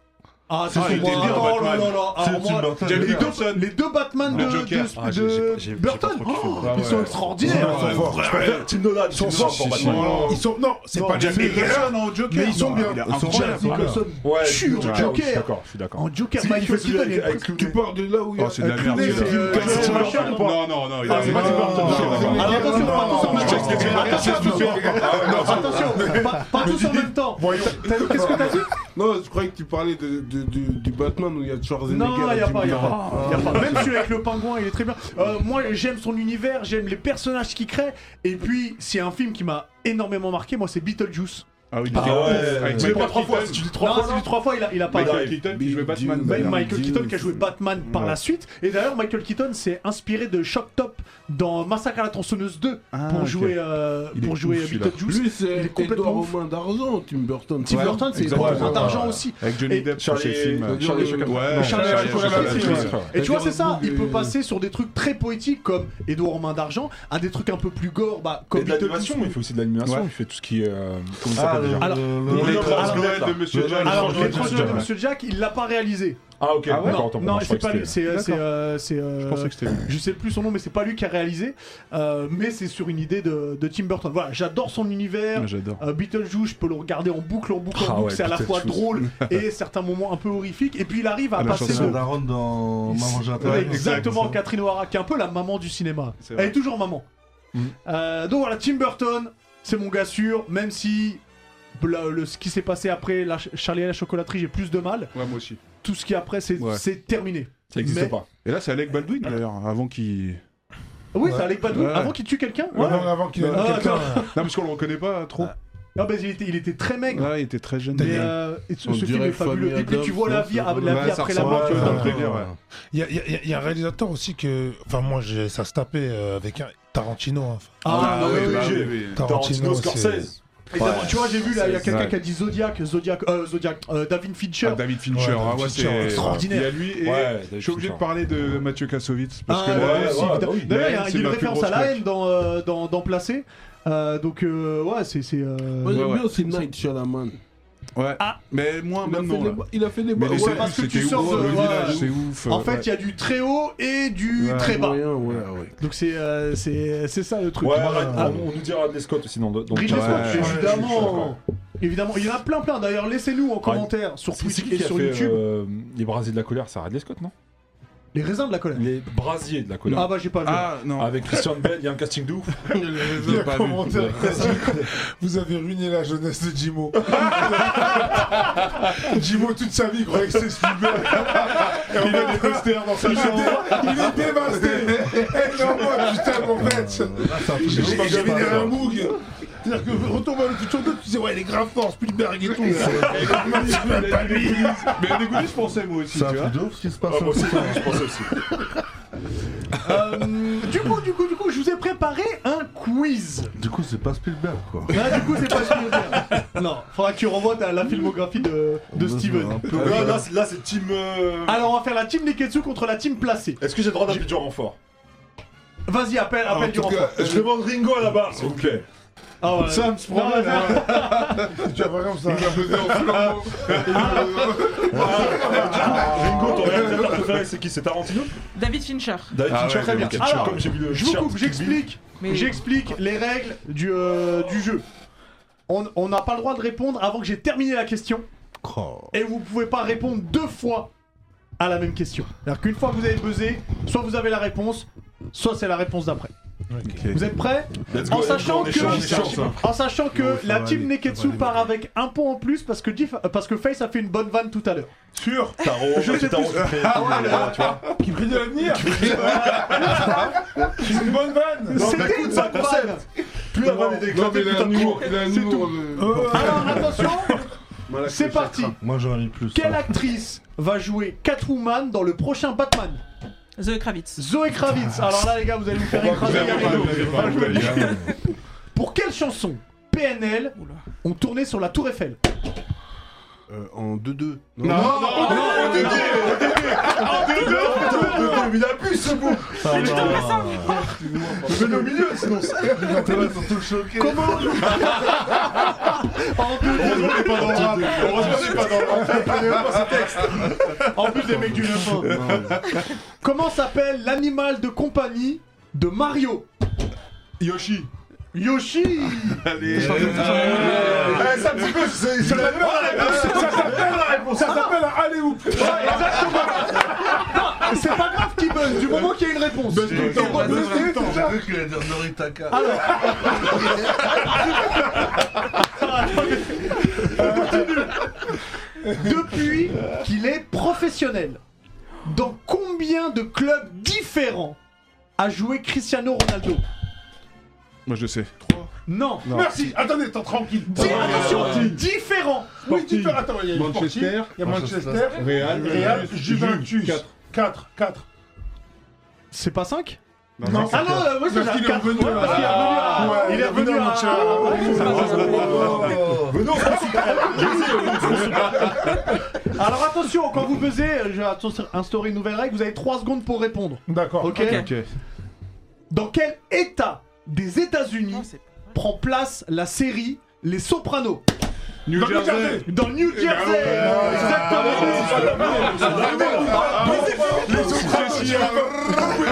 S1: Ah,
S3: Ah,
S1: c'est
S3: il était
S1: moi.
S3: bien,
S1: Oh là
S3: Batman.
S1: là là.
S8: C'est
S1: Alors,
S8: Tim
S1: moi,
S8: Burton.
S1: les,
S3: Jack
S1: deux,
S3: Nicholson.
S1: les deux Batman
S3: Le
S1: de,
S3: Joker.
S1: de-
S3: Ah,
S1: de
S3: j'ai- j'ai- j'ai- j'ai pas
S1: Burton.
S3: trop kiffé,
S1: Oh,
S3: moi.
S1: ils
S3: Ah
S1: sont
S3: ouais.
S1: extraordinaires.
S3: Ouais, ouais, ouais.
S2: Je préfère Tim Nolan. Tim
S3: Ils sont
S2: Nolan pour
S3: forts,
S2: Batman.
S3: ils sont-
S1: sont non, c'est
S3: Non,
S1: pas
S3: Jack
S1: Jack
S3: Nicholson en Joker.
S1: mais ils sont
S3: Non,
S1: bien.
S3: il a-
S1: En
S3: son
S1: Jack
S3: Jack
S1: Nicholson.
S2: Ouais,
S1: Je suis
S2: le
S1: en
S2: Joker. Je suis
S1: Joker.
S2: d'accord, je suis d'accord.
S1: En Joker,
S2: C'est lui qui
S1: Michael
S2: fait celui
S1: Keaton
S2: avec-
S1: est
S2: avec Clooney.
S6: Tu parles de là où il y a.
S3: Oh, c'est de la merde.
S1: Clooney,
S3: celui-là.
S1: c'est, euh,
S3: Ouais,
S1: Tim
S3: c'est Tim
S1: Burton
S3: Burton.
S1: ou pas
S3: Non, non, non, il y a-
S1: Ah, c'est pas Tim Burton.
S3: Non, non, non, non.
S1: Alors, attention, pas tous en même
S3: Je
S1: temps.
S3: t'explique, c'est pas caché tout de suite.
S1: Attention, pas- pas tous en même temps. T'as- Qu'est-ce que t'as dit
S6: Non, je croyais que tu parlais de, de- du, du Batman où il y a Schwarzenegger.
S1: Non, il n'y a
S6: Jim
S1: pas, y a
S6: Carrey. Ah.
S1: pas. Y a pas. Même celui avec le pingouin, il est très bien. Euh, moi, j'aime son univers, j'aime les personnages qu'il crée. Et puis, c'est un film qui m'a énormément marqué. Moi, c'est Beetlejuice.
S3: Ah oui,
S1: Ah
S3: il est
S1: ouais.
S3: ouf. Avec
S2: Tu
S3: Michael
S2: dis pas trois fois,
S3: Keaton.
S2: si tu dis trois
S1: non,
S2: fois,
S1: c'est lui, trois fois, il a, il a pas.
S2: Michael
S1: arrêté.
S3: Keaton qui jouait Batman.
S1: Mais
S6: Michael
S1: Michael
S6: Keaton.
S1: Keaton qui a joué Batman par la suite. Et d'ailleurs, Michael Keaton s'est inspiré de Shock Top dans Massacre à la tronçonneuse 2
S3: Ah,
S1: pour
S3: ok.
S1: jouer, euh,
S3: Il est
S1: pour
S3: ouf,
S1: jouer
S3: celui-là.
S1: Beetlejuice.
S6: Lui,
S1: Il est
S6: c'est
S1: complètement
S6: Edouard aux
S1: ouf.
S6: mains d'argent, Tim Burton.
S1: Tim Burton, c'est
S3: exactement.
S1: énormément d'argent aussi.
S3: Avec
S1: Et-
S3: Johnny Depp, sur
S2: Charlie-
S3: ces films.
S6: Charlie-
S1: Charlie
S3: Ouais, Charlie-
S1: Chaplin,
S3: Chaplin,
S1: Chaplin,
S3: Chaplin,
S1: Chaplin.
S3: Chaplin.
S1: Et tu vois, c'est ça, il
S6: Et-
S1: peut passer sur des trucs très poétiques comme Edouard Romain d'Argent, à des trucs un peu plus gore, bah,
S2: Il
S1: comme
S2: fait de l'animation, mais il fait aussi de l'animation.
S3: Ouais.
S2: Il fait tout ce qui est. euh, Comment il
S8: Ah,
S2: s'appelle
S8: le-
S2: déjà
S1: Alors,
S8: le- le-
S2: Ou
S3: Les
S2: les
S3: Étranges
S2: Étranges
S3: Noël de
S2: Noël,
S3: Monsieur
S2: là.
S3: Jack.
S1: Alors,
S2: Étranges Noël
S1: l'étrange
S2: de
S1: de
S2: Monsieur
S1: Monsieur Jack, il l'a pas réalisé.
S2: Ah, ok,
S3: Ah
S2: d'accord,
S3: ouais
S1: non,
S2: autant pour
S1: non,
S2: moi, je
S1: c'est
S2: crois
S1: pas
S2: que
S1: lui, c'est, euh,
S3: D'accord.
S1: c'est, euh, c'est, euh,
S3: Je pensais que c'était lui.
S1: je sais plus son nom, mais c'est pas lui qui a réalisé, euh, mais c'est sur une idée de, de Tim Burton. Voilà, j'adore son univers.
S3: Ouais, J'adore.
S1: Euh, Beetlejuice, je peux le regarder en boucle, en boucle, en
S2: Ah
S1: boucle.
S2: ouais,
S1: c'est à la fois
S2: Beetlejuice.
S1: drôle et certains moments un peu horrifiques. Et puis il arrive à
S3: Ah, la
S1: passer
S3: chanson.
S1: le,
S8: C'est Daron dans Maman j'ai un
S1: Ouais,
S8: talent.
S1: exactement, Catherine O'Hara, qui est un peu la maman du cinéma.
S3: C'est vrai. Mm.
S1: Elle est toujours maman. Euh, donc voilà, Tim Burton, c'est mon gars sûr, même si bla- le, ce qui s'est passé après la, ch- Charlie et la chocolaterie, j'ai plus de mal.
S3: Ouais, moi aussi.
S1: Tout ce qui est après, c'est
S3: Ouais.
S1: c'est terminé.
S2: Ça existe
S1: Mais- Ah
S2: pas.
S3: Et là, c'est Alec Baldwin d'ailleurs, avant qu'il.
S1: Oui, c'est Alec Baldwin.
S3: Ouais.
S1: Avant qu'il tue quelqu'un ouais.
S5: Avant, avant qu'il ait
S1: Ah,
S5: quelqu'un.
S1: attends.
S3: Non, parce qu'on le reconnaît pas trop.
S1: Ah, bah, il, était, il était très maigre.
S3: Ouais, il était très jeune.
S1: Mais euh, et ce,
S6: On
S1: ce film
S6: dirait
S1: est fabuleux.
S6: Famille
S1: Et puis tu
S6: Adams,
S1: vois la
S6: non,
S1: vie,
S6: ça
S1: la
S3: ressemble.
S1: vie
S3: Ouais, ça
S1: après la
S3: ressemble
S1: mort.
S3: un
S1: tu vois,
S3: peu.
S1: dans le truc.
S3: délire, ouais.
S5: Il y, a- il y a- il y a- il y a un réalisateur aussi que. Enfin, moi, j'ai- ça se tapait euh, avec un. Tarantino. hein.
S1: Ah,
S2: oui,
S1: ouais,
S2: oui,
S3: bah
S1: ouais.
S2: j'ai- Tarantino,
S5: c'est-
S2: Scorsese.
S1: Et d'abord, Tu vois, j'ai vu là, il y a quelqu'un
S3: Ouais.
S1: qui a dit Zodiac, Zodiac, euh, Zodiac, euh, David Fincher.
S3: Ah, David Fincher,
S5: Ouais,
S3: ah
S5: David
S3: ouais,
S5: Fincher,
S3: c'est
S1: extraordinaire.
S3: Il y a lui et
S2: Ouais, David
S3: je suis obligé de
S2: Fincher.
S3: parler de Mathieu Kassovitz parce que
S1: Ah,
S3: là,
S1: ouais,
S2: ouais,
S1: aussi,
S2: ouais,
S1: évidemment.
S2: bah oui.
S1: D'ailleurs, il y
S3: La
S1: a
S3: haine,
S1: une
S3: c'est ma plus
S1: référence à
S3: grosse
S1: la
S3: claque.
S1: haine dans, euh, dans, dans Placé. Euh, donc, euh, ouais, c'est. c'est, euh,
S6: Moi, j'aime
S3: Ouais,
S6: bien aussi Night Shyamalan.
S3: Ouais. Mais moins
S6: Il a, fait
S3: maintenant.
S6: des
S3: là.
S6: ba- il a fait des
S3: Mais
S6: ba-
S3: les
S6: ouais,
S3: séries,
S1: parce que tu
S3: c'était
S1: sors
S3: ouf,
S1: de-
S3: le
S1: ouais.
S3: village, c'est ouf.
S1: en
S3: euh,
S1: fait, il
S3: ouais.
S1: y a du très haut et du
S3: Ouais,
S1: très bas.
S6: moyen, ouais, ouais.
S1: Donc, c'est euh, c'est- c'est ça le truc.
S2: Ouais,
S1: Ah,
S2: on, on nous dira Ridley Scott aussi dans le. dans le-
S1: Ridley Scott,
S3: Ouais,
S1: évidemment. évidemment. Il y en a plein, plein.
S3: Ah,
S1: D'ailleurs, laissez-nous en commentaire sur
S2: C'est
S1: Twitch
S2: qui
S1: et
S2: qui a
S1: sur
S2: fait
S1: YouTube.
S2: euh, Les Brasiers de la colère, c'est Ridley Scott, non
S1: Les raisins de la colère.
S4: Les brasiers de la colère.
S1: Ah bah, j'ai pas vu.
S4: Ah non. Avec Christian Bell, il y a un casting de ouf.
S5: Il y a un commentaire qui dit, Vous avez ruiné la jeunesse de Jimo. Jimo, toute sa vie, croyait que c'est Spielberg. Et en
S4: Il a
S5: fait,
S4: des posters dans sa
S5: il est
S4: chambre.
S5: dé- Il est dévasté. Eh, mais en moi, putain, mon bête. J'ai-
S4: Je mange
S5: J'avais
S4: pas,
S5: derrière
S4: ça.
S5: un bug. C'est-à-dire que retourne vers le futur 2, tu disais, ouais, il est grave fort, Spielberg et tout. Mais c'est même pas lui.
S3: Mais à l'écoute, je pensais moi aussi.
S8: C'est un truc de ouf ce qui se passe.
S4: Ah, moi aussi, je pensais
S8: aussi.
S1: Du coup, du coup, du coup, je vous ai préparé un quiz.
S8: Du coup, c'est pas Spielberg quoi.
S1: Là, du coup, c'est pas Spielberg. Non, faudra que tu revoies ta- la filmographie de, de Steven.
S4: Ah, Là, là, c'est- là, c'est team. euh,
S1: Alors, on va faire la team Neketsu contre la team placée.
S4: Est-ce que j'ai le droit d'appeler du renfort
S1: Vas-y, appelle,
S4: Ah,
S1: appelle
S4: en
S1: du
S4: tout
S1: renfort.
S4: cas, Je demande Ringo à la barre, s'il vous plaît.
S1: Ah, voilà.
S5: Sam, tu prends mal,
S1: Non,
S5: hein. Tu vas voir comme ça.
S4: Ringo, ton réalisateur préféré, c'est qui C'est Tarantino
S12: David Fincher.
S4: David
S1: Ah
S4: Fincher,
S1: ouais,
S4: très bien.
S1: David Fincher.
S4: Alors, comme j'ai vu le
S1: Je vous
S4: t-shirt
S1: coupe,
S4: Kill
S1: j'explique.
S12: Mais-
S1: J'explique les règles du, euh, du jeu. On on n'a pas le droit de répondre avant que j'ai terminé la question.
S4: Oh.
S1: Et vous pouvez pas répondre deux fois à la même question. C'est-à-dire qu'une fois que vous avez buzzé, soit vous avez la réponse, soit c'est la réponse d'après. Vous êtes prêts
S4: Let's go,
S1: en,
S4: let's go,
S1: sachant
S4: on est
S1: que,
S4: chaud, on est chaud, hein.
S1: en sachant que
S4: ça
S1: la
S4: va
S1: team
S4: aller, ça
S1: Neketsu
S4: va aller.
S1: part avec un point en plus parce que, Jif- euh, parce que Face a fait une bonne vanne tout à l'heure.
S5: Sûr
S4: Tarot,
S1: Je sais
S4: tarot,
S1: plus.
S4: tu fais-
S1: Ah ouais,
S4: tu
S1: là.
S4: vois.
S5: Qui brille de l'avenir C'est une bonne vanne
S4: Non, mais
S1: C'était une
S4: écoute, c'est un
S1: bonne vanne
S4: concept. Plus la vanne est
S3: Non, mais
S4: éclatée,
S3: il
S4: plus
S3: a
S4: t'as
S3: un
S4: de
S3: humour.
S4: cours.
S3: Il a un humour.
S4: Ah,
S3: euh,
S1: Alors attention,
S3: Malak
S1: c'est
S3: le
S1: parti.
S3: chakra.
S8: Moi j'en ai plus.
S1: Quelle actrice va jouer Catwoman dans le prochain Batman
S12: Zoe Kravitz.
S1: Zoé Kravitz. Alors là, les gars, vous allez vous faire
S3: Vous
S1: écraser.
S3: l'avez pas, vous l'avez pas, vous l'avez pas.
S1: Pour quelle chanson PNL ont tourné sur la Tour Eiffel
S6: Euh, en 2-2.
S1: Non, non, non,
S4: Oh, Dédé, Dédé. Ah, Dédé, Dédé, Dédé, mais il a pu ce bout
S8: Ah,
S4: Putain,
S8: non.
S4: mais ça- Mets-le au milieu, sinon c'est-
S1: Comment En plus,
S4: Heureusement qu'on est pas dans le rap. Heureusement qu'on est pas dans le rap. On connaît même pas ce texte.
S1: en plus des mecs du lapin.
S4: hein.
S1: Comment s'appelle l'animal de compagnie de Mario
S4: Yoshi.
S1: Yoshi
S4: Allez. Eh, ça, un petit peu, c'est- c'est la- on a la réponse. Ça s'appelle la réponse.
S5: Ça s'appelle un allez ou
S1: C'est pas grave qu'il buzz, du moment qu'il y a une réponse.
S8: J'ai cru qu'il allait dire Noritaka.
S1: Depuis qu'il est professionnel, dans combien de clubs différents a joué Cristiano Ronaldo
S3: Moi je sais.
S1: Non.
S3: Non.
S5: Merci, attendez, attends, tranquille.
S1: Dis- attention, différent.
S5: Oui, Euh, tu peux. Attends, il y a
S3: Manchester,
S5: Manchester, il y a Manchester,
S3: Real,
S5: Real,
S3: Juventus,
S5: Juventus.
S3: quatre.
S5: 4, 4.
S1: C'est pas 5
S3: Non,
S5: Non,
S3: c'est
S1: Ah non,
S3: quatre.
S1: euh, oui, c'est
S5: Parce qu'il est
S1: quatre.
S5: revenu à la-
S1: Ouais, parce qu'il est revenu à-
S5: Ouais,
S1: Il est revenu ah.
S5: à
S1: à
S5: Manchester.
S4: Mais non, c'est super.
S1: Alors attention, quand vous buzzez, je vais attention- instaurer une nouvelle règle, vous avez 3 secondes pour répondre.
S5: D'accord.
S1: Ok,
S3: Ok.
S1: Dans quel état des États-Unis prend place la série Les Sopranos
S3: New
S5: Dans le
S3: Jersey. Eh ben
S5: Jersey.
S1: Dans le New Jersey Exactement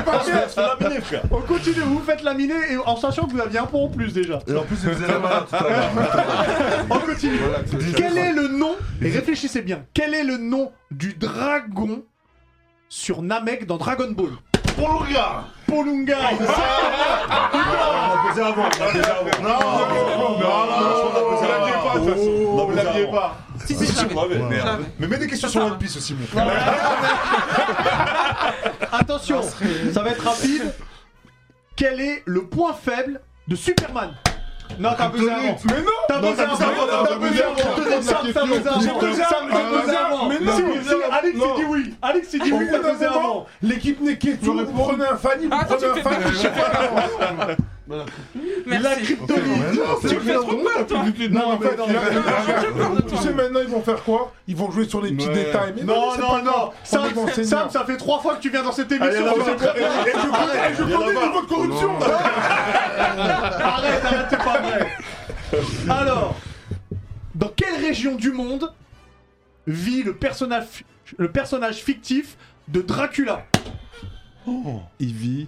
S3: Ah,
S1: On continue, vous faites laminer et en sachant que vous aviez un point en plus déjà.
S8: Et en plus, il faisait la malade tout à l'heure.
S1: On continue.
S8: c'est
S1: Quel
S8: ça.
S1: est le nom Et réfléchissez bien. Quel est le nom du dragon sur Namek dans Dragon Ball Polunga. Polunga.
S4: Ah, On l'a posé avant, on l'a posé avant.
S1: Ah,
S4: Non, non, non,
S5: Vous l'aviez pas, de toute façon.
S4: non,
S5: Vous l'aviez pas.
S12: Si, si, je l'avais.
S4: Merde.
S12: Je l'avais.
S4: Mais mets des questions sur One Piece aussi, mon frère.
S1: Attention, ça va être rapide. Quel est le point faible de Superman Non, t'as buzzé avant.
S5: Mais non
S1: T'as buzzé avant. T'as buzzé avant. Sam, T'as buzzé avant.
S5: J'ai buzzé
S1: Sam, t'as
S5: avant.
S1: buzzé avant.
S5: Mais non,
S1: Si,
S5: mais
S1: si,
S5: non.
S1: Alex il
S5: Non.
S1: dit oui. Alex il dit oui, t'as buzzé avant.
S5: L'équipe n'est qu'est-ce que vous prenez un Fanny, vous
S12: Ah,
S5: prenez
S12: toi,
S5: un
S12: tu
S5: Fanny,
S12: fais-
S5: je sais pas.
S1: La
S12: Merci.
S1: kryptonite.
S12: Tu me fais trop peur, toi.
S5: Non, en
S1: mais
S5: fait,
S1: non,
S5: il a-
S1: mais
S5: il
S1: non.
S5: a-
S12: J'ai peur de
S5: tu
S12: toi.
S5: sais maintenant ils vont faire quoi Ils vont jouer sur les petits détails. Mais
S1: Non,
S5: c'est
S1: non,
S5: pas
S1: non.
S5: grave. On est
S1: Sam,
S5: enseignants.
S1: Sam, ça fait trois fois que tu viens dans cette
S4: Allez,
S1: émission.
S4: là-bas.
S1: tu sais très bien.
S4: Et je connais- et je
S5: Je connais le niveau de corruption
S1: Arrête, arrête, c'est pas vrai. Alors, dans quelle région du monde vit le personnage, le personnage fictif de Dracula
S3: Il vit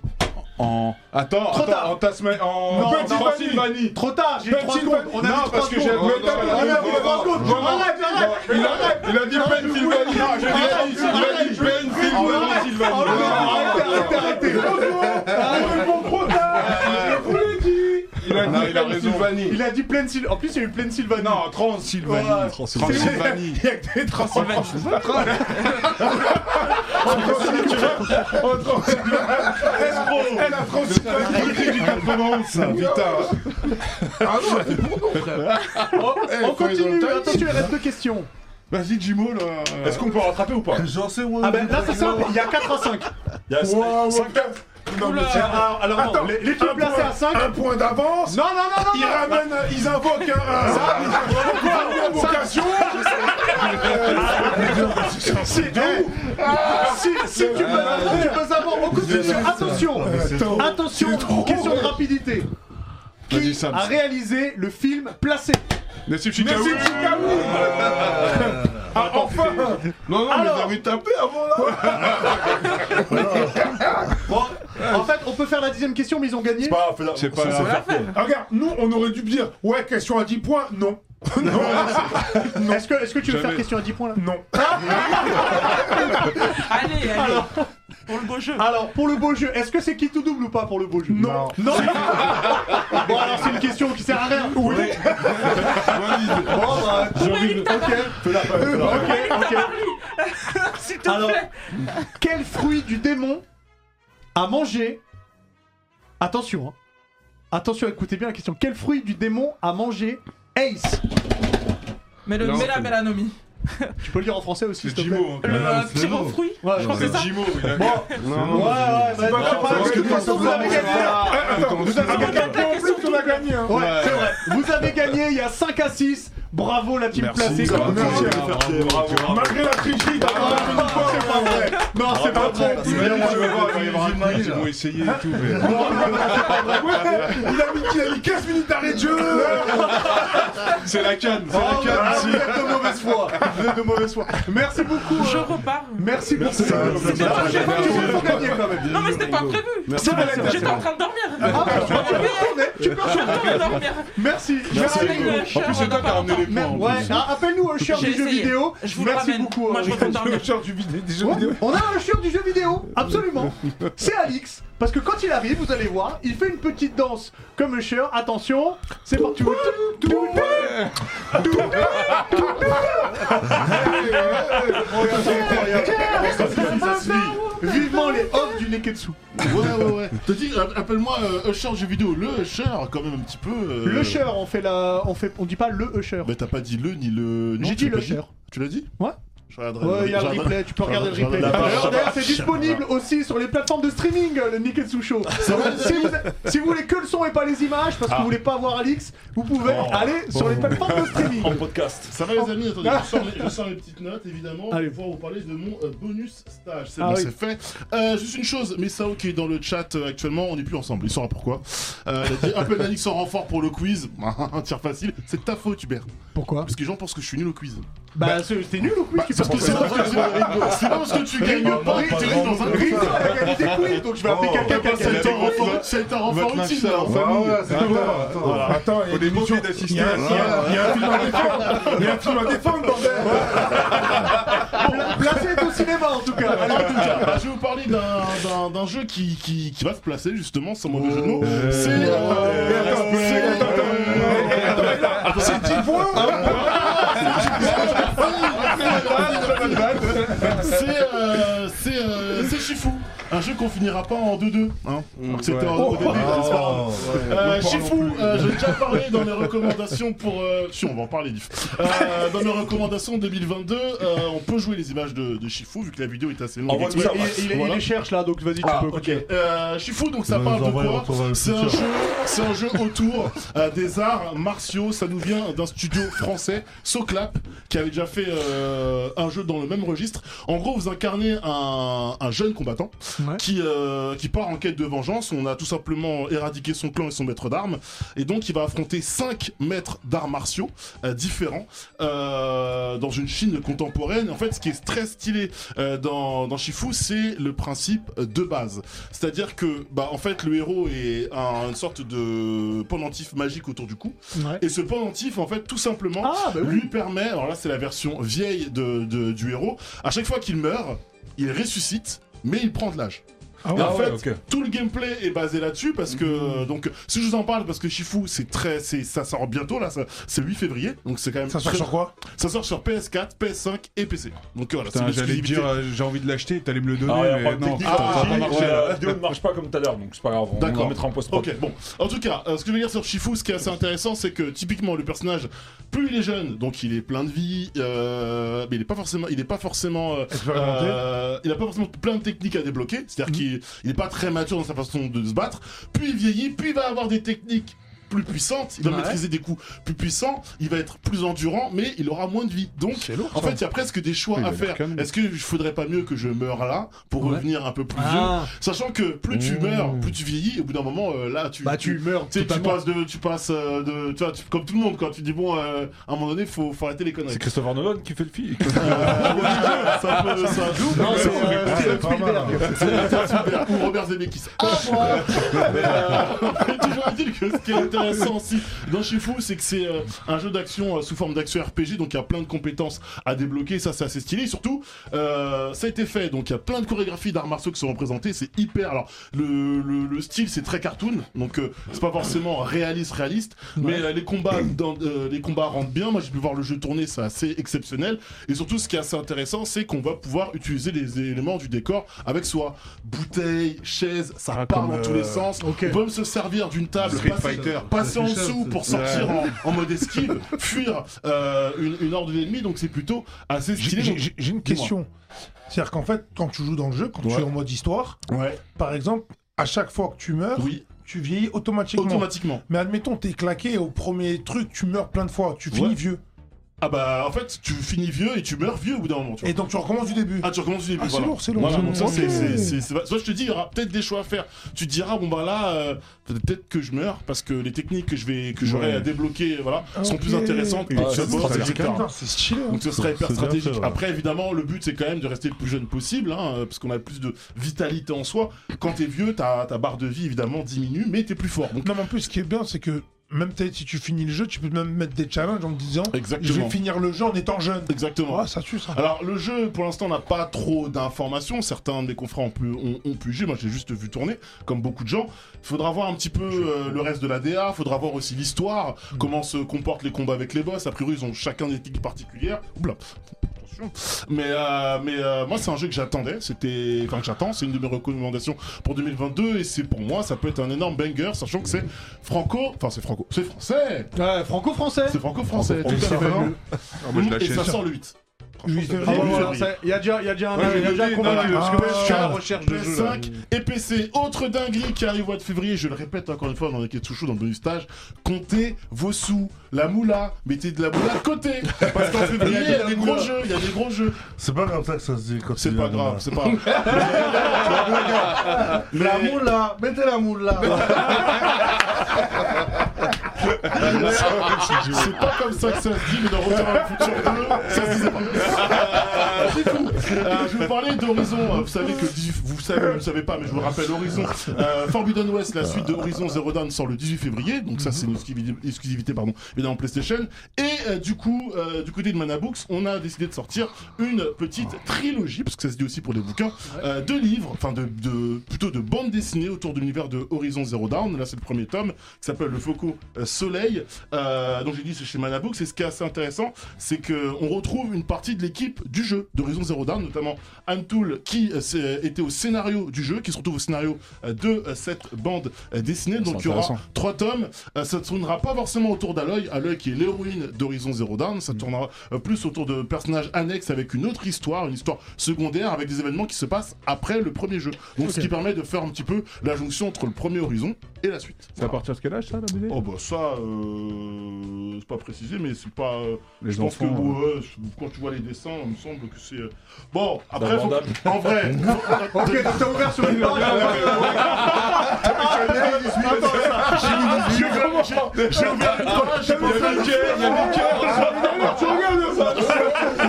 S2: en.
S3: Attends,
S2: Trop
S3: Oh, attends,
S2: tard.
S3: en Tasmanie. En
S2: Non,
S3: en
S2: non.
S3: Transylvanie.
S1: Trop tard, Ah, j'ai eu trois
S3: Pennsylvanie.
S1: secondes. On a
S3: non,
S1: eu
S3: parce
S1: trois
S3: que j'ai.
S1: secondes.
S3: mais t'as-
S1: On a eu
S3: non,
S1: trois
S3: non,
S1: secondes.
S3: non, non,
S1: Arrête,
S3: non,
S1: arrête.
S3: Il arrête, il a dit
S1: Arrête,
S3: Pennsylvanie.
S1: arrête.
S3: Il a dit- il a dit Pennsylvanie.
S1: Arrête, arrête, arrêtez,
S3: Ah,
S1: arrêtez. Arrêtez, Ah, bon, trop tard. Je vous l'ai dit.
S3: Il a
S1: Non,
S3: dit Pennsylvanie.
S1: Il a dit Pennsylvanie. En plus, il y a eu Pennsylvanie. Non,
S3: Transylvanie. Transylvanie.
S1: Il y a que des Transylvanie.
S3: Elle a Transylvanie du 91, ça, putain. Ah non, c'est pour nous.
S1: On continue. Attention, il reste deux questions.
S3: Vas-y, Jimo, là.
S2: Est-ce qu'on peut rattraper ou pas
S8: Euh, J'en sais,
S1: Ah ben là, c'est simple. Il y a 4 à 5.
S2: Il y a
S1: Wow,
S2: 5
S1: Non, mais tiens,
S3: Ah,
S1: alors, alors, non, l'é- l'équipe
S5: un
S1: placée
S5: point-
S1: à 5.
S5: Un point d'avance.
S1: Non, non, non, non,
S5: Ils
S1: non.
S5: ramènent, euh, ils invoquent un. un-
S1: Ça,
S5: ils invoquent une invocation.
S1: Si, eh, si, si tu peux, tu peux savoir, on continue. Attention, attention, question de rapidité.
S3: Vas-y,
S1: Qui
S3: Sam.
S1: a réalisé le film Placé
S3: Nassif
S1: Nassif
S3: Chikaoui.
S1: Chikaoui. Ah,
S3: Euh, attends,
S1: enfin.
S3: c'était- Non, non, mais
S1: Alors.
S3: vous avez tapé avant là
S1: En fait, on peut faire la dixième question, mais ils ont gagné.
S2: C'est pas grave,
S3: C'est pas
S2: ça,
S3: grave.
S2: c'est
S3: Voilà.
S2: parfait.
S5: Ah, Regarde, nous, on aurait dû dire ouais, question à 10 points. Non. Non.
S1: Est-ce que, est-ce que tu veux
S3: Jamais.
S1: faire question à 10 points là
S5: Non.
S12: Allez, allez.
S1: Alors,
S12: Pour le beau jeu.
S1: alors, pour le beau jeu, est-ce que c'est qui tout double ou pas pour le beau jeu
S5: Non.
S1: Non Bon, alors c'est une question qui sert à rien. Oui. Bon, bah,
S2: J'ai envie de.
S1: ok,
S2: Fais-la, fais-la.
S1: ok, ok.
S12: S'il te
S1: Alors,
S12: plaît.
S1: quel fruit du démon a mangé Attention, hein. attention, écoutez bien la question. Quel fruit du démon a mangé Ace
S12: Mais le
S3: Non,
S12: Mela
S3: c'est-
S12: Melanomie.
S1: Tu peux le dire en français aussi, s'il
S3: C'est
S1: te plaît.
S3: Jimo. hein.
S12: Le euh,
S8: c'est
S12: pyro
S8: bon.
S12: fruit
S1: Ouais, je crois que c'est
S3: C'est
S1: ça.
S3: Jimo. il a-
S1: Ouais,
S8: Non,
S1: ouais, ouais. C'est
S5: grave, c'est
S1: parce
S5: vrai
S1: que
S5: que
S1: de toute façon, vous avez gagné. Eh,
S5: Vous avez
S1: gagné.
S5: gagné en plus, on a gagné. hein.
S1: Ouais, c'est vrai. Vous avez gagné, il y a 5 à 6. Bravo la team placée. comme
S5: Merci.
S1: toujours.
S2: Bravo, bravo.
S5: Malgré la tricherie, t'as
S1: Ah,
S5: gagné.
S1: c'est pas vrai. Non, c'est pas vrai.
S3: Il
S1: Ouais,
S3: a dit,
S1: ouais,
S3: je vais voir, il va y avoir un
S8: Jimo,
S3: quiz,
S8: là.
S3: Ils vont essayer et tout. mais-
S5: Ouais, il a mis, il a mis 15 minutes d'arrêt de jeu.
S3: C'est la canne. C'est
S1: Ah,
S3: la
S1: vous
S3: canne ici.
S1: êtes de mauvaise foi. Vous êtes de mauvaise foi. Merci beaucoup.
S12: Je
S1: euh,
S12: repars.
S1: Merci pour ça.
S12: C'est bien
S1: La
S12: trop
S1: prochaine fois, tu
S12: génial.
S1: vas pas gagner quand même.
S12: Non mais c'était pas prévu.
S1: C'est vrai, c'est vrai, c'est
S12: J'étais
S1: vrai.
S12: en train de dormir.
S1: Ah, bah,
S12: Je
S1: tu peux retourner, tu peux retourner.
S12: retourne dormir.
S1: Merci.
S12: Merci.
S1: Merci.
S3: En plus, c'est toi qui as ramené les
S1: Mer-
S3: points. en
S1: Ouais,
S3: plus.
S1: ah, appelle-nous Usher
S12: J'ai
S1: du jeu
S12: essayé.
S1: vidéo.
S12: Je vous le
S1: Merci
S12: ramène.
S1: beaucoup.
S12: Moi, je
S1: euh,
S12: retourne dormir.
S5: Le genre du vidéo, des jeux
S1: Ouais,
S5: vidéo.
S1: On a un chien du jeu vidéo, absolument. C'est Alix, parce que quand il arrive, vous allez voir, il fait une petite danse comme un chien. Attention, c'est parti. Vivement les offs du Neketsu.
S13: Ouais, ouais, ouais. T'as dit, euh, appelle-moi euh, Usher jeu vidéo. Le Usher, quand même, un petit peu. euh,
S1: Le Usher, on fait la, on fait, on dit pas le Usher.
S13: Mais t'as pas dit le ni le. non, tu
S1: J'ai dit
S13: l'as
S1: le
S13: pas
S1: Usher.
S13: Tu l'as dit
S1: Ouais.
S13: Je regarderai.
S1: Ouais, il y a
S13: je
S1: le
S13: regarderai-
S1: replay, tu peux
S13: je
S1: regarder le replay.
S13: regarderai- je
S1: D'ailleurs,
S13: regarderai-
S1: d'ailleurs, c'est disponible aussi sur les plateformes de streaming, euh, le Niketsu Show.
S13: Ah,
S1: si, vous, si vous voulez que le son et pas les images, parce que vous voulez pas voir Alix, vous pouvez
S2: Oh.
S1: aller sur les plateformes de streaming.
S2: En podcast.
S13: Ça va les amis, attendez, je sors, les, je sors les petites notes évidemment
S1: Allez.
S13: pour pouvoir vous parler de mon euh, bonus stage. C'est
S1: Ah
S13: bon,
S1: oui.
S13: c'est fait. Euh, juste une chose, Messao qui est dans le chat euh, actuellement, on n'est plus ensemble, il saura pourquoi. Euh, il a dit, appelle Alix en renfort pour le quiz. Un tir facile, c'est de ta faute Hubert.
S1: Pourquoi
S13: Parce que les gens pensent que je suis nul au quiz.
S1: Bah, c'est c'est nul ou quoi tu
S13: Parce que c'est pas parce que- c'est pas parce que tu gagnes
S1: Ringo,
S13: Oh. pas que tu restes dans un quiz.
S1: Ringo, elle a gagné des quiz, donc je vais appeler
S3: Oh,
S1: quelqu'un qui a
S3: bah,
S1: gagné
S13: C'est
S1: des
S13: un
S1: quiz.
S13: renfort- C'est un renfort
S3: Votre
S13: utile.
S3: Maxa,
S13: là, en
S4: Bah
S3: ouais,
S13: famille.
S3: ouais, c'est
S5: Attends,
S3: attends,
S5: attends, attends,
S3: On
S5: il y
S3: est
S5: a-
S3: mauvais
S5: il y
S3: d'assistance.
S5: a il y a- il y a un film à défendre. Il y a un film à défendre, bordel.
S1: Pla- Placé est au cinéma en tout cas.
S13: En tout cas, bah, je vais vous parler d'un- d'un d'un jeu qui, qui, qui va se placer justement sans mauvais jeu de mots. C'est. euh,
S5: Attends, c'est- attends, attends, attends, attends, attends, C'est 10 points.
S4: hein.
S13: C'est euh, c'est euh, c'est Shifu, un jeu qu'on finira pas en 2-2. Hein Donc C'était en- au
S4: Oh.
S13: début, c'est pas grave. Euh, Shifu, euh, j'ai déjà parlé dans mes recommandations pour. euh, Si, on va en parler du. Euh, dans mes recommandations 2022, euh, on peut jouer les images de, de Shifu vu que la vidéo est assez longue.
S2: Envoie-nous
S13: exprès.
S2: ça.
S1: Il, il- il
S13: Voilà.
S1: les cherche là, donc vas-y, tu
S13: Ah,
S1: peux.
S13: ok. Euh, Shifu, donc ça
S8: Nous
S13: parle de
S8: envoyons
S13: quoi
S8: retour vers le
S13: C'est un
S8: futur.
S13: jeu, c'est un jeu autour euh, des arts martiaux. Ça nous vient d'un studio français, Soclap, qui avait déjà fait euh, un jeu dans le même registre. En gros, vous incarnez un, un jeune combattant qui, euh, qui part en quête de vengeance. On a tout simplement éradiqué son clan et son maître d'armes. Et donc, il va affronter cinq maîtres d'arts martiaux euh, différents euh, dans une Chine contemporaine. En fait, ce qui est très stylé euh, dans, dans Shifu, c'est le principe de base. C'est-à-dire que, bah, en fait, le héros est un- une sorte de pendentif magique autour du cou. Et ce pendentif, en fait, tout simplement,
S5: Ah, bah
S13: lui permet, alors là c'est la version vieille de, de- du héros, à chaque fois qu'il meurt, il ressuscite, mais il prend de l'âge.
S5: Ah
S13: Et
S5: ouais,
S13: en
S5: ah
S13: fait,
S5: ouais, ok.
S13: tout le gameplay est basé là-dessus parce que
S3: Mhm.
S13: donc si je vous en parle parce que Shifu c'est très c'est ça sort bientôt là ça- c'est 8 février donc c'est quand même
S5: Ça sort
S13: très-
S5: sur quoi
S13: Ça sort sur PS4, PS5 et PC. Donc voilà,
S3: Putain,
S13: c'est
S3: j'allais te dire,
S13: l'exclusivité.
S3: euh, j'ai envie de l'acheter, t'allais me le donner,
S13: Ah ouais,
S3: mais
S13: pas
S3: non,
S13: technique,
S3: putain,
S13: pas
S3: ça va
S13: technique,
S3: pas marcher,
S13: ouais,
S3: là.
S13: la vidéo ne marche
S2: pas comme tout à l'heure, donc c'est pas grave.
S13: on
S2: D'accord.
S13: la mettra en post Ok, bon. En tout cas, euh, ce que je veux dire sur Shifu, ce qui est assez intéressant, c'est que typiquement le personnage, plus il est jeune, donc il est plein de vie, euh, mais il est pas forcément, il est pas forcément, euh,
S5: Expérimenté. Mhm.
S13: euh, il a pas forcément plein de techniques à débloquer. C'est-à-dire qu'il il est pas très mature dans sa façon de se battre. Puis il vieillit, puis il va avoir des techniques plus puissantes, il va
S5: Ouais.
S13: maîtriser des coups plus puissants, il va être plus endurant, mais il aura moins de vie. Donc, en
S5: ça.
S13: fait, il y a presque des choix
S5: Il
S13: à
S5: a l'air
S13: faire.
S5: calme.
S13: Est-ce que il faudrait pas mieux que je meure là pour
S5: Ouais.
S13: revenir un peu plus
S5: Ah.
S13: vieux, sachant que plus tu
S5: Mmh.
S13: meurs, plus tu vieillis, au bout d'un moment, euh, là, tu,
S1: Bah, tu meurs
S13: Tu, sais, tu
S1: totalement.
S13: passes de, tu passes euh, de, tu vois, tu- comme tout le monde, quand tu dis bon, euh, à un moment donné, faut, faut arrêter les conneries. Euh,
S2: C'est Christopher Nolan qui fait le film.
S13: C'est un peu ça.
S2: Non, c'est,
S13: Steven
S2: euh, c'est pas mal.
S13: Spielberg. hein. C'est Steven Spielberg ou Robert Zemeckis. Ah, moi Mais, euh, j'ai toujours dit que ce qui est intéressant aussi dans Shifu, c'est que c'est euh, un jeu d'action euh, sous forme d'action RPG, donc il y a plein de compétences à débloquer, ça c'est assez stylé. Et surtout, euh, ça a été fait, donc il y a plein de chorégraphies d'arts martiaux qui sont représentées, c'est hyper. Alors, le, le- le style c'est très cartoon, donc euh, c'est pas forcément réaliste, réaliste, mais euh, les combats dans, euh, les combats rentrent bien. Moi j'ai pu voir le jeu tourner, c'est assez exceptionnel. Et surtout, ce qui est assez intéressant, c'est qu'on va pouvoir utiliser les éléments du décor avec soi bouteille, chaise, ça part dans
S5: comme,
S13: tous
S5: euh,
S13: les sens.
S5: ok.
S13: On peut même se servir d'une table,
S5: Street
S13: passer,
S5: Fighter.
S13: passer en
S5: Ouais.
S13: dessous pour sortir
S5: Ouais.
S13: en, en mode esquive, fuir euh, une, une horde d'ennemis. Donc c'est plutôt assez stylé.
S5: J'ai-
S13: Donc-
S5: j'ai- J'ai une
S13: Dis-moi.
S5: question. C'est-à-dire qu'en fait, quand tu joues dans le jeu, quand tu
S13: Ouais.
S5: es en mode histoire,
S13: Ouais.
S5: par exemple, à chaque fois que tu meurs, tu vieillis automatiquement.
S13: Automatiquement.
S5: Mais admettons, t'es claqué au premier truc, tu meurs plein de fois, tu finis
S13: Ouais.
S5: vieux.
S13: Ah bah en fait tu finis vieux et tu meurs vieux au bout d'un moment. tu vois.
S5: Et donc tu recommences du début.
S13: Ah tu recommences du début.
S5: Ah, c'est
S13: voilà.
S5: lourd, c'est lourd.
S13: Voilà, donc ça
S5: Ok.
S13: c'est- c'est- c'est- c'est pas- soit je te dis il y aura peut-être des choix à faire. Tu te diras bon bah là euh, peut-être que je meurs parce que les techniques que je vais que j'aurai
S5: Ouais.
S13: à débloquer voilà sont
S5: Ok.
S13: plus intéressantes. que
S5: Ah,
S13: ce
S5: ça,
S13: boss,
S5: ça a l'air
S13: etc.
S5: calme. C'est stylé, hein.
S13: Donc ce sera
S5: C'est-
S13: hyper
S5: c'est bien
S13: stratégique.
S5: fait, ouais.
S13: Après évidemment le but c'est quand même de rester le plus jeune possible hein, euh, parce qu'on a le plus de vitalité en soi. Quand t'es vieux ta ta barre de vie évidemment diminue mais t'es plus fort. Donc
S5: Non, mais en plus, ce qui est bien, c'est que même peut-être si tu finis le jeu, tu peux même mettre des challenges en te disant
S13: Exactement.
S5: Je vais finir le jeu en étant jeune.
S13: Exactement.
S5: Ah, ça tue ça.
S13: Alors le jeu, pour l'instant, n'a pas trop d'informations. Certains des confrères ont pu, ont, ont pu juger. Moi, j'ai juste vu tourner, comme beaucoup de gens. Il faudra voir un petit peu euh, le reste de la DA. Il faudra voir aussi l'histoire,
S5: Hmm.
S13: comment se comportent les combats avec les boss. A priori, ils ont chacun des techniques particulières. Oula. Attention. Mais, euh, mais euh, moi, c'est un jeu que j'attendais. C'était, enfin, que j'attends. C'est une de mes recommandations pour 2022. Et c'est pour moi, ça peut être un énorme banger, sachant que c'est franco. Enfin, c'est franco. C'est français.
S1: Ouais, franco-français.
S13: C'est Ah, franco-français. tout à fait. hein. Et ça sort le 8.
S1: Ah ouais, ouais, ça- Il y a déjà il y a déjà un
S13: Ouais,
S1: il y a
S13: j'ai
S1: déjà un
S13: noté,
S1: combat,
S13: non,
S1: là,
S13: mais
S1: parce que
S13: parce que
S1: je suis à la recherche de jeux, là.
S13: PS5 et PC, autre dinguerie qui arrive au mois de février, je le répète encore une fois dans les Ketsucho, dans le bonus stage, comptez vos sous, la moula, mettez de la moula de côté, parce qu'en février, il y a des gros jeux, il y a des gros jeux.
S8: C'est pas comme ça que ça se dit quand C'est pas grave,
S13: c'est pas grave.
S8: La moula, mettez la moula.
S13: C'est pas comme ça que ça se dit, mais dans Retour vers le futur 2, ça se disait pas. Euh, c'est tout. Euh, je vais vous parler d'Horizon. Euh, Vous savez que le 18 vous savez, vous ne savez pas, mais je vous rappelle Horizon. Euh, Forbidden West, la suite de Horizon Zero Dawn sort le 18 février. Donc ça, c'est une exclusivi- exclusivité, pardon, évidemment PlayStation. Et euh, du coup, euh, du côté de Manabooks, on a décidé de sortir une petite trilogie, parce que ça se dit aussi pour les bouquins, euh, de livres, enfin de, de- plutôt de bandes dessinées autour de l'univers de Horizon Zero Dawn. Là, c'est le premier tome qui s'appelle Le Foco euh, Soleil. Euh, donc j'ai dit c'est chez Manabook. C'est ce qui est assez intéressant, c'est que on retrouve une partie de l'équipe du jeu d'Horizon Zero Dawn, notamment Anne Tool qui euh, s'est- était au scénario du jeu, qui se retrouve au scénario euh, de euh, cette bande euh, dessinée. Donc il y aura
S2: intéressant.
S13: trois tomes. Euh, ça ne tournera pas forcément autour d'Aloy, Aloy qui est l'héroïne d'Horizon Zero Dawn. Ça tournera euh, plus autour de personnages annexes avec une autre histoire, une histoire secondaire avec des événements qui se passent après le premier jeu. Donc ce qui permet de faire un petit peu la jonction entre le premier Horizon et la suite.
S3: C'est à partir de quel âge ça la BD
S13: Oh bah ça, ça, euh, c'est pas précisé, mais c'est pas. euh,
S3: Les
S13: je pense que
S3: enfants,
S13: ouais, je- quand tu vois les dessins, il me semble que c'est. euh, Bon, après, faut-
S3: abordable.
S13: en vrai.
S1: Ok, donc t'as ouvert sur une page.
S13: J'ai ouvert- j'ai- j'ai ouvert une page, j'ai pas fait le cœur, il y a des cœurs. Tu regardes ça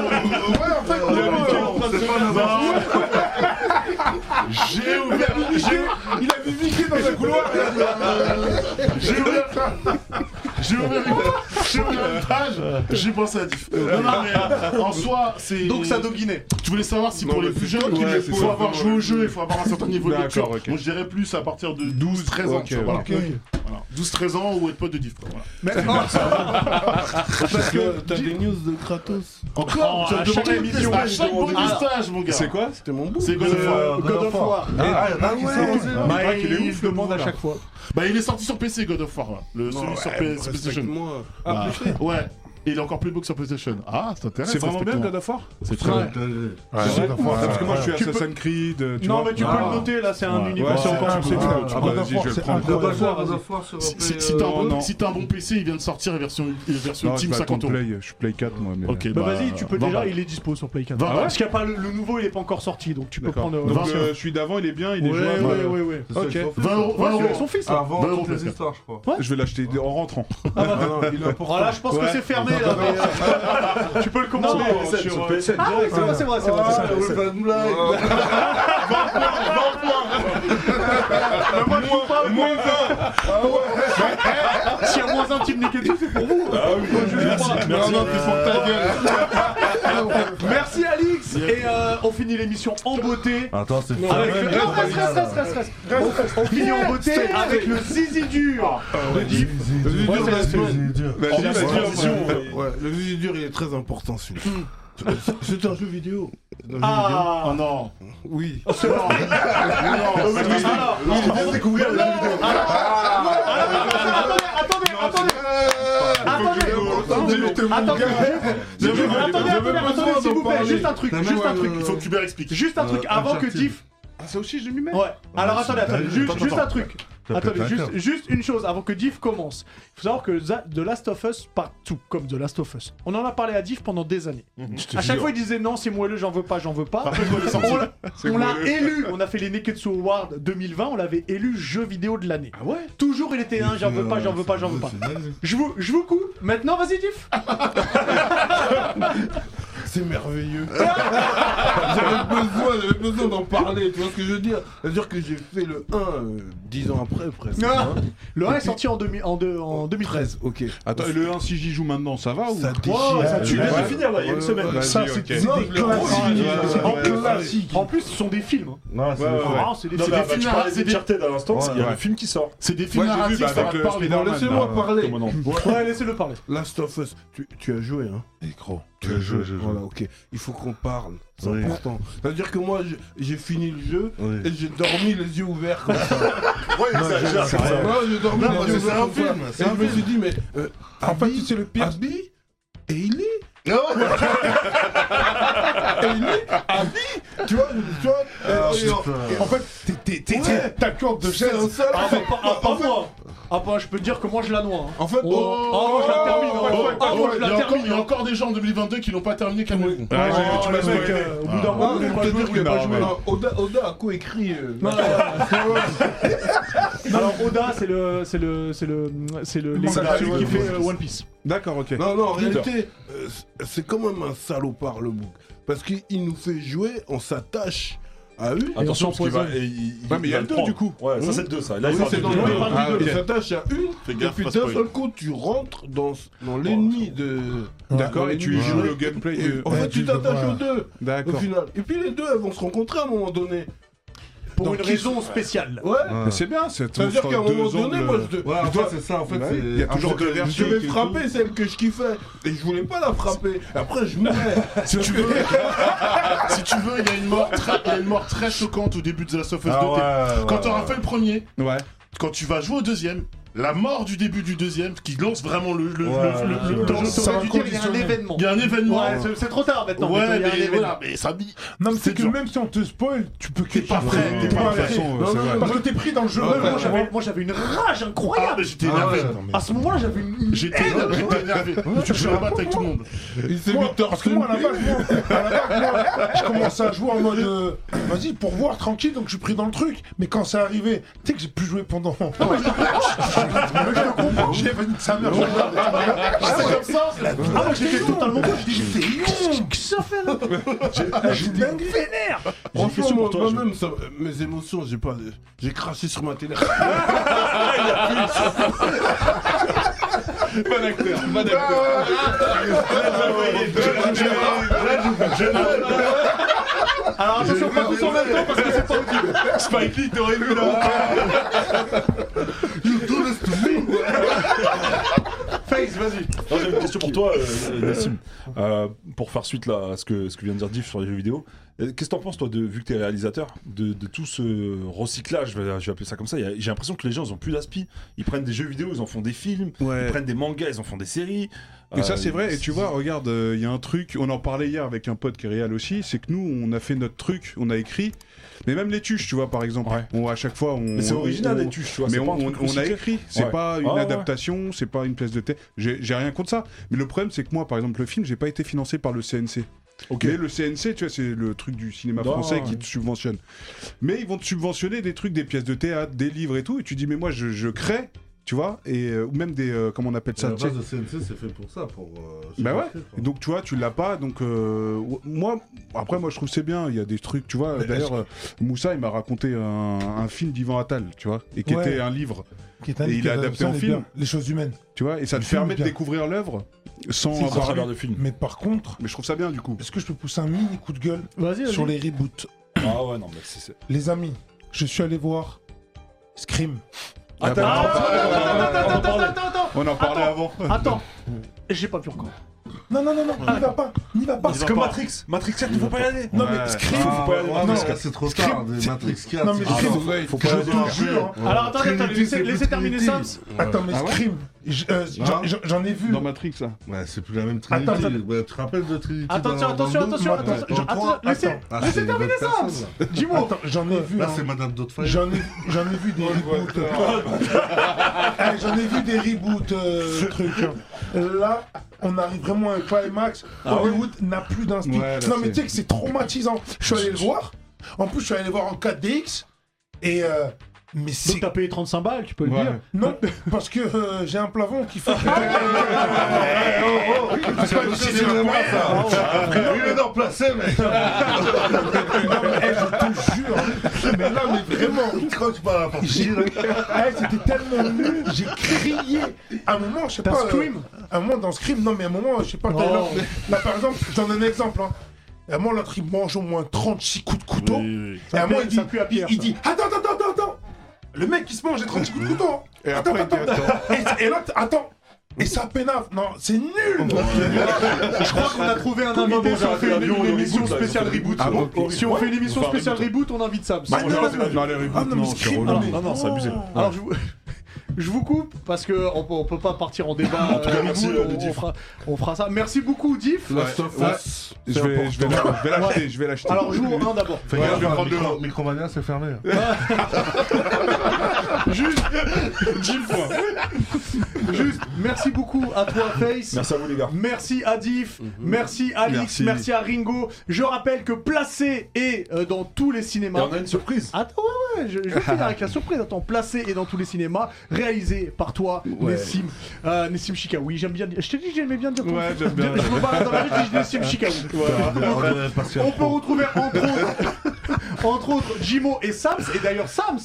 S13: Ouais, en fait, c'est pas J'ai ouvert. j'ai- Il a viviqué dans un couloir. J'ai ouvert. J'ai ouvert une- j'ai ouvert une page. J'ai pensé à Diff. Non, non, mais en soi, c'est.
S1: Donc ça doguinait.
S13: Tu voulais savoir si
S1: Non,
S13: pour
S1: mais
S13: les plus
S1: c'est
S13: jeunes,
S1: cool, ouais,
S13: il
S1: c'est
S13: faut
S1: ça.
S13: avoir joué au jeu, il faut avoir un certain niveau de
S1: D'accord,
S13: lecture.
S1: ok.
S13: Moi, je dirais plus à partir de 12, 13 ans.
S1: ok,
S13: tu vois,
S1: ok.
S13: voilà. Voilà. 12, 13 ans ou être pote de diff. quoi, voilà.
S6: Parce que t'as des news de Kratos.
S1: Oh,
S13: Encore, tu as demandé une question, à chaque bonus
S1: Ah.
S13: stage, mon gars.
S6: C'est quoi C'était mon bout.
S13: C'est God of War.
S1: God of War.
S13: Ah, il
S1: Et-
S13: y en a un qui
S1: ouais.
S13: s'est lancé, là.
S1: Bah,
S13: Il paraît qu'il est
S1: il
S13: ouf,
S1: se
S13: le
S1: demande à
S13: nouveau, là.
S1: chaque fois.
S13: Bah, il est sorti sur PC, God of War. là. Le, celui
S1: ouais,
S13: sur PS, PlayStation.
S6: respecte-moi.
S1: Ah,
S13: Bah,
S1: PlayStation.
S13: ouais. Et il est encore plus beau que sur PlayStation. Ah, ça t'intéresse.
S3: C'est vraiment bien,
S13: respecte-moi.
S3: God of War
S13: C'est très
S3: Ouais.
S13: bien.
S3: Ouais. C'est God of War. Parce que moi, je suis
S13: Tu peux-
S3: Assassin's Creed. euh, Tu
S1: Non,
S3: vois.
S1: mais tu peux le noter, là, c'est un
S3: Ouais.
S1: univers.
S3: Ouais, c'est
S1: C'est
S3: encore plus.
S1: incroyable.
S3: Ah, bah, vas-y, je vais le prendre.
S13: Si- Si si t'as un
S3: Non, non.
S13: bon- si t'as un bon PC, il vient de sortir la version une version
S3: Non, je
S13: Team
S3: vais attendre
S13: 50 euros.
S3: Play, Je suis Play 4, moi. mais-
S13: Ok,
S1: Bah, vas-y, tu peux
S3: vingt
S1: déjà,
S3: balles.
S1: il est dispo sur Play 4.
S3: Ah ouais
S1: Parce qu'il y a pas le, le nouveau, il est pas encore sorti, donc tu peux
S3: D'accord.
S1: prendre. euh,
S3: Donc,
S1: vingt.
S3: euh, celui d'avant, il est bien, il est
S1: Ouais,
S3: jouable.
S1: ouais, ouais, ouais.
S3: C'est ça,
S1: Ok.
S3: c'est son fils,
S1: 20 euros,
S3: ouais,
S1: 20
S3: c'est
S1: euros.
S3: son fils.
S1: Ah, avant
S3: 20
S1: toutes
S3: euros,
S1: les
S3: peut-être.
S1: histoires, je crois.
S3: Je vais l'acheter en rentrant.
S1: Ah, bah, Ah, là, je pense que c'est fermé, là, mais, euh, tu peux le commander.
S3: Non, mais
S1: sur,
S3: sur
S1: euh,
S3: PSN,
S1: Ah, oui,
S3: direct,
S1: c'est vrai,
S3: ouais.
S1: c'est vrai, c'est vrai.
S3: Ah,
S1: c'est vrai,
S3: ouais,
S1: c'est
S3: pas
S1: vrai.
S3: de blague.
S1: Mais moi, je suis pas-
S3: Ah
S1: Eh, S'il y a moins un type négatif, c'est pour
S3: Ah
S1: vous.
S13: Merci.
S1: Merci Alix Et euh, on finit l'émission en beauté.
S8: Attends, c'est
S1: Non, avec le- non, reste, reste, reste, reste, reste. On, on finit en beauté avec le zizi dur de Diff. Ouais, c'est la semaine.
S6: Vas-y, vas-y, vas-y. bah, Ouais, Le jeu dur, il est très important celui-là.
S1: Hmm.
S6: C'est- C'est un jeu vidéo. Oh C'est un jeu
S1: Ah.
S6: vidéo.
S13: non
S6: Oui.
S1: C'est vrai.
S6: Non, mais oui.
S1: Alors,
S6: Non,
S1: alors,
S6: tu viens de découvrir le jeu vidéo.
S1: alors, attendez, attendez, attendez, attendez, attendez, attendez, attendez, attendez, s'il vous plaît, juste un truc, juste un truc,
S13: Il faut que Hubert explique.
S1: juste un truc, avant que Diff,
S3: Ah, ça aussi, je m'y mets.
S1: Ouais. Alors attendez,
S3: c'est
S1: attendez,
S3: dingue.
S1: juste,
S3: Attends,
S1: juste
S3: attends.
S1: un truc.
S3: T'as pété
S1: Attendez,
S3: un
S1: juste,
S3: câble.
S1: juste une chose avant que Diff commence. Il faut savoir que Za- The Last of Us part tout comme The Last of Us. On en a parlé à Diff pendant des années.
S13: te
S1: Mmh. À chaque
S13: jure.
S1: fois, il disait non, c'est moelleux, j'en veux pas, j'en veux pas.
S13: contre, il est sorti.
S1: On l'a-
S13: C'est
S1: on l'a
S13: moelleux.
S1: élu. On a fait les Neketsu Awards 2020. On l'avait élu jeu vidéo de l'année. Ah ouais Toujours, il était un, j'en veux pas, j'en veux pas, j'en veux pas. Je vous, je vous coupe. Maintenant, vas-y, Diff.
S6: C'est merveilleux. j'avais besoin, j'avais besoin d'en parler, tu vois ce que je veux dire C'est-à-dire que j'ai fait le 1 euh, 10 ans après presque.
S1: Ah.
S6: hein.
S1: Le 1
S6: Et
S1: est
S6: puis-
S1: sorti en, 2000 en, deux- en 2013.
S6: Ok.
S3: Attends, et le 1, si j'y joue maintenant, ça va ou
S6: Ça
S1: Oh,
S6: déchire.
S1: ça, tu viens
S3: Ouais.
S1: de finir là, il y a une
S3: Ouais,
S1: semaine.
S3: ouais,
S1: ça,
S3: vas-y,
S1: c'est
S3: ok.
S1: des
S3: Non,
S1: classiques.
S3: le gros, il est-
S1: Ouais,
S3: en
S1: ouais,
S3: plus,
S1: ouais. En plus, ce sont des films. hein.
S8: Non, c'est
S3: Ouais,
S8: des
S3: ouais,
S8: fois.
S1: Ah, c'est des,
S13: Non,
S1: c'est
S13: mais
S1: des
S13: bah,
S1: films
S13: tu parlais
S1: narratifs.
S13: des Uncharted à l'instant, parce
S8: Ouais,
S13: qu'il y a
S8: ouais.
S13: le film qui sort. C'est des films
S3: Ouais,
S2: Ah,
S3: j'ai
S13: narratifs,
S3: vu bah,
S13: ça va
S3: avec
S13: te
S2: euh,
S3: le
S13: parler.
S3: Spider-Man.
S6: Laissez-moi
S3: là.
S6: parler.
S3: Comment non
S1: Ouais, laissez-le parler.
S6: Last of Us, tu, tu as joué, hein
S8: Et gros.
S6: Tu as joué,
S8: j'ai joué.
S6: Voilà, ok. Il faut qu'on parle. C'est
S8: Oui.
S6: important. C'est-à-dire que moi, je- j'ai fini le jeu
S8: Oui.
S6: et j'ai dormi les yeux ouverts comme ça.
S13: Ouais, ça gère, ça gère.
S6: Non, j'ai dormi
S13: Non,
S6: les
S13: parce
S6: yeux
S13: que c'est
S6: ouverts
S13: un
S6: comme ça.
S13: film,
S6: Et
S13: c'est un
S6: je me
S13: film.
S6: suis dit, mais. euh,
S5: En fait,
S6: Abby-
S5: tu sais, le pire.
S6: Abby Et il est Et il est Abby Tu vois, tu vois euh, et en- et
S5: En fait, t'es- t'es- t'es- t'es- ta corde de
S6: C'est un
S5: chaise.
S6: seul.
S1: Ah, bah, pas, ah, pas moi. Ah, bah, je peux te dire que moi, je la noie. hein.
S6: En fait,
S1: Oh, ah, moi, je la termine. hein.
S13: Oh,
S1: Ah, moi,
S13: oh, il
S1: je
S13: y
S1: la
S13: a encore-
S1: termine.
S13: Il y a encore des gens en 2022 qui n'ont pas terminé Calmez-vous.
S1: Ah,
S13: Ouais, j'ai-
S1: le mec, euh, au bout d'un moment,
S6: Ah,
S1: il voulait
S6: je
S1: pas
S6: peux
S1: jouer,
S6: dire
S1: il voulait
S6: que
S1: pas
S6: non,
S1: jouer.
S6: non,
S13: Ah,
S6: Oda, Oda a coécrit. euh,
S1: Non, non, Alors, Oda, c'est le, c'est le, c'est le, c'est le,
S6: Manga,
S1: c'est celui
S6: ouais,
S1: qui
S6: ouais,
S1: fait
S6: ouais.
S1: euh, One Piece.
S3: D'accord, ok.
S6: Non, non, en réalité, euh, c'est- c'est quand même un salopard le bouc. Parce qu'il il nous fait jouer, on s'attache à eux.
S2: Attention, parce qu'il va.
S6: s'empoisonne.
S2: et il-
S3: Ouais, mais il y a
S2: va
S3: le deux,
S2: prendre.
S3: du coup.
S2: Ouais, ça c'est le 2 ça. Là,
S6: Oui,
S2: il sort
S6: c'est
S2: du
S6: dans
S2: deux.
S6: le
S1: deux.
S6: ah,
S1: Ah, ok.
S6: Il s'attache à une,
S13: Fais
S6: et
S13: gaffe,
S6: puis
S13: pas
S6: d'un
S13: spoil.
S6: seul coup, tu rentres dans, dans l'ennemi de.
S3: D'accord, et tu
S6: Ouais.
S3: joues le gameplay
S6: Et
S3: de.
S6: en fait,
S5: Ouais,
S6: tu
S5: tu
S6: t'attaches
S5: vois.
S6: aux deux, au
S3: D'accord.
S6: final. Et puis les deux, elles vont se rencontrer à un moment donné.
S1: Pour
S6: Dans
S1: une
S6: qui-
S1: raison spéciale.
S6: Ouais.
S3: Mais c'est bien, c'est
S6: Ça veut dire qu'à un moment donné, moi, je, bah
S8: Ouais, en fait, c'est ça, en fait.
S3: euh, Ouais,
S8: c'est-
S3: il y a
S8: un
S3: toujours
S8: peu
S3: deux
S8: que-
S3: versions.
S6: je vais frapper celle que je kiffais. Et je voulais pas la frapper. Après, je mourais.
S13: Si tu veux, si tu veux, il y a une mort très, il y a une mort très choquante au début de The Last of Us 2.
S8: Ah
S13: T'es-
S8: ouais, ouais,
S13: Quand
S8: ouais,
S13: t'auras
S8: ouais.
S13: fait le premier,
S3: Ouais.
S13: quand tu vas jouer au deuxième, La mort du début du deuxième qui lance vraiment le, le, le- le-
S1: Ouais,
S13: le-
S1: ouais,
S13: le-
S1: ouais.
S13: le-
S1: Ça
S13: le-
S1: va
S13: du
S1: encore,
S13: début.
S1: il y a un événement.
S13: Il y a un événement.
S1: Ouais, c'est- c'est trop tard maintenant,
S13: Ouais,
S1: mais il y a un
S13: mais
S1: événement.
S13: voilà, mais ça dit.
S5: Non, mais c'est que même si on te spoil, tu peux T'es
S13: pas prêt, t'es pas prêt.
S5: Non, non, Parce que t'es pris dans le jeu.
S1: Ouais, moi, j'avais- moi, j'avais une rage incroyable.
S13: Ah, mais j'étais énervé. Non, mais-
S1: À ce moment-là, j'avais une. une
S13: J'étais
S1: haine.
S13: j'étais énervé. Je suis rabattre avec tout le monde.
S5: Il s'est mis torse Moi, à la base, moi, à la base, moi, je commençais à jouer en mode euh, vas-y pour voir tranquille, donc je suis pris dans le truc. Mais quand c'est arrivé, tu sais que j'ai plus joué pendant. Non, mais je te comprends. J'ai venu de sa mère. je regarde. Ah, c'est comme ça.
S1: Ah, moi, j'étais totalement con. J'ai dit, mais qu'est-ce que ça fait là J'étais vénère.
S6: J'ai une
S1: Franchement,
S6: question pour
S1: moi-
S6: toi. Moi-même, ça- mes émotions, j'ai pas. J'ai craché sur ma télé.
S13: Bon acteur,
S1: Ah,
S13: Ah, bon acteur.
S1: Alors attention, pas tous en même temps parce que c'est pas Ah. audible.
S13: Spike Lee, t'aurais vu là.
S6: You do this to me.
S1: Face, vas-y.
S2: Non, J'ai une question pour toi, euh, Nassim. Euh, pour faire suite là, à ce que, ce que vient de dire Diff sur les jeux vidéo, euh, qu'est-ce que t'en penses, toi, de, vu que t'es réalisateur, de, de tout ce recyclage, je vais, je vais appeler ça comme ça il y a- J'ai l'impression que les gens, ils ont plus d'aspi. Ils prennent des jeux vidéo, ils en font des films, ils prennent des mangas, ils en font des séries.
S3: Et
S2: Euh,
S3: ça, c'est vrai. Et tu vois, regarde, euh, il y a un truc, on en parlait hier avec un pote qui est réel aussi, c'est que nous, on a fait notre truc, on a écrit. Mais même les tuches, tu vois, par exemple. On, à chaque fois, on.
S2: Mais c'est original, les tuches, tu vois,
S3: Mais
S2: c'est
S3: on,
S2: pas un truc
S3: on- on a
S2: recyclé.
S3: écrit. C'est
S2: Ouais.
S3: pas une
S2: Ah ouais.
S3: adaptation, c'est pas une pièce de thé. J'ai j'ai rien contre ça. Mais le problème, c'est que moi, par exemple, le film, j'ai pas été financé par le CNC. Mais le CNC, tu vois, c'est le truc du cinéma
S2: Non,
S3: français qui
S2: ouais.
S3: te subventionne. Mais ils vont te subventionner des trucs, des pièces de théâtre, des livres et tout. Et tu dis, mais moi, je, je crée, tu vois, et euh, ou même des. euh, comment on appelle
S8: Et
S3: ça
S8: la
S3: tu sais-
S8: base de CNC, c'est fait pour ça, pour. euh,
S3: bah ouais.
S8: supporter, quoi.
S3: Et Donc tu vois, tu l'as pas. Donc euh, ou- moi, après moi je trouve que c'est bien. Il y a des trucs, tu vois. D'ailleurs, euh, Moussa il m'a raconté un, un film d'Ivan Attal, tu vois, et qui
S5: Ouais.
S3: était un livre.
S5: Qui est un
S3: et
S5: livre
S3: il
S5: qui
S3: a
S5: est
S3: adapté
S5: adapté
S3: en
S5: les
S3: film.
S5: biens, les choses humaines.
S3: Tu vois, et ça
S5: Le
S3: te
S5: film
S3: permet
S5: est
S3: de
S5: bien.
S3: découvrir l'œuvre sans
S5: Si,
S3: avoir
S5: à travers
S3: lu.
S5: le film. Mais par contre.
S3: Mais je trouve ça bien du coup.
S5: Est-ce que je peux pousser un mini coup de gueule
S1: vas-y.
S5: sur les reboots
S2: Ah ouais, non, mais c'est. c'est-
S5: Les amis, je suis allé voir Scream.
S2: Attends,
S5: Ah,
S2: attends,
S1: Attends,
S2: attends,
S1: attends, attends,
S2: attends, attends,
S1: attends, Euh, attends.
S3: On en parlait avant.
S1: Attends, j'ai pas vu encore.
S5: Non, non, non, non, n'y va pas, n'y va pas.
S2: C'est comme Matrix. Matrix 4, il faut pas y aller.
S5: Non,
S8: Ouais.
S5: mais Scream,
S8: Ah,
S5: faut pas y
S8: ouais,
S5: aller.
S8: ouais,
S5: Non,
S8: parce que c'est trop tard, des Matrix 4.
S5: Non, mais
S8: c'est-
S5: Scream,
S8: Ah,
S5: faut
S8: faut pas
S5: je
S8: le
S5: te
S8: dire.
S5: jure, hein.
S8: Ouais.
S1: Alors, attends, attends,
S8: Trinity,
S1: laissez-
S8: c'est
S1: laissez
S8: plus
S1: terminer
S8: Trinity.
S1: Sams.
S5: Attends, mais
S8: Ah ouais
S5: Scream, j- euh, j'en- j'en- j'en ai vu.
S3: Dans Matrix, là.
S8: Ouais, c'est plus la même Trinity.
S5: Attends,
S8: Ouais, tu te rappelles de Trinity
S1: Attention,
S8: dans- dans
S1: attention,
S8: le deux,
S1: attention,
S8: moi,
S1: attention,
S8: dans le
S1: attention,
S8: trois
S1: laissez-
S8: Attends. Ah,
S1: laissez
S8: c'est les
S1: terminer
S8: mêmes
S1: ça.
S8: personnes, là.
S1: Dis-moi.
S5: Attends, j'en ai vu.
S8: Là,
S5: hein.
S8: c'est Madame Doubtfire.
S5: J'en ai, j'en ai vu des reboots. Eh, j'en ai vu des reboots euh, trucs. Là, on arrive vraiment à un climax. Hollywood n'a plus d'inspi.
S8: Ouais, là,
S5: non mais
S8: c'est-
S5: tu sais que c'est traumatisant. Je suis allé le voir. En plus, je suis allé le voir en 4DX. Et euh, mais c'est
S1: Donc t'as payé 35 balles, tu peux le
S3: Ouais.
S1: dire. Ah.
S5: non parce que euh, j'ai un plafond qui fait.
S8: C'est pas du cinéma, ça. Il est dans placé, mec.
S5: Non, mais, eh, je te jure, mais là, mais vraiment,
S8: Quand tu parles à la partie,
S5: j'ai-
S8: là.
S5: Eh, c'était tellement nul, j'ai crié. À un moment, je sais pas. euh,
S1: Scream
S5: À un moment, dans Scream, non, mais à un moment, je sais pas,
S1: Oh.
S5: Tyler, Là, par exemple, je donne un exemple. Hein. À un moment, l'autre, il mange au moins 36 coups de couteau. Et à un moment, il dit,
S1: Ça pue à pierre,
S5: il, il
S1: ça.
S5: dit Attends, attends, attends, attends Le mec, il se mange les 36 coups de couteau. hein.
S3: Et
S5: attends,
S3: après, il dit,
S5: attends, Et, et l'autre, attends. Et ça pénave. Non, c'est nul.
S1: Je crois qu'on a trouvé un
S2: Comme
S1: invité
S2: ils
S1: si on
S2: vont
S1: fait
S2: faire
S1: une,
S2: l'avion,
S1: une
S2: ils vont
S1: émission
S2: reboot, là,
S1: spéciale
S2: ils vont
S1: reboot. Ah
S2: faire l'avion.
S1: Si on fait une émission
S2: Ouais.
S1: spéciale reboot, on invite Sam.
S5: Bah, non, non, non,
S3: Non, les reboots,
S5: Ah, non, mais
S3: non, c'est
S5: Scream,
S3: relou.
S1: Alors,
S5: mais
S1: non, non, c'est
S5: non.
S1: abusé. Alors, je vous... je vous coupe parce que on, peut- on peut pas partir en débat.
S2: En tout cas,
S1: euh,
S2: merci,
S1: reboot,
S2: euh, de
S1: on, on
S2: Diff.
S1: fera, on fera ça. Merci beaucoup, Diff.
S6: Last of
S3: Ouais.
S6: Us.
S3: Je vais, je vais la- je vais l'acheter, je vais l'acheter.
S1: Alors, jour 1 d'abord.
S8: Fais
S3: Ouais,
S8: gaffe,
S3: je vais
S8: hein,
S3: prendre le
S8: Micro- Micromania, c'est fermé. hein.
S1: Juste, Juste, merci beaucoup à toi, Face.
S2: Merci à vous, les gars.
S1: Merci à Diff, merci à Alix, merci.
S2: Merci.
S1: à Ringo. Je rappelle que Placé est euh, dans tous les
S2: Et
S1: cinémas.
S2: on a une surprise.
S1: Attends, ouais, ouais, je, je vais finir avec la surprise. Attends, Placé est dans tous les cinémas, réalisé par toi, Nessim, euh, Nessim Chikaoui. J'aime bien. dire- Je t'ai dit que j'aimais bien dire ton
S3: Ouais, j'aime bien.
S1: Je me balade dans la rue, je dis Nessim Chikaoui.
S8: On devrait partir.
S1: On peut retrouver entre autres, entre autres Jimo et Sams. Et d'ailleurs, Sams,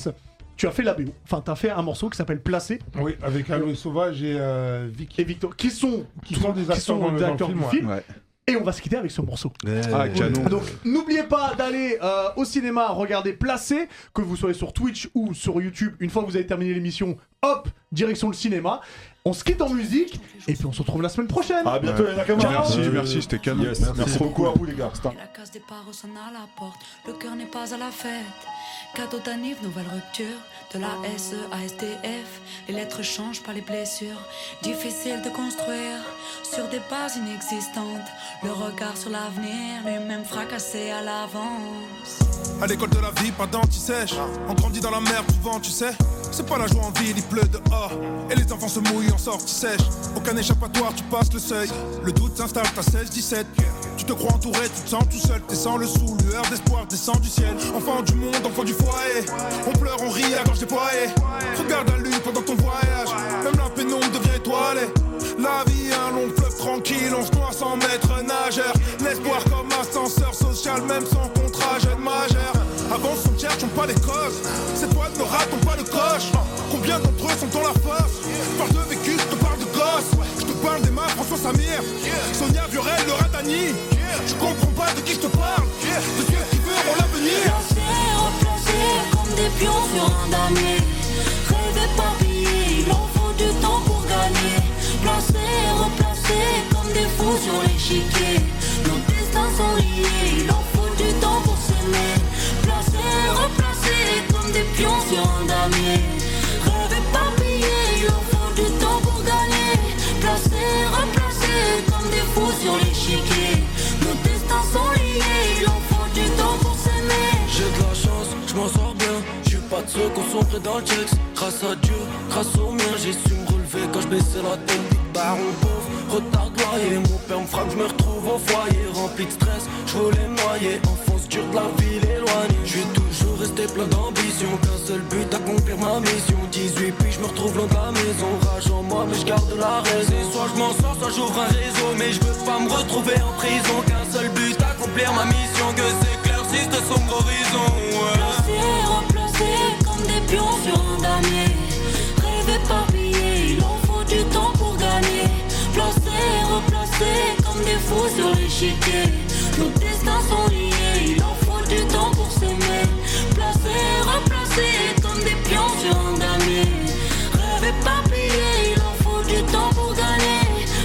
S1: tu as fait la BO. Enfin, tu as fait un morceau qui s'appelle Placé
S5: Oui, avec Aloe Sauvage et euh, Vic.
S1: et Victor, qui sont,
S5: Qui sont des
S1: qui sont
S5: acteurs dans le-
S1: des
S5: dans le
S1: acteurs
S5: film,
S1: du
S5: ouais.
S1: film.
S3: Ouais.
S1: Et on va se quitter avec ce morceau.
S3: Ah, canon.
S1: Donc n'oubliez pas d'aller euh, au cinéma regarder Placé, que vous soyez sur Twitch ou sur YouTube. Une fois que vous avez terminé l'émission, hop, direction le cinéma. On se quitte en musique et puis on se retrouve la semaine prochaine.
S2: À bientôt, les Nakamas.
S3: Merci, merci, c'était canon.
S2: Yes, Merci beaucoup à vous, les gars. C'était un
S14: Et la case départ sonne à la porte. Le cœur n'est pas à la fête. Cadeau d'anniv, nouvelle rupture. De la SE à SDF, les lettres changent par les blessures. Difficile de construire sur des bases inexistantes. Le regard sur l'avenir, lui-même fracassé à l'avance.
S5: À l'école de la vie, pas d'anti-sèche. On grandit dans la mer, souvent, tu sais. C'est pas la joie en ville, il pleut dehors. Et les enfants se mouillent en sortie sèche. Aucun échappatoire, tu passes le seuil. Le doute s'installe, t'as 16-17. Tu te crois entouré, tu te sens tout seul. T'es sans le sou, lueur d'espoir, descend du ciel. Enfant du monde, enfant du foyer. On pleure, on rit, à gorge déployée. Regarde la lune pendant ton voyage. Même la pénombre devient étoilée. La vie, un long fleuve tranquille, on se noie sans maître nageur. L'espoir comme ascenseur social, même sans contrat, jeune majeur. Avance, on cherche, on pas les causes. Ces potes ne ratent pas le coche. Combien d'entre eux sont dans la fosse Je parle de vécu, je te parle de gosse. Je te parle des mains, François Samir. Sonia Burel, le Ratani. Tu comprends pas de qui je te parle. De Dieu qui veut pour l'avenir.
S14: Replacés comme des pions sur un damier. Rêver par billet, il en faut du temps pour gagner. Placés, replacés comme des fous sur l'échiquier. Nos destins sont liés, il en faut du temps pour s'aimer. Placés, replacés comme des pions sur un damier. Rêver par billet, il en faut du temps pour gagner. Placés, replacés comme des fous sur l'échiquier. Nos destins sont liés, il en faut du temps pour s'aimer.
S9: J'ai de la chance, je m'en sors bien. Je suis pas de ceux qu'on sombre dans le checks. Grâce à Dieu, grâce au mien, j'ai su me relever quand je baissais la tête. Big Baron pauvre, retard de loyer. Mon père me frappe, je me retrouve au foyer. Rempli de stress, je voulais me noyer. Enfance dure de la ville éloignée. Je suis toujours resté plein d'ambition. Qu'un seul but, accomplir ma mission. 18 puis je me retrouve loin de la maison. Rage en moi, mais je garde la raison. Soit je m'en sors, soit j'ouvre un réseau. Mais je veux pas me retrouver en prison. Qu'un seul but, accomplir ma mission. Que s'éclaircisse de sombre horizon. ouais.
S14: Placés, replacés comme des pions sur un damier. Rêve éparpillé, il en faut du temps pour gagner. Placés, replacés comme des fous sur l'échiquier. Nos destins sont liés, il en faut du temps pour s'aimer. Placés, replacés comme des pions sur un damier. Rêve éparpillé, il en faut du temps pour gagner.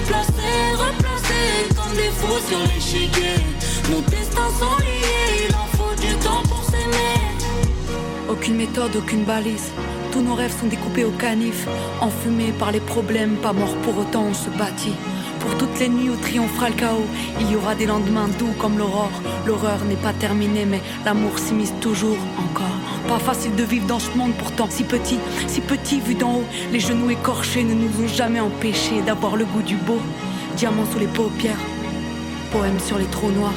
S14: Placés, replacés comme des fous sur l'échiquier. Nos destins sont liés, il en faut du temps pour s'aimer. Aucune méthode, aucune balise. Tous nos rêves sont découpés au canif, enfumés par les problèmes, pas morts pour autant, on se bâtit. Pour toutes les nuits où triomphera le chaos, il y aura des lendemains doux comme l'aurore. L'horreur n'est pas terminée, mais l'amour s'immisce toujours, encore. Pas facile de vivre dans ce monde pourtant si petit, si petit vu d'en haut. Les genoux écorchés ne nous ont jamais empêchés d'avoir le goût du beau. Diamant sous les paupières, poème sur les trous noirs.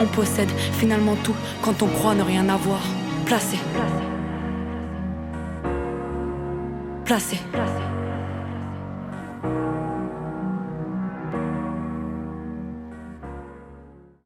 S14: On possède finalement tout quand on croit ne rien avoir. Placé. Placé. Placé.